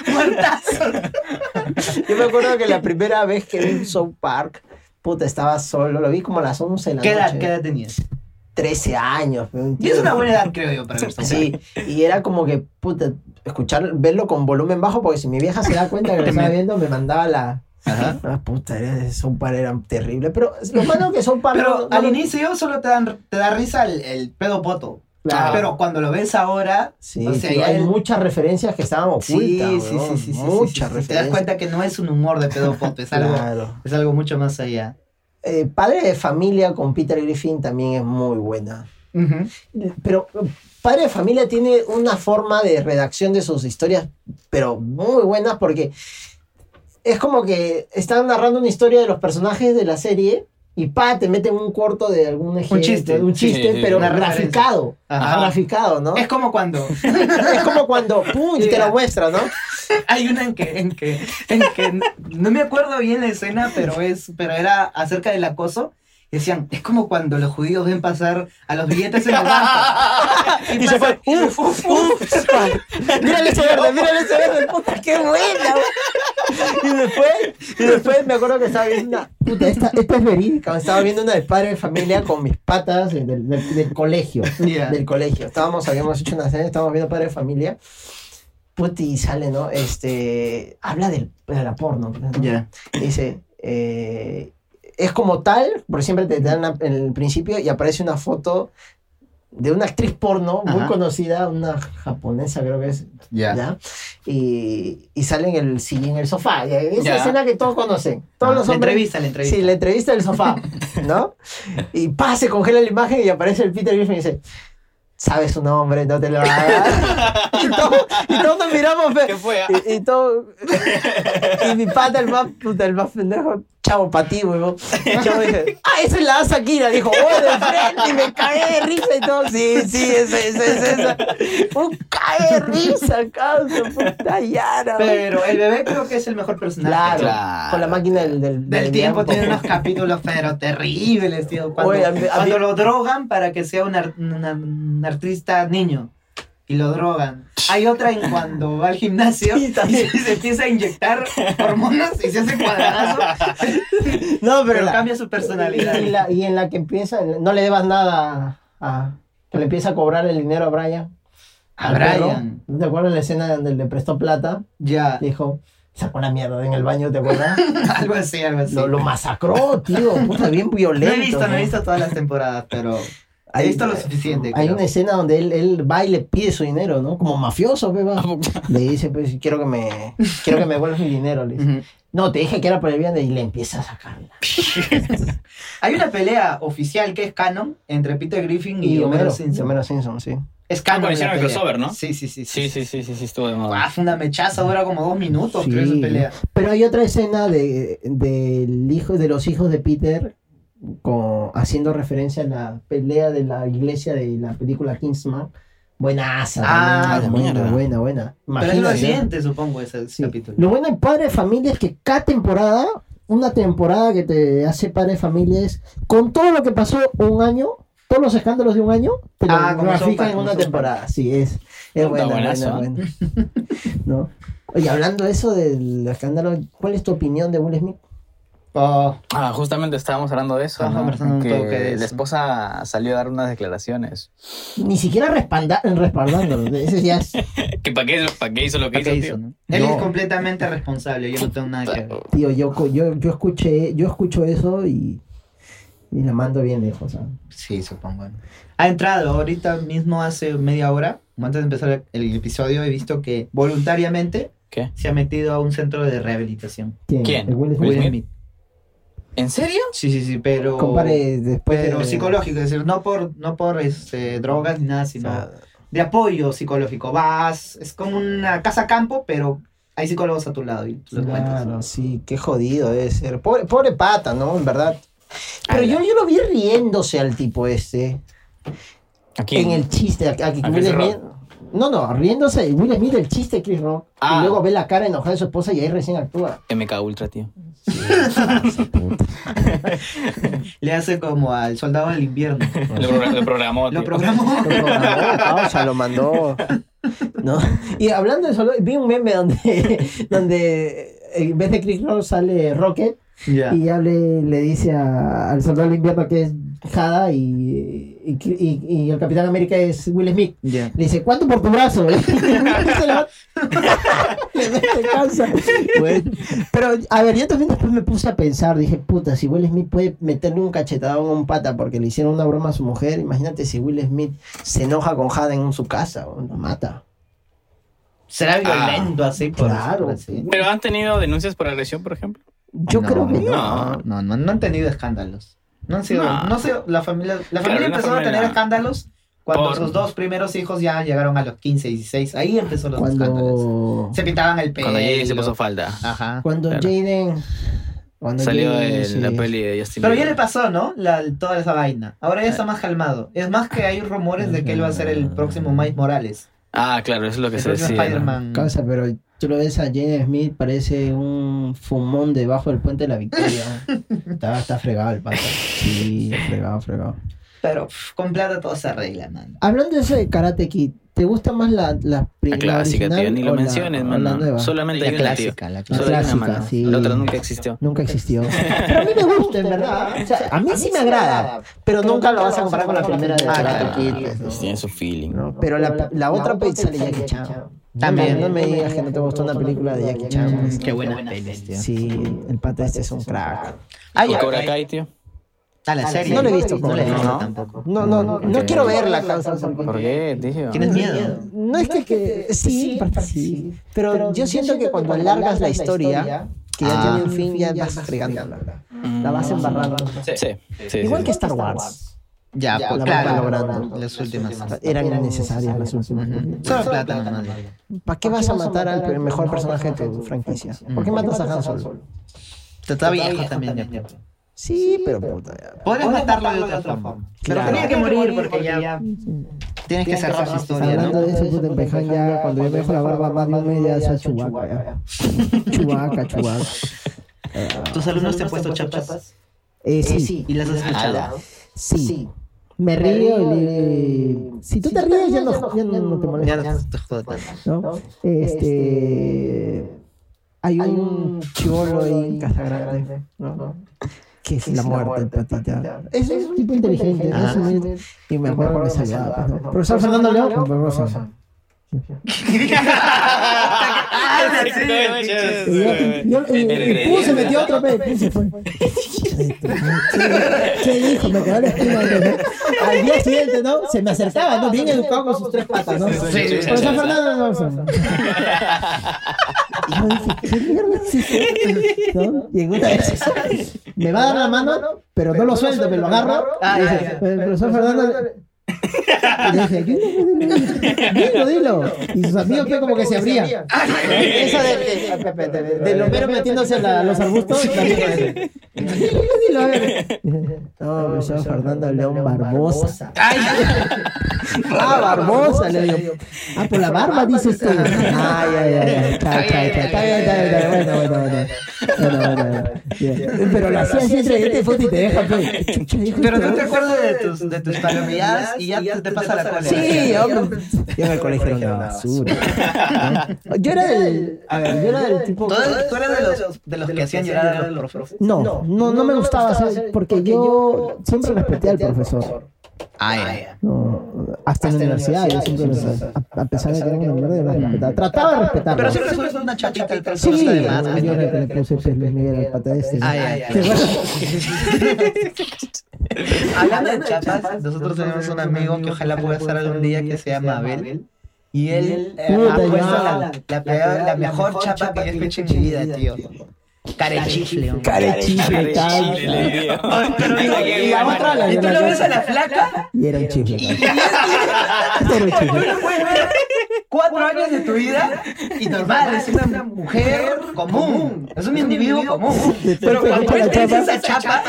Speaker 2: Muertazo.
Speaker 3: Yo me acuerdo que la primera vez que vi South Park, puta, estaba solo. Lo vi como a las 11 de la
Speaker 2: ¿Qué
Speaker 3: noche.
Speaker 2: edad, qué edad tenías?
Speaker 3: 13 años. un
Speaker 2: Y es
Speaker 3: tío.
Speaker 2: una buena edad, creo yo, para ver esta
Speaker 3: Sí, y era como que, puta, escuchar, verlo con volumen bajo, porque si mi vieja se da cuenta
Speaker 2: <laughs>
Speaker 3: que lo estaba viendo, me mandaba la...
Speaker 2: Ajá.
Speaker 3: <laughs> Ah, puta, era- South Park eran terribles. Pero lo malo que South Park... no-
Speaker 2: Pero
Speaker 3: no
Speaker 2: al
Speaker 3: lo-
Speaker 2: inicio solo te, dan, te da risa el, el pedo poto.
Speaker 3: Claro.
Speaker 2: Pero cuando lo ves ahora,
Speaker 3: Sí,
Speaker 2: o sea,
Speaker 3: tío,
Speaker 2: ya
Speaker 3: hay
Speaker 2: el-
Speaker 3: muchas referencias que estaban ocultas,
Speaker 2: sí, sí, sí,
Speaker 3: weón,
Speaker 2: sí, sí, sí,
Speaker 3: muchas
Speaker 2: sí, sí, Te
Speaker 3: referencias.
Speaker 2: das cuenta que no es un humor de pedo poto, es algo,
Speaker 3: Claro.
Speaker 2: es algo mucho más allá.
Speaker 3: Eh, Padre de Familia con Peter Griffin también es muy buena.
Speaker 2: Ujú.
Speaker 3: Pero eh, Padre de Familia tiene una forma de redacción de sus historias, pero muy buenas porque es como que están narrando una historia de los personajes de la serie y pa, te meten un corto de algún ejemplo,
Speaker 2: chiste.
Speaker 3: un
Speaker 1: Sí,
Speaker 3: chiste,
Speaker 1: sí, sí.
Speaker 3: pero
Speaker 2: Una referencia.
Speaker 3: graficado,
Speaker 2: Ajá. <laughs>
Speaker 3: graficado, ¿no?
Speaker 2: Es como cuando
Speaker 3: Es como cuando, pum, y te
Speaker 2: Mira.
Speaker 3: lo muestra, ¿no?
Speaker 2: hay una en que, en que, en que no me acuerdo bien la escena, pero es, pero era acerca del acoso. Y decían, es como cuando los judíos ven pasar a los billetes en
Speaker 1: <laughs>
Speaker 2: el banco.
Speaker 3: Y se fue, uff, uff, uff, se fue. Mírale ese verde, mírale ese verde, puta, qué buena. güey. Y después, y después me acuerdo que estaba viendo una, puta, esta, esta es verídica, estaba viendo una de padre de familia con mis patas del, del- del colegio,
Speaker 2: <laughs> Ya.
Speaker 3: del colegio. Estábamos, habíamos hecho una cena, estábamos viendo padre de familia. Puta, y sale, ¿no? Este, habla del, de la porno. ¿no?
Speaker 2: Ya.
Speaker 3: Dice, eh, es como tal, porque siempre te dan la- en el principio y aparece una foto de una actriz porno muy
Speaker 2: Ajá.
Speaker 3: conocida, una japonesa creo que es, ¿ya? Y, y sale en el, sillín, en el sofá, ya, esa
Speaker 1: Ya.
Speaker 3: escena que todos conocen, todos los
Speaker 2: la
Speaker 3: hombres...
Speaker 2: entrevista, la entrevista.
Speaker 3: Sí, la entrevista del sofá, ¿no? Y pa, se congela la imagen y aparece el Peter Griffin y dice, sabes su nombre, no te lo vas a dar". <laughs> y, todos, y todos nos miramos, fe-
Speaker 1: ¿Qué fue? ah?
Speaker 3: y, y todo. y mi pata, el más puta, el más pendejo, chavo para ti, huevón. Y yo dije, ah, esa es la Shakira. Dijo, oh, de frente, y me cagué de risa y todo. Sí, sí, esa, esa, es esa. Un cae de risa, cabrón, puta Yara.
Speaker 2: Pero el bebé creo que es el mejor personaje.
Speaker 3: Claro,
Speaker 1: Claro.
Speaker 3: con la máquina del, del,
Speaker 2: Del tiempo tiene unos
Speaker 3: tiempo. <laughs>
Speaker 2: capítulos pero terribles, tío. Cuando,
Speaker 3: Oye, a mí- a
Speaker 2: cuando
Speaker 3: mí-
Speaker 2: lo drogan para que sea un, ar- una- un artista niño. Y lo drogan. Hay otra en cuando va al gimnasio
Speaker 3: Sí, también.
Speaker 2: y se empieza a inyectar hormonas y se hace cuadradazo,
Speaker 3: No,
Speaker 2: pero
Speaker 3: pero. la-
Speaker 2: cambia su personalidad.
Speaker 3: Y, la- y en la que empieza, no le debas nada a. a- que le empieza a cobrar el dinero a Brian.
Speaker 2: A
Speaker 3: al perro.
Speaker 2: Brian.
Speaker 3: ¿No te acuerdas la escena donde le prestó plata?
Speaker 2: Ya.
Speaker 3: Dijo, sacó la mierda en el baño, ¿te acuerdas?
Speaker 2: <laughs> Algo así, algo así.
Speaker 3: Lo, lo masacró, tío. Puta, bien
Speaker 2: no
Speaker 3: violento.
Speaker 2: he visto, no
Speaker 3: ¿no?
Speaker 2: he visto todas las temporadas, pero he
Speaker 3: Hay-
Speaker 2: visto lo suficiente.
Speaker 3: Hay
Speaker 2: creo.
Speaker 3: una escena donde él, él va y le pide su dinero, ¿no? Como mafioso,
Speaker 2: Ah,
Speaker 3: beba. Le dice, pues, quiero que me, quiero que me vuelvas mi dinero. Le dice.
Speaker 2: Ujú.
Speaker 3: No, te dije que era por el bien de... Y le empieza a sacarla.
Speaker 2: Hay una pelea oficial que es canon entre Peter Griffin y, Homero Simpson.
Speaker 3: Homero Simpson, sí.
Speaker 2: Es canon.
Speaker 1: Ah, cuando
Speaker 2: la
Speaker 1: hicieron el
Speaker 2: pelea.
Speaker 1: crossover, ¿no?
Speaker 2: Sí, sí, sí.
Speaker 1: Sí, sí, sí, sí, sí, estuvo de moda.
Speaker 2: Ah, fue una mechaza, dura como dos minutos, creo, esa
Speaker 3: Sí.
Speaker 2: pelea.
Speaker 3: Pero hay otra escena de, del hijo, de los hijos de Peter con, haciendo referencia a la pelea de la iglesia de la película Kingsman. Buenaza.
Speaker 2: Ah,
Speaker 1: la
Speaker 3: buena,
Speaker 1: mierda.
Speaker 3: buena, buena, buena.
Speaker 2: Pero es lo
Speaker 3: Imagínate.
Speaker 2: siguiente, supongo, ese
Speaker 3: Sí.
Speaker 2: capítulo.
Speaker 3: Lo bueno de Padre de Familia es que cada temporada, una temporada que te hace Padre de Familia es, con todo lo que pasó un año, todos los escándalos de un año, te lo
Speaker 2: Ah, como South
Speaker 3: grafican
Speaker 2: Park,
Speaker 3: en
Speaker 2: como
Speaker 3: una
Speaker 2: South Park.
Speaker 3: temporada. Sí, es, es buena,
Speaker 1: buenazo,
Speaker 3: buena, buena.
Speaker 2: ¿eh? <laughs>
Speaker 3: ¿No? Oye, hablando de eso del escándalo, ¿cuál es tu opinión de Will Smith?
Speaker 2: Oh,
Speaker 1: Ah, justamente estábamos hablando de eso.
Speaker 2: Ajá,
Speaker 1: ¿no?
Speaker 2: conversando un
Speaker 1: Que
Speaker 2: toque de eso.
Speaker 1: la esposa salió a dar unas declaraciones.
Speaker 3: Ni siquiera respalda, respaldándolo. Ese ya es,
Speaker 1: ¿Que ¿Para qué, pa' qué hizo lo que
Speaker 2: ¿qué
Speaker 1: hizo,
Speaker 2: hizo,
Speaker 1: tío?
Speaker 2: no? Él
Speaker 3: No.
Speaker 2: es completamente responsable, yo no tengo nada que ver.
Speaker 3: tío, yo, co- yo, yo escuché, yo escucho eso y, y la mando bien lejos. ¿sabes?
Speaker 2: Sí, supongo. ¿no? Ha entrado ahorita mismo hace media hora, antes de empezar el episodio, he visto que voluntariamente
Speaker 1: ¿Qué?
Speaker 2: se ha metido a un centro de rehabilitación.
Speaker 1: ¿Quién?
Speaker 3: El Will Smith.
Speaker 1: Will Smith. ¿En serio?
Speaker 2: Sí, sí, sí, pero...
Speaker 3: Compare después.
Speaker 2: Pero
Speaker 3: de-
Speaker 2: Pues, psicológico, es decir, no por, no por este, drogas ni nada,
Speaker 3: o
Speaker 2: sino...
Speaker 3: sea,
Speaker 2: de apoyo psicológico. Vas, es como una casa campo, pero hay psicólogos a tu lado y tú lo cuentas.
Speaker 3: Claro, sí, qué jodido debe ser. Pobre, pobre pata, ¿no? En verdad. Pero yo, yo lo vi riéndose al tipo este.
Speaker 1: Aquí.
Speaker 3: En el chiste. a- a que
Speaker 1: ¿A
Speaker 3: Will
Speaker 1: Chris
Speaker 3: Smith- No, no, riéndose de Will Smith el chiste de Chris Rock.
Speaker 1: Ah.
Speaker 3: Y luego ve la cara enojada de su esposa y ahí recién actúa.
Speaker 1: MK Ultra, tío.
Speaker 2: Le hace como al soldado del invierno.
Speaker 1: Lo, pro- lo programó,
Speaker 2: <laughs> Lo
Speaker 1: tío.
Speaker 2: programó.
Speaker 3: Lo programó, causa, lo mandó. <laughs> ¿No? Y hablando de solo, vi un meme donde, <laughs> donde eh, en vez de Chris Rock sale Rocket
Speaker 2: Ya.
Speaker 3: y <laughs> ya le, le dice a- al soldado del invierno que es Jada y, y, y- y el Capitán América es Will Smith.
Speaker 2: Ya.
Speaker 3: Le dice, ¿cuánto por tu brazo? Y se le va- le mete calza. Bueno, pero, a ver, yo también después me puse a pensar, dije, puta, si Will Smith puede meterle un cachetadón a un pata porque le hicieron una broma a su mujer, imagínate si Will Smith se enoja con Jada en su casa, o lo mata.
Speaker 2: Será
Speaker 1: Ah,
Speaker 2: violento así por
Speaker 3: claro.
Speaker 2: por así.
Speaker 1: Pero han tenido denuncias por agresión, por ejemplo.
Speaker 3: Yo
Speaker 2: No,
Speaker 3: creo que no.
Speaker 2: no. No, no, no han tenido escándalos. No han sido,
Speaker 1: No.
Speaker 2: no, sé, la familia, la familia
Speaker 1: Claro, la
Speaker 2: empezó
Speaker 1: familia-
Speaker 2: a tener escándalos cuando
Speaker 1: Por-
Speaker 2: sus dos primeros hijos ya llegaron a los 15, 16. Ahí empezó los escándalos.
Speaker 3: Cuando,
Speaker 2: Se pintaban el pelo.
Speaker 1: Cuando Jay se puso falda.
Speaker 2: Ajá.
Speaker 3: cuando
Speaker 1: Claro.
Speaker 3: Jaden... cuando
Speaker 1: Salió
Speaker 3: Jaden,
Speaker 1: en
Speaker 3: sí.
Speaker 1: la peli de Justin
Speaker 2: Pero ya le
Speaker 1: Bieber.
Speaker 2: pasó, ¿no? La- toda esa vaina. Ahora ya está más calmado. Es más que hay rumores de que él va a ser el próximo Mike Morales.
Speaker 1: Ah, claro, eso es lo que
Speaker 2: El
Speaker 1: se
Speaker 2: próximo
Speaker 1: decía. ¿no?
Speaker 2: Spider-Man.
Speaker 3: Causa, pero tú lo ves a Jaden Smith, parece un fumón debajo del puente de la Victoria.
Speaker 1: <laughs>
Speaker 3: está, está fregado el pata. Sí, fregado, fregado.
Speaker 2: Pero pff, con plata todo se arregla, mano.
Speaker 3: Hablando de eso de Karate Kid, ¿te gusta más la, la
Speaker 1: La
Speaker 3: primera
Speaker 1: clásica,
Speaker 3: original
Speaker 1: tío. Ni
Speaker 3: o
Speaker 1: lo
Speaker 3: la-
Speaker 1: menciones,
Speaker 3: o la
Speaker 1: mano.
Speaker 3: nueva?
Speaker 1: Solamente hay
Speaker 2: La
Speaker 1: una, tío.
Speaker 2: clásica, la
Speaker 1: Solo
Speaker 2: clásica.
Speaker 1: hay una,
Speaker 3: clásica,
Speaker 1: mano.
Speaker 3: sí.
Speaker 1: La otra nunca existió. <laughs>
Speaker 3: Nunca existió. Pero a mí me gusta, en verdad. O sea, a mí sí me agrada, pero nunca lo vas a comparar con la primera de
Speaker 2: Ah,
Speaker 3: Karate
Speaker 2: claro.
Speaker 3: Kid. pues, ¿no?
Speaker 1: Pues tiene su feeling.
Speaker 3: No, Pero la, la otra peli sale Jackie Chan.
Speaker 2: También.
Speaker 3: No me digas que no te gustó una película de Jackie Chan.
Speaker 2: Mm,
Speaker 3: pues.
Speaker 2: qué buenas pelis, tío.
Speaker 3: Sí, el pata este es un crack.
Speaker 2: Ay,
Speaker 1: Y
Speaker 2: ay,
Speaker 1: Cobra
Speaker 2: ay.
Speaker 1: Kai, tío.
Speaker 2: Ah, la serie.
Speaker 3: No la he visto,
Speaker 2: No la he visto
Speaker 1: ¿no?
Speaker 2: tampoco.
Speaker 3: No, no, no, no
Speaker 1: Ok.
Speaker 3: quiero verla, causa.
Speaker 1: ¿Por
Speaker 3: porque-
Speaker 1: qué, tío?
Speaker 2: ¿Tienes miedo?
Speaker 3: No es que, que- sí, parte sí. Pero, yo siento que cuando alargas la historia, que
Speaker 2: Ah.
Speaker 3: ya tiene un fin, ya vas fregándola. La vas embarrando.
Speaker 1: Sí, sí. sí,
Speaker 3: Igual
Speaker 1: sí.
Speaker 3: que Star Wars.
Speaker 2: Ya,
Speaker 3: Ya,
Speaker 2: pues,
Speaker 3: la
Speaker 2: claro.
Speaker 3: van valorando.
Speaker 2: Las últimas.
Speaker 3: Eran innecesarias las últimas.
Speaker 2: Ujú. Solo plata nomás. ya.
Speaker 3: ¿Para qué vas a matar al pe- mejor personaje de tu franquicia? ¿Por qué matas a Han Solo?
Speaker 2: Está viejo también. ya, pues.
Speaker 3: Sí, pero puta. ya.
Speaker 2: Podrías matarlo de otra forma. Pero
Speaker 3: Claro.
Speaker 2: tenía que morir porque ya tienes que cerrar su historia,
Speaker 3: Hablando
Speaker 2: ¿no?
Speaker 3: de eso, puta, en Peján ya, cuando yo me dejo la barba más de un mes, ya soy chubaca. ya. <laughs> Chubaca, chubaca.
Speaker 2: ¿Tus alumnos te han puesto chapas?
Speaker 3: Eh, sí,
Speaker 2: ¿Y las has escuchado?
Speaker 3: sí. Me río y le- Si tú te ríes, ya no ya no te
Speaker 2: Pues Ya
Speaker 3: molestas.
Speaker 2: no te jodas tanto.
Speaker 3: ¿no? Este, hay un chivolo ahí en Casa Grande, ¿no? Que es, la muerte, el patita. Es un tipo inteligente, ¿no?
Speaker 2: Ah.
Speaker 3: Es humilde. Y me acuerdo que me saludaba. pues, ¿no? Profesor Fernando León, con <laughs> Barbosa.
Speaker 2: Ah, sí,
Speaker 3: Y yo- y yo- y- y Pum, se metió otra vez. Pum, se fue. ¿Qué dijo? Me quedó la espina. ¿no? Al día siguiente, ¿no? Se me acercaba, ¿no? Bien educado con sus tres patas, ¿no?
Speaker 1: sí, sí,
Speaker 3: Profesor
Speaker 1: sí, sí.
Speaker 3: Fernando León. Y yo dije, ¿qué mierda es esto? ¿No? Y en una de esas, me va a dar la mano, pero no lo suelto, me lo agarro.
Speaker 2: Ah,
Speaker 3: y
Speaker 2: ya,
Speaker 3: dice,
Speaker 2: ya.
Speaker 3: "Pero El profesor Fernando. Y le dije, "¿Qué? dilo, dilo. Y sus amigos que como que se abrían. Esa de, de, de, de, de Lomero metiéndose a la- los arbustos. también parece. Dilo, dilo, a ver. No, profesor Fernando León Barbosa. Ah, Barbosa, le digo. Ah, por la barba dices tú. Ay, ay, ay, ay. Está, está, está, está bien, está bien, está bien. Bueno, bueno, bueno. Bueno, bueno, bueno. Bien. Pero la hacía siempre de foto y te deja. pues. Chucha, dijo
Speaker 2: Pero
Speaker 3: esto.
Speaker 2: tú te acuerdas de tus, de tus palomilladas y ya te, te pasa la cola.
Speaker 3: Sí, hombre. Yo en el colegio era una basura. ¿no? Yo era del. A ver, yo era del tipo.
Speaker 2: Tú eres- tú eres de los, de los que hacían llorar a los profes.
Speaker 3: No, no, no, me gustaba hacer. Porque yo siempre respeté al profesor.
Speaker 2: Ah, ya.
Speaker 3: No, hasta en la universidad, yo siempre lo a, a pesar de que era una mierda, yo lo respetaba. Trataba de respetarlo.
Speaker 2: Pero siempre subes una chapita al
Speaker 3: Sí,
Speaker 2: profesor.
Speaker 3: yo
Speaker 2: de más, ¿no?
Speaker 3: era que le puse pues, Luis Miguel al pata este.
Speaker 2: Ah, ya, ya.
Speaker 3: ¿Te acuerdas?
Speaker 2: Hablando de chapas, nosotros tenemos un amigo que ojalá pueda estar algún día que se llama Abel. Y él eh,
Speaker 3: Puta,
Speaker 2: ha puesto
Speaker 3: ya.
Speaker 2: la, la peor- la mejor chapa que yo he hecho en mi vida, tío. Carechifle, hombre.
Speaker 3: Chifle, tal.
Speaker 2: Pero,
Speaker 1: Y
Speaker 2: y
Speaker 1: la otra,
Speaker 3: la-
Speaker 2: y tú lo ves a la flaca
Speaker 3: <laughs> Y era un chifle. tal. Era un chifle.
Speaker 2: Bueno, bueno, cuatro años de tu vida y normal, es una mujer común, es un individuo común. Pero
Speaker 1: Pero
Speaker 2: cuando
Speaker 1: para
Speaker 2: ves
Speaker 1: la chapa-
Speaker 2: esa chapa,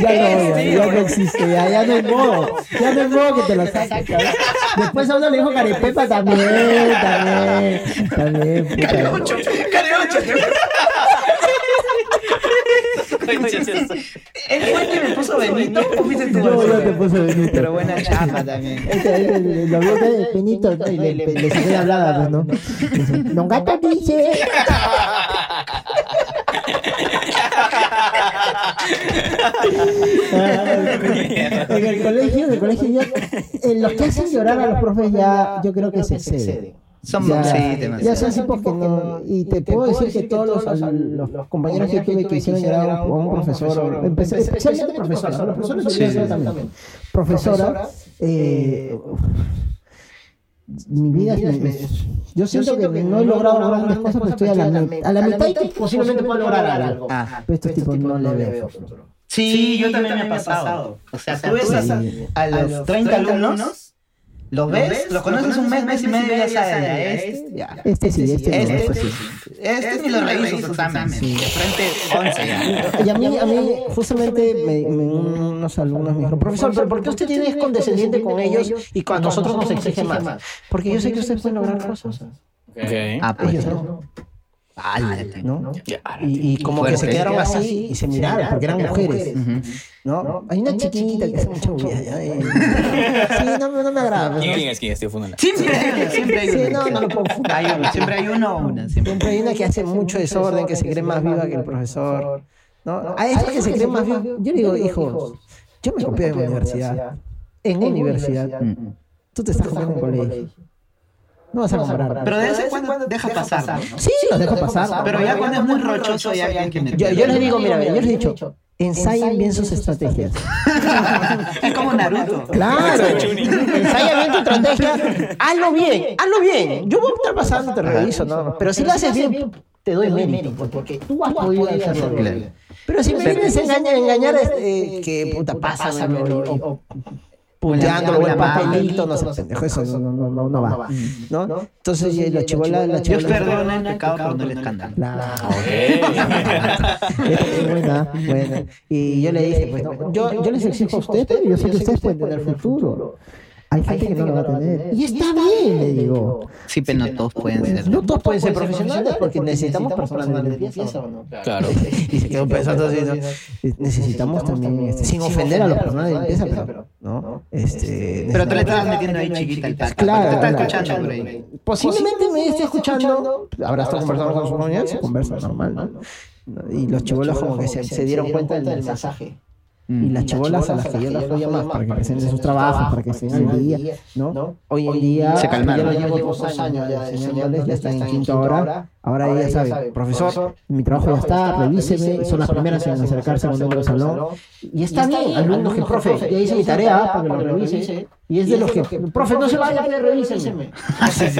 Speaker 3: Ya no,
Speaker 2: Sí,
Speaker 3: ya no
Speaker 2: güey.
Speaker 3: existe, ya, ya no es modo. Ya no es modo que te lo saques. cabrón. Después a uno le dijo Carepepa también, también, también. puta.
Speaker 2: Cariocho, cariocho. ¿Él fue el que me puso Benito o fuiste tú?
Speaker 3: Yo, yo te puse Benito.
Speaker 2: Pero buena chapa también.
Speaker 3: Este, el- el- el- Lo vio que el penito ¿no? y le, le, le saqué la hablada, pues, ¿no? Dice, Don Gato dice. Ah, En el colegio, en el colegio ya, en los que hacen llorar a los profes ya, yo creo que se exceden.
Speaker 2: Son
Speaker 3: Ya,
Speaker 2: sí,
Speaker 3: ya
Speaker 2: demasiado.
Speaker 3: son tipos que no. Y te puedo decir que todos los, al- los, compañeros que tuve que hicieron llorar a un, a un profesor, o- empecé- especialmente profesora, los profesores suelen hacer también. Profesora, eh, mi vida, es- me- yo siento que, no he logrado grandes cosas, pero estoy a la, met- a la mitad y que posiblemente pueda lograr algo.
Speaker 2: Ah.
Speaker 3: Pero estos tipos no le veo. futuro.
Speaker 2: Sí, yo también me ha pasado. O sea, tú ves a,
Speaker 3: Sí.
Speaker 2: a los 30 alumnos, los ves, los conoces un mes, mes y medio, ya sabes, ya este, ya.
Speaker 3: Este sí, este, no,
Speaker 2: Este,
Speaker 3: este
Speaker 2: este,
Speaker 3: sí.
Speaker 2: este ni lo reviso su examen. De frente, 11 ya.
Speaker 3: Y a mí, a mí justamente me- me- unos alumnos me dijeron, profesor, pero ¿por qué usted tiene- es condescendiente con ellos y con- a nosotros nos exige más? Porque yo sé que ustedes pueden lograr cosas.
Speaker 1: Ok.
Speaker 2: Ah, pues.
Speaker 3: Ellos no, ¿no?
Speaker 1: Ya, ahora sí.
Speaker 3: Y, y como que
Speaker 2: Fuerte.
Speaker 3: se quedaron así y se miraron porque eran mujeres,
Speaker 2: Ujú.
Speaker 3: ¿no? Hay una chiquita que hace mucha bulla. ya, eh. Sí, no, me- no me agrada. ¿no?
Speaker 1: ¿Y ¿Quién es quién es tío Funola?
Speaker 2: Siempre hay una, siempre hay una.
Speaker 3: Sí, no, no lo puedo fundar.
Speaker 2: Hay uno, siempre hay uno o una. Siempre.
Speaker 3: Siempre hay una que hace mucho desorden, que se cree más viva que el profesor. ¿no? A esa que se cree más viva, yo le digo, hijos, yo me copié de mi universidad. En universidad,
Speaker 2: Mm.
Speaker 3: tú te estás copiando en colegio. No vas a comparar.
Speaker 2: Pero de vez en cuando deja pasar, ¿no?
Speaker 3: Sí, los dejo pasar.
Speaker 2: Pero ya cuando es muy rochoso, ya hay que
Speaker 3: Yo,
Speaker 2: meterlo.
Speaker 3: yo les digo, mira, yo les he dicho, ensayen bien sus estrategias.
Speaker 2: Es como Naruto.
Speaker 3: Claro. Ensaya bien tu estrategia. Hazlo bien, hazlo bien. Yo voy a estar pasando, te reviso, no. Pero si lo haces bien, te doy mérito, porque tú has podido hacerlo.
Speaker 2: Claro.
Speaker 3: Pero si me
Speaker 2: Pero-
Speaker 3: vienes a engañar, engañar eh, que puta, pásamelo, o, o puteándolo, o el
Speaker 2: la mano.
Speaker 3: papelito, no sé, pendejo, eso no, no, no, no, no va. ¿no? Entonces, eh, la chivola, la
Speaker 2: Dios
Speaker 3: chivola.
Speaker 2: perdona el pecado, pero no el escándalo.
Speaker 3: La- eh,
Speaker 1: Ok.
Speaker 3: buena, buena. Y yo le dije, pues no, yo, yo les exijo a ustedes, yo sé que ustedes pueden tener futuro. Hay gente que no lo va a tener. Y está bien, le digo.
Speaker 2: Sí, pero no todos pueden
Speaker 3: No todos pueden ser profesionales porque necesitamos personas de limpieza, ¿o no?
Speaker 1: Claro.
Speaker 3: Y se quedó pensando así, ¿no? Necesitamos también, este, sin ofender a los personas de limpieza, pero, ¿no? Este,
Speaker 2: Pero tú le
Speaker 3: necesitamos-
Speaker 2: estabas metiendo ahí chiquita el pata.
Speaker 3: Claro,
Speaker 2: Te está
Speaker 3: claro.
Speaker 2: escuchando por ahí.
Speaker 3: Posiblemente me esté escuchando, habrá estado conversando con sus compañeros, conversa normal, ¿no? Y los chivolos como que se, se dieron cuenta del mensaje. Mm. Y las chivolas a las que yo las voy a llamar para que presenten sus trabajos, para que estén al día, ¿no? Hoy en día,
Speaker 2: Se calmaron.
Speaker 3: yo ya lo llevo dos años ya enseñándoles, ya están en quinto hora. Ahora ella sabe, profesor, mi trabajo ya está, revíseme, son las primeras en acercarse a un número del salón. Y está bien, alumnos que, profe, ya hice mi tarea para que lo revise. Y es de los que, profe, no se vaya, ya revíseme.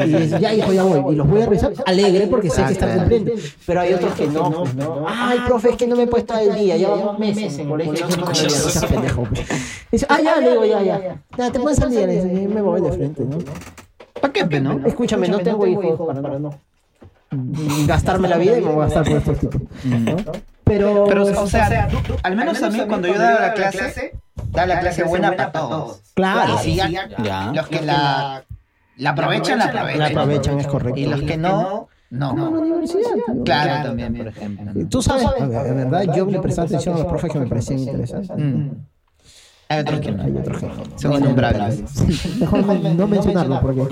Speaker 3: Y es, ya hijo, ya voy. Y los voy a revisar alegre porque sé
Speaker 2: Ah,
Speaker 3: que están
Speaker 2: claro.
Speaker 3: cumpliendo. Pero hay otros que no. pues, ¿no? Ay, profe, es que no me he puesto al día. Llevamos meses en el colegio. no me he puesto al día, no seas pendejo, pues. Dice, ah, ya, le digo, ya, ya. Ya, Ah, te puedes salir. Le digo, me voy de frente, ¿no?
Speaker 2: ¿Para qué, pe, no?
Speaker 3: Escúchame, no tengo hijos para no gastarme la vida y me voy a gastar por estos tipos. ¿no? Pero,
Speaker 2: Pero, o sea, tú- al menos a mí cuando yo daba la clase, daba la clase buena para todos.
Speaker 3: claro,
Speaker 2: Y si ya-
Speaker 1: Ya.
Speaker 2: los que la la aprovechan, la
Speaker 3: la
Speaker 2: aprovechan.
Speaker 3: aprovechan, es correcto.
Speaker 2: Y los que no,
Speaker 3: Como en la
Speaker 2: no.
Speaker 3: universidad, tío.
Speaker 2: Claro, también, por ejemplo. ¿no?
Speaker 3: Tú sabes, la verdad, yo le presté atención a los profes que me parecían interesantes.
Speaker 2: Mm. Hay otros que no.
Speaker 3: Hay otro jefe.
Speaker 2: Son innombrables.
Speaker 3: Mejor no, no mencionarlo porque.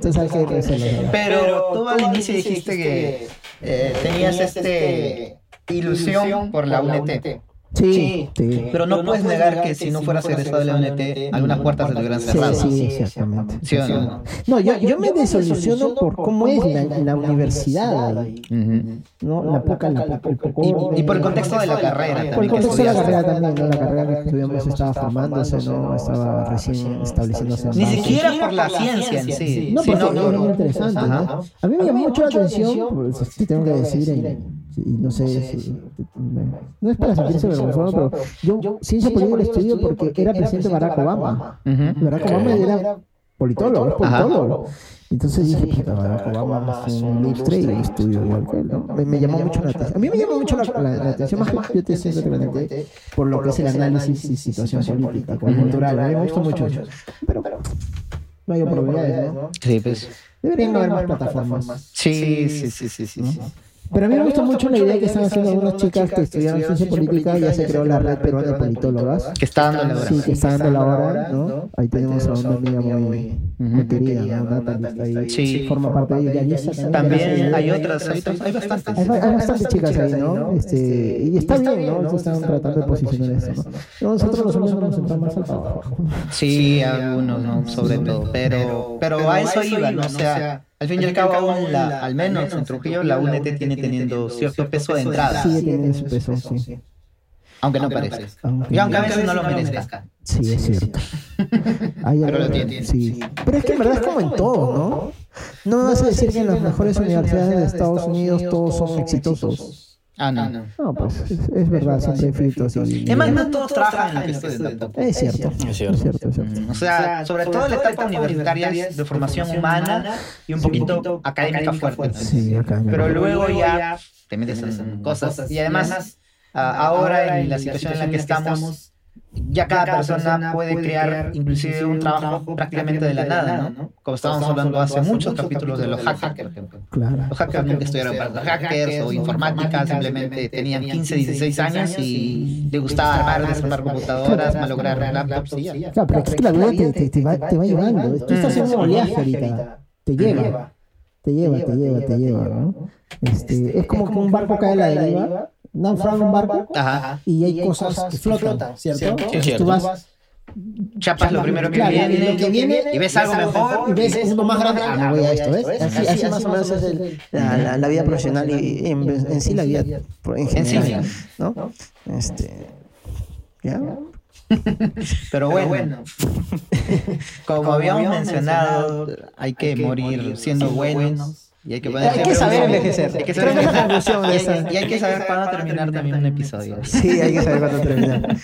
Speaker 3: Tú sabes que hay que hacerlo.
Speaker 2: Pero tú al inicio dijiste que eh, tenías este ilusión por la UNT.
Speaker 3: Sí, sí.
Speaker 2: Pero no puedes negar que si no fueras egresado de la UNT, algunas puertas se te hubieran
Speaker 3: Sí,
Speaker 2: cerrado.
Speaker 3: sí, exactamente.
Speaker 2: ¿Sí o no?
Speaker 3: No, yo, yo me desoluciono por cómo es la, la universidad ahí,
Speaker 2: Ujú.
Speaker 3: ¿no? La poca, la poca, el poco. eh,
Speaker 2: Y por el contexto de la carrera
Speaker 3: Por el
Speaker 2: también. que
Speaker 3: contexto de la
Speaker 2: estudiaste.
Speaker 3: carrera también, ¿no? La carrera que estudiamos estaba formándose, ¿no? Estaba recién estableciéndose. en
Speaker 2: Ni
Speaker 3: base.
Speaker 2: siquiera por la ciencia en sí.
Speaker 3: No,
Speaker 2: Sí,
Speaker 3: pero
Speaker 2: no,
Speaker 3: es
Speaker 2: no,
Speaker 3: muy
Speaker 2: no.
Speaker 3: interesante,
Speaker 2: Ajá.
Speaker 3: ¿no? A mí me llamó mucho la atención, pues, te tengo que decir, en- sí, no sé, es- no es para sentirse vergonzoso, pero yo ciencia política la estudio porque era presidente Barack Obama.
Speaker 2: Ujú.
Speaker 3: Barack Obama era politólogo, es politólogo. Entonces dije,
Speaker 4: Entonces
Speaker 3: puta,
Speaker 4: dije,
Speaker 3: Barack
Speaker 4: puta,
Speaker 3: Obama
Speaker 4: Obama
Speaker 3: hace
Speaker 4: es
Speaker 3: un
Speaker 4: un
Speaker 3: lustre y
Speaker 4: lustre
Speaker 3: un
Speaker 4: y
Speaker 3: estudio
Speaker 4: estudio
Speaker 3: igual que él, ¿no? Me, me llamó mucho la atención. A mí me llamó mucho la, la- la atención, más que yo te decía que te comenté, por lo que es el análisis y situación política, cultural. A mí me gustó mucho eso. Pero no hay oportunidades, ¿no?
Speaker 1: Sí, pues.
Speaker 3: Deberían haber más plataformas.
Speaker 1: Sí, sí, sí, sí, sí. sí.
Speaker 3: Pero a mí me gustó mucho la idea que están haciendo algunas chicas que estudiaron ciencia política y ya se creó la red peruana de politólogas.
Speaker 2: Que está dando la hora.
Speaker 3: Sí, que está dando la hora, ¿no? Ahí tenemos a una amiga muy...
Speaker 2: Ujú.
Speaker 3: muy querida, ¿no? Natalie está ahí.
Speaker 2: Sí.
Speaker 3: Forma parte de Yanisa
Speaker 2: También
Speaker 3: Yanisa,
Speaker 2: hay
Speaker 3: ¿no?
Speaker 2: otras, hay otras, hay
Speaker 3: Hay,
Speaker 2: bastantes.
Speaker 3: ba- hay bastantes chicas ahí, ¿no? Este, y está bien, ¿no? Entonces están tratando de posicionar esto, ¿no? No, Nosotros los hombres nos centramos más al trabajo.
Speaker 2: Sí, algunos, ¿no? Sobre todo. Pero, pero a eso iba, ¿no? O sea, al fin y al cabo, aún la, al menos en Trujillo, la UNT tiene teniendo cierto peso de entrada,
Speaker 3: Sigue teniendo su peso, sí.
Speaker 2: aunque no parezca.
Speaker 3: Aunque-
Speaker 2: Y aunque a veces no lo merezca.
Speaker 3: Sí, es cierto. Hay
Speaker 2: Pero lo
Speaker 3: algo-
Speaker 2: tiene.
Speaker 3: Sí. Pero es que en verdad es como en todo, ¿no? No vas a decir que en las mejores universidades de Estados Unidos todos son exitosos.
Speaker 2: Ah, no.
Speaker 3: No, pues es, es verdad, siempre hay filtros y...
Speaker 2: Es más, no todos trabajan en lo que estudian tampoco.
Speaker 3: Es cierto, es cierto, Mm. es cierto.
Speaker 2: O sea, sobre todo en la etapa universitaria es de formación humana y un poquito académica fuerte. ¿no?
Speaker 3: Sí, acá.
Speaker 2: Pero
Speaker 3: acá.
Speaker 2: luego ya te metes en cosas. Y además, a- ahora en la situación en la que estamos, ya cada persona puede crear inclusive un trabajo prácticamente de la nada, ¿no? Como estábamos hablando hace muchos capítulos de los hackers, por ejemplo.
Speaker 3: Claro.
Speaker 2: Los hackers nunca estuvieron para los hackers o informática, simplemente tenían 15, 16 años y les gustaba armar, desarmar computadoras, malograr laptops y ya.
Speaker 3: Claro, pero es que la vida te, te, te va, te va llevando. Tú estás en un oleaje ahorita. Te lleva, te lleva, te lleva, te lleva, ¿no? Este, es como que un barco cae a la deriva, naufraga un barco
Speaker 2: Ajá.
Speaker 3: y hay cosas que flotan, ¿cierto? Entonces tú vas
Speaker 2: Chapas lo primero que
Speaker 3: Claro, y lo que
Speaker 2: viene
Speaker 3: viene
Speaker 2: y ves algo mejor.
Speaker 3: y ves uno más grande, ah, me voy a esto, ¿ves? Así, así más o menos es el- la, la- la vida profesional y y en, en sí la vida por- en
Speaker 2: En sí,
Speaker 3: general, ¿no? Este, ¿ya?
Speaker 2: Pero bueno, <laughs> como habíamos mencionado, hay que morir siendo buenos. Y hay que,
Speaker 3: Hay que saber envejecer.
Speaker 2: Hay que
Speaker 3: Creo
Speaker 2: saber
Speaker 3: que es la
Speaker 2: envejecer. <laughs>
Speaker 3: conclusión
Speaker 2: Y
Speaker 3: de
Speaker 2: hay-
Speaker 3: esa.
Speaker 2: Y hay que saber cuándo terminar también un episodio.
Speaker 3: Sí, hay que saber cuándo terminar.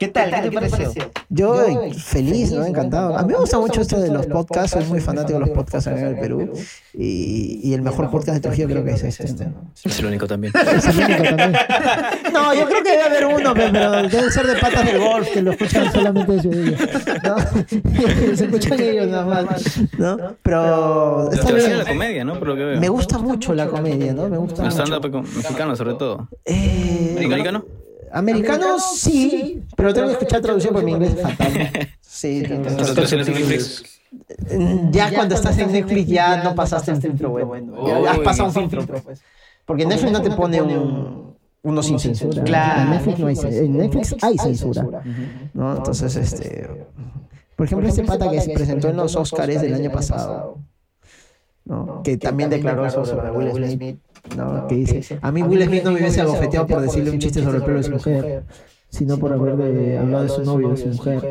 Speaker 2: ¿Qué tal? ¿Qué te pareció?
Speaker 3: Yo eh, feliz, ¿no? Encantado. A mí me gusta mucho esto de los podcasts, soy muy fanático de los podcasts acá en el Perú. Y, y el mejor podcast de Trujillo creo que es este, ¿no?
Speaker 1: Es el único también.
Speaker 3: Es el único también. <laughs> No, yo creo que debe haber uno, pe- pero deben ser de patas del golf, que lo escuchan solamente ellos. ¿no? <laughs> Se escuchan ellos nada más. ¿no? Pero
Speaker 1: Los
Speaker 3: está
Speaker 1: que hacían
Speaker 3: bien.
Speaker 1: la comedia, ¿no? Por lo que veo.
Speaker 3: Me gusta mucho la comedia, ¿no? Me gusta
Speaker 1: El
Speaker 3: mucho.
Speaker 1: stand-up con- mexicano, sobre todo.
Speaker 3: Eh,
Speaker 1: ¿Americano?
Speaker 3: Americanos sí, pero tengo que escuchar traducción porque mi inglés es fatal. Sí, tengo que
Speaker 1: Las
Speaker 3: escuchar
Speaker 1: traducciones en Netflix.
Speaker 3: Mm, Ya, cuando estás en Netflix ya no pasaste el filtro, bueno.
Speaker 1: bueno.
Speaker 3: Ya has
Speaker 1: Uy,
Speaker 3: pasado un filtro, pues. Porque Netflix no te pone un... Uno sin censura.
Speaker 2: Claro.
Speaker 3: En Netflix, no hay, cen- en Netflix hay censura. ¿no? Entonces, este... Por ejemplo, este pata que se presentó en los Oscars del año pasado, ¿no? que también declaró sobre lo de Will Smith, ¿no? que dice, a mí Will Smith no me hubiese abofeteado por decirle un chiste sobre el pelo de su mujer, sino por haber de- hablado de su novio, de su mujer.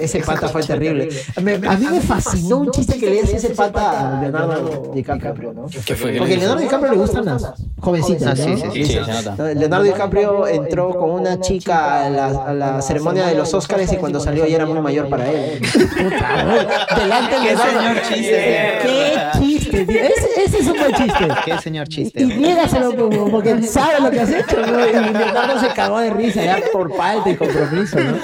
Speaker 3: Ese pata fue terrible. Me- A mí me fascinó un chiste que le hace ese pata a Leonardo DiCaprio, ¿no?
Speaker 1: ¿Qué fue? que
Speaker 3: Porque a
Speaker 1: le hizo?
Speaker 3: Leonardo DiCaprio le gustan las jovencitas,
Speaker 2: Ah,
Speaker 3: ¿no?
Speaker 2: sí, sí,
Speaker 1: Sí, se nota.
Speaker 3: No, Leonardo DiCaprio entró con una chica a la, a la ceremonia de los Oscars y cuando salió ya era muy mayor para él. Puta, güey. Delante de
Speaker 2: Qué
Speaker 3: Leonardo-
Speaker 2: señor chiste.
Speaker 3: ¡Qué chiste! tío. Ese, ese es un buen chiste.
Speaker 2: ¿Qué señor
Speaker 3: Y
Speaker 2: chiste?
Speaker 3: niégaselo como- porque sabe lo que has hecho, ¿no? Y Leonardo se cagó de risa ya por falta y compromiso, ¿no?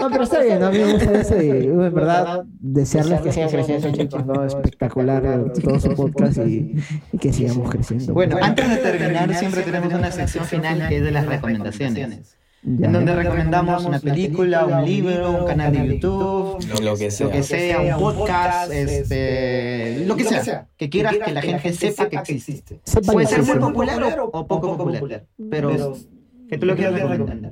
Speaker 3: No, pero está bien, a mí me gusta ese. En verdad, desearles que sigan creciendo, chicos, ¿no? Espectacular eh, todo su podcast y, y que sigamos creciendo.
Speaker 2: Bueno, antes de terminar, siempre tenemos una sección final que es de las recomendaciones.
Speaker 3: Ya.
Speaker 2: En donde recomendamos una película, un libro, un canal de YouTube.
Speaker 1: Lo que
Speaker 2: lo que
Speaker 1: sea.
Speaker 2: sea, un podcast, este, lo que sea, que quieras que la gente sepa que existe.
Speaker 3: Sepan
Speaker 2: Puede
Speaker 3: que
Speaker 2: ser muy
Speaker 3: existen.
Speaker 2: popular o o poco popular, pero que tú lo quieras recomendar.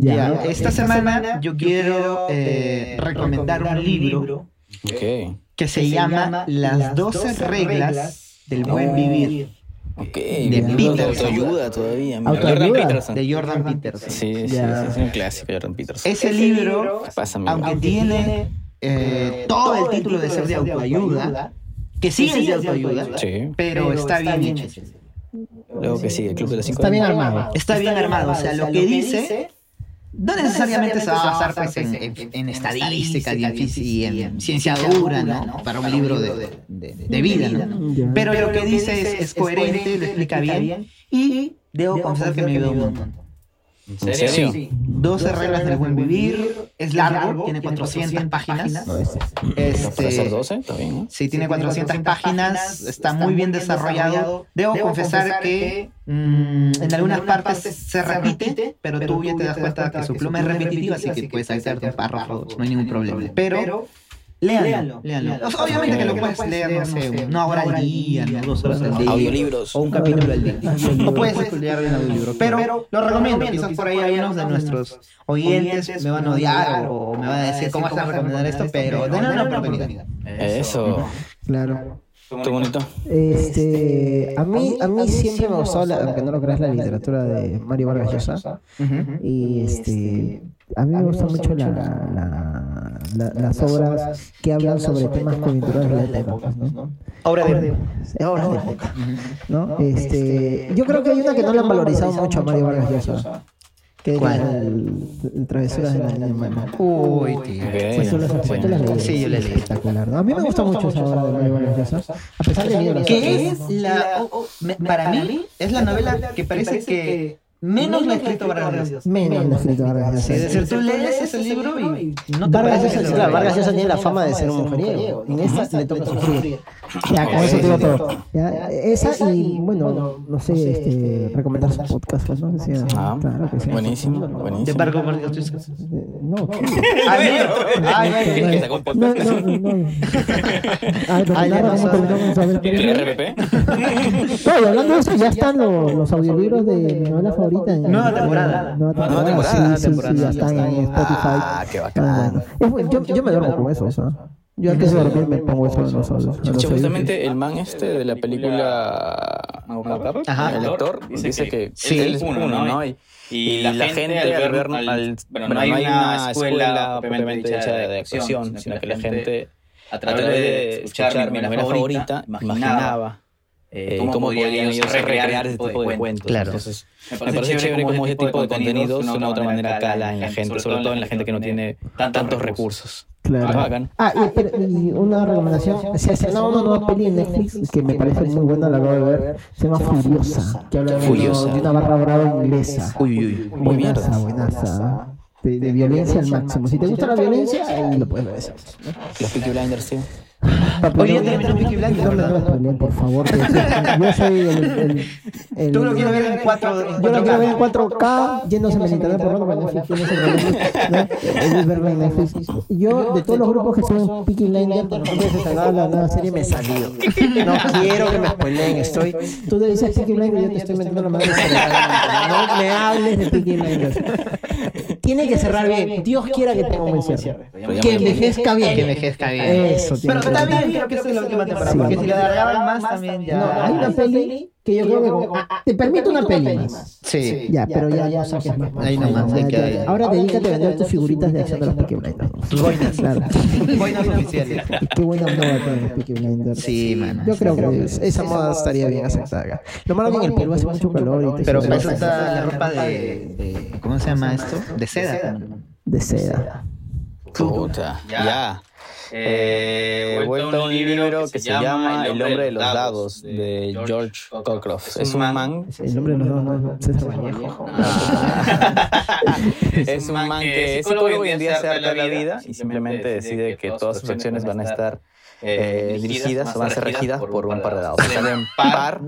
Speaker 3: Ya,
Speaker 2: Ya,
Speaker 3: ¿no?
Speaker 2: Esta semana yo quiero eh, recomendar un libro
Speaker 1: Ok.
Speaker 2: que se llama Las 12 reglas del buen vivir
Speaker 1: Ok.
Speaker 2: De Peterson.
Speaker 1: Autoayuda todavía. mira.
Speaker 3: Autoayuda.
Speaker 1: Jordan Peterson.
Speaker 2: de Jordan Peterson.
Speaker 1: Sí, sí, sí,
Speaker 3: Ya.
Speaker 1: es un clásico Jordan Peterson.
Speaker 2: Ese libro,
Speaker 1: Pásame.
Speaker 2: aunque tiene eh, todo el título de ser de autoayuda, que sí es de autoayuda,
Speaker 1: Sí.
Speaker 2: pero está bien hecho.
Speaker 1: Luego que sigue, el Club de las 5.
Speaker 3: Está bien armado.
Speaker 2: Está bien armado, o sea, lo que dice No necesariamente se va a basar pues, en, en- en estadística y en, fisi- y en ciencia dura, ¿no? Para un libro de, de- de vida, ¿no?
Speaker 3: Ya.
Speaker 2: Pero lo que dice es, es coherente, lo explica bien y debo confesar que me ayudó un montón.
Speaker 1: ¿En
Speaker 3: ¿En
Speaker 1: serio?
Speaker 3: serio?
Speaker 1: Sí.
Speaker 2: 12 reglas del buen vivir, es largo, tiene 400 páginas.
Speaker 1: Pero eh, Para ser
Speaker 2: Este,
Speaker 1: 12, está bien, ¿no?
Speaker 2: Sí, tiene 400 páginas, está muy bien desarrollado. Debo confesar que mm, en algunas partes se repite, pero tú ya te das cuenta que su pluma es repetitiva, así que puedes saltarte un párrafo, no hay ningún problema. Pero léanlo, léanlo. O sea, Obviamente que lo puedes leer, no sé, una hora al día, no, dos horas al día.
Speaker 1: Audiolibros.
Speaker 2: O un capítulo al día.
Speaker 3: Audiolibro.
Speaker 2: No puedes estudiar en audiolibro. Pero lo recomiendo. Quizás por ahí algunos de nuestros oyentes me van a odiar o me van a decir cómo vas a recomendar esto, pero denle una oportunidad.
Speaker 1: Eso.
Speaker 3: Claro.
Speaker 1: Tú bonito.
Speaker 3: Este, a mí, a mí siempre me gustó, la- aunque no lo creas, la literatura de Mario Vargas Llosa.
Speaker 2: Ujú.
Speaker 3: Y este, a mí me gusta mucho la, la, la- las obras que hablan sobre temas coyunturales de la época, pues, ¿no?
Speaker 2: Ahora de
Speaker 3: Eh, Obras de época, ¿no? Este, yo creo que hay una que no la han valorizado mucho a Mario Vargas Llosa, que es la el- el Travesuras de la Niña Mala.
Speaker 2: Uy, tío.
Speaker 3: Pues tú las-
Speaker 1: Ok.
Speaker 3: tú las
Speaker 1: Bueno.
Speaker 3: leías,
Speaker 2: Sí, yo la leí.
Speaker 3: Espectacular, ¿no? A mí me gusta mucho esa obra de Mario Vargas Llosa, a pesar de que yo no
Speaker 2: Que
Speaker 3: sé,
Speaker 2: es
Speaker 3: ¿no?
Speaker 2: la. o- o- me- para mí, es la novela que parece que menos la ha escrito Vargas Llosa.
Speaker 3: menos la escrita Vargas Llosa.
Speaker 2: Es decir, tú lees ese libro y no te
Speaker 3: Vargas
Speaker 2: parece que se
Speaker 3: Llosa,
Speaker 2: lo
Speaker 3: claro,
Speaker 2: leyó.
Speaker 3: Vargas Llosa tiene la fama de ser un mujeriego. En esta le toca sufrir. Ya, con eso te digo todo. Ya, esa y, bueno, no sé, este, recomendar su podcast, pues, ¿no? Que sea,
Speaker 1: Ah,
Speaker 3: claro que sea.
Speaker 1: buenísimo,
Speaker 2: De
Speaker 1: buenísimo.
Speaker 2: Vargas Vargas Llosa.
Speaker 3: No, tú.
Speaker 2: Ay, ay,
Speaker 1: <laughs>
Speaker 2: ay, ay.
Speaker 1: sacó un
Speaker 3: no,
Speaker 1: podcast.
Speaker 3: no, no, no. Ay, pero
Speaker 2: Ay, ya
Speaker 3: narra
Speaker 2: no
Speaker 3: cómo
Speaker 2: sabe.
Speaker 3: terminamos a ver.
Speaker 1: ¿Quieres leer RPP?
Speaker 3: No, y hablando de eso, ya están los, los audiolibros de mi novela favorita. en-
Speaker 2: Nueva temporada.
Speaker 3: Nueva
Speaker 1: Nueva
Speaker 3: temporada.
Speaker 1: temporada,
Speaker 3: sí,
Speaker 1: nueva
Speaker 3: sí, sí,
Speaker 2: temporada.
Speaker 3: ya están en Spotify.
Speaker 1: Ah, qué
Speaker 3: Ah,
Speaker 1: bacán.
Speaker 3: bueno. Es bueno, yo, yo me duermo con eso, o sea. Yo antes de dormir me pongo eso en los oídos. en los
Speaker 1: Che,
Speaker 3: oídos.
Speaker 1: justamente el man este de la película Mango
Speaker 2: Ajá.
Speaker 1: el actor, dice que
Speaker 5: sí,
Speaker 1: él es uno, ¿no? Y, y la gente al ver, al, bueno, no hay una escuela propiamente hecha de actuación, sino que la gente
Speaker 5: a
Speaker 1: a través de escuchar mi novela favorita imaginaba eh, cómo, podrían ellos recrear ese tipo de cuentos.
Speaker 2: Claro.
Speaker 1: Entonces, me parece chévere cómo ese tipo de contenidos de una u otra manera cala en la gente, sobre todo en la gente que no tiene tantos recursos. Está
Speaker 3: Claro.
Speaker 1: bacán.
Speaker 3: Ah, y, espera, y una recomendación. Se estrenó una nueva peli en Netflix que me parece muy buena, la acabo de ver. Se llama Furiosa. Que habla de,
Speaker 1: Furiosa.
Speaker 3: de una barra brava inglesa.
Speaker 1: Uy, uy, uy. Muy bien.
Speaker 3: Buenaza, buenaza. De, de violencia al máximo. Si te gusta la violencia, ahí lo puedes ver.
Speaker 1: Los Peaky Blinders, sí.
Speaker 3: Papi,
Speaker 2: Oye,
Speaker 3: no-
Speaker 2: ya terminó Peaky Blinders,
Speaker 3: No, no, no,
Speaker 2: ¿verdad?
Speaker 3: no, por favor. que-
Speaker 2: <laughs>
Speaker 3: Yo soy el. el- el-
Speaker 2: Tú lo quieres ver en cuatro. en
Speaker 3: Yo lo quiero ver en
Speaker 2: 4K.
Speaker 3: 4K, yéndose en internet por rato para Netflix, ¿quién es el problema? ¿No? Es verlo en Netflix. Yo, de todos los grupos que suben Peaky Blinders, por ejemplo, se estrenaba la nueva serie, me salió.
Speaker 2: <laughs>
Speaker 3: No quiero que me spoileen, estoy... Tú te dices Peaky Blinders, yo te estoy metiendo la mano en el cerebro. No me hables de Peaky Blinders. Tiene que cerrar bien. Dios quiera que tenga un buen cierre. Que envejezca
Speaker 2: Que
Speaker 3: bien.
Speaker 2: envejezca bien.
Speaker 3: Eso,
Speaker 2: Pero
Speaker 3: tiene que
Speaker 2: está
Speaker 3: ser.
Speaker 2: bien, creo que esta es la última temporada.
Speaker 3: Sí.
Speaker 2: Porque si le alargaban más también ya.
Speaker 3: No, hay una peli que yo creo que... ah, ah, Te permito una peli más.
Speaker 2: Sí.
Speaker 3: Ya, pero ya, ya no saques más.
Speaker 2: Ahí nomás, ahí
Speaker 3: Ya,
Speaker 2: queda.
Speaker 3: ya. Ahora dedícate a vender tus figuritas de acción de los Peaky Blinders.
Speaker 2: <laughs>
Speaker 3: Tus boinas. Claro.
Speaker 2: Buenas oficiales.
Speaker 3: Y Qué buena moda tienen los Peaky Blinders.
Speaker 2: Sí, mano.
Speaker 3: Yo creo que es- esa moda estaría bien aceptada acá. Lo malo que en el Perú hace mucho calor y te
Speaker 2: Pero
Speaker 3: sube
Speaker 2: para
Speaker 3: los-
Speaker 2: eso está la ropa de, de- ¿Cómo se llama esto? De seda.
Speaker 3: de seda.
Speaker 1: Puta, ya. Eh, he vuelto a un libro que se llama El hombre de los dados de George Cockcroft. Es un man,
Speaker 3: El nombre de los dos no es César Vallejo.
Speaker 2: Ah,
Speaker 1: es un man que es psicólogo y un día se harta de la vida y simplemente decide que todas sus acciones van a estar eh, dirigidas, van a ser regidas por un par de dados. Si salen par,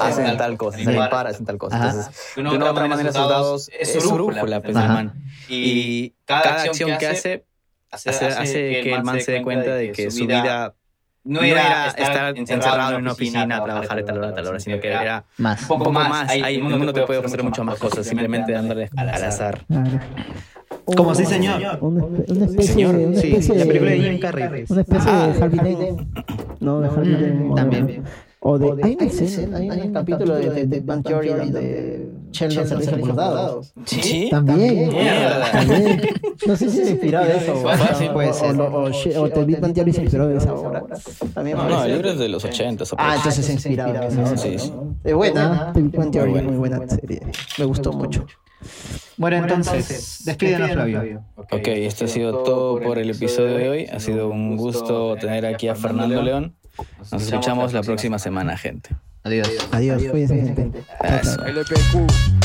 Speaker 1: hacen tal cosa. Si salen par, hacen tal cosa.
Speaker 2: Ajá.
Speaker 1: Entonces, de una u otra manera, esos dados es su brújula, pues,
Speaker 2: Ajá.
Speaker 1: el man. Y cada acción que hace hace, hace que el man se dé cuenta de que su vida no era estar encerrado en una oficina, trabajar de tal hora a tal hora, sino que era
Speaker 2: Más.
Speaker 1: un poco más. Ahí el mundo te puede ofrecer muchas más cosas, simplemente dándole al azar.
Speaker 3: Claro.
Speaker 2: Como sí, señor.
Speaker 3: Una espe- una especie de. Una
Speaker 2: Sí,
Speaker 3: especie
Speaker 2: la película de
Speaker 3: de.
Speaker 2: Jim Carrey.
Speaker 3: Una especie de Harvey Dent. No, de Harvey Dent.
Speaker 2: Mm, También.
Speaker 3: O de. Hay
Speaker 4: Hay
Speaker 3: una escena, hay un capítulo de- de de Bang Theory donde Sheldon se rige por los dados.
Speaker 1: Sí,
Speaker 3: También. Ah,
Speaker 1: Mierda. <laughs>
Speaker 3: También. No sé si se inspiró de eso.
Speaker 1: Fácil,
Speaker 3: o-
Speaker 2: puede
Speaker 3: o-
Speaker 2: ser.
Speaker 3: O, lo- o, She- o The Big Bang Theory se inspiró de esa obra. También
Speaker 1: no, el libro es de los 80.
Speaker 3: Ah, entonces se Ah, inspiró de esa obra.
Speaker 1: Sí, sí.
Speaker 3: Es buena. The Big Bang Theory es muy buena serie. Me gustó mucho.
Speaker 2: Bueno, entonces, despídenos, Flavio.
Speaker 1: Ok, esto ha sido todo por el episodio de hoy. Ha sido un gusto tener aquí a Fernando León. Nos escuchamos la próxima semana, gente.
Speaker 2: Adiós.
Speaker 3: Adiós, cuídense, gente.
Speaker 1: Eso. LPQ.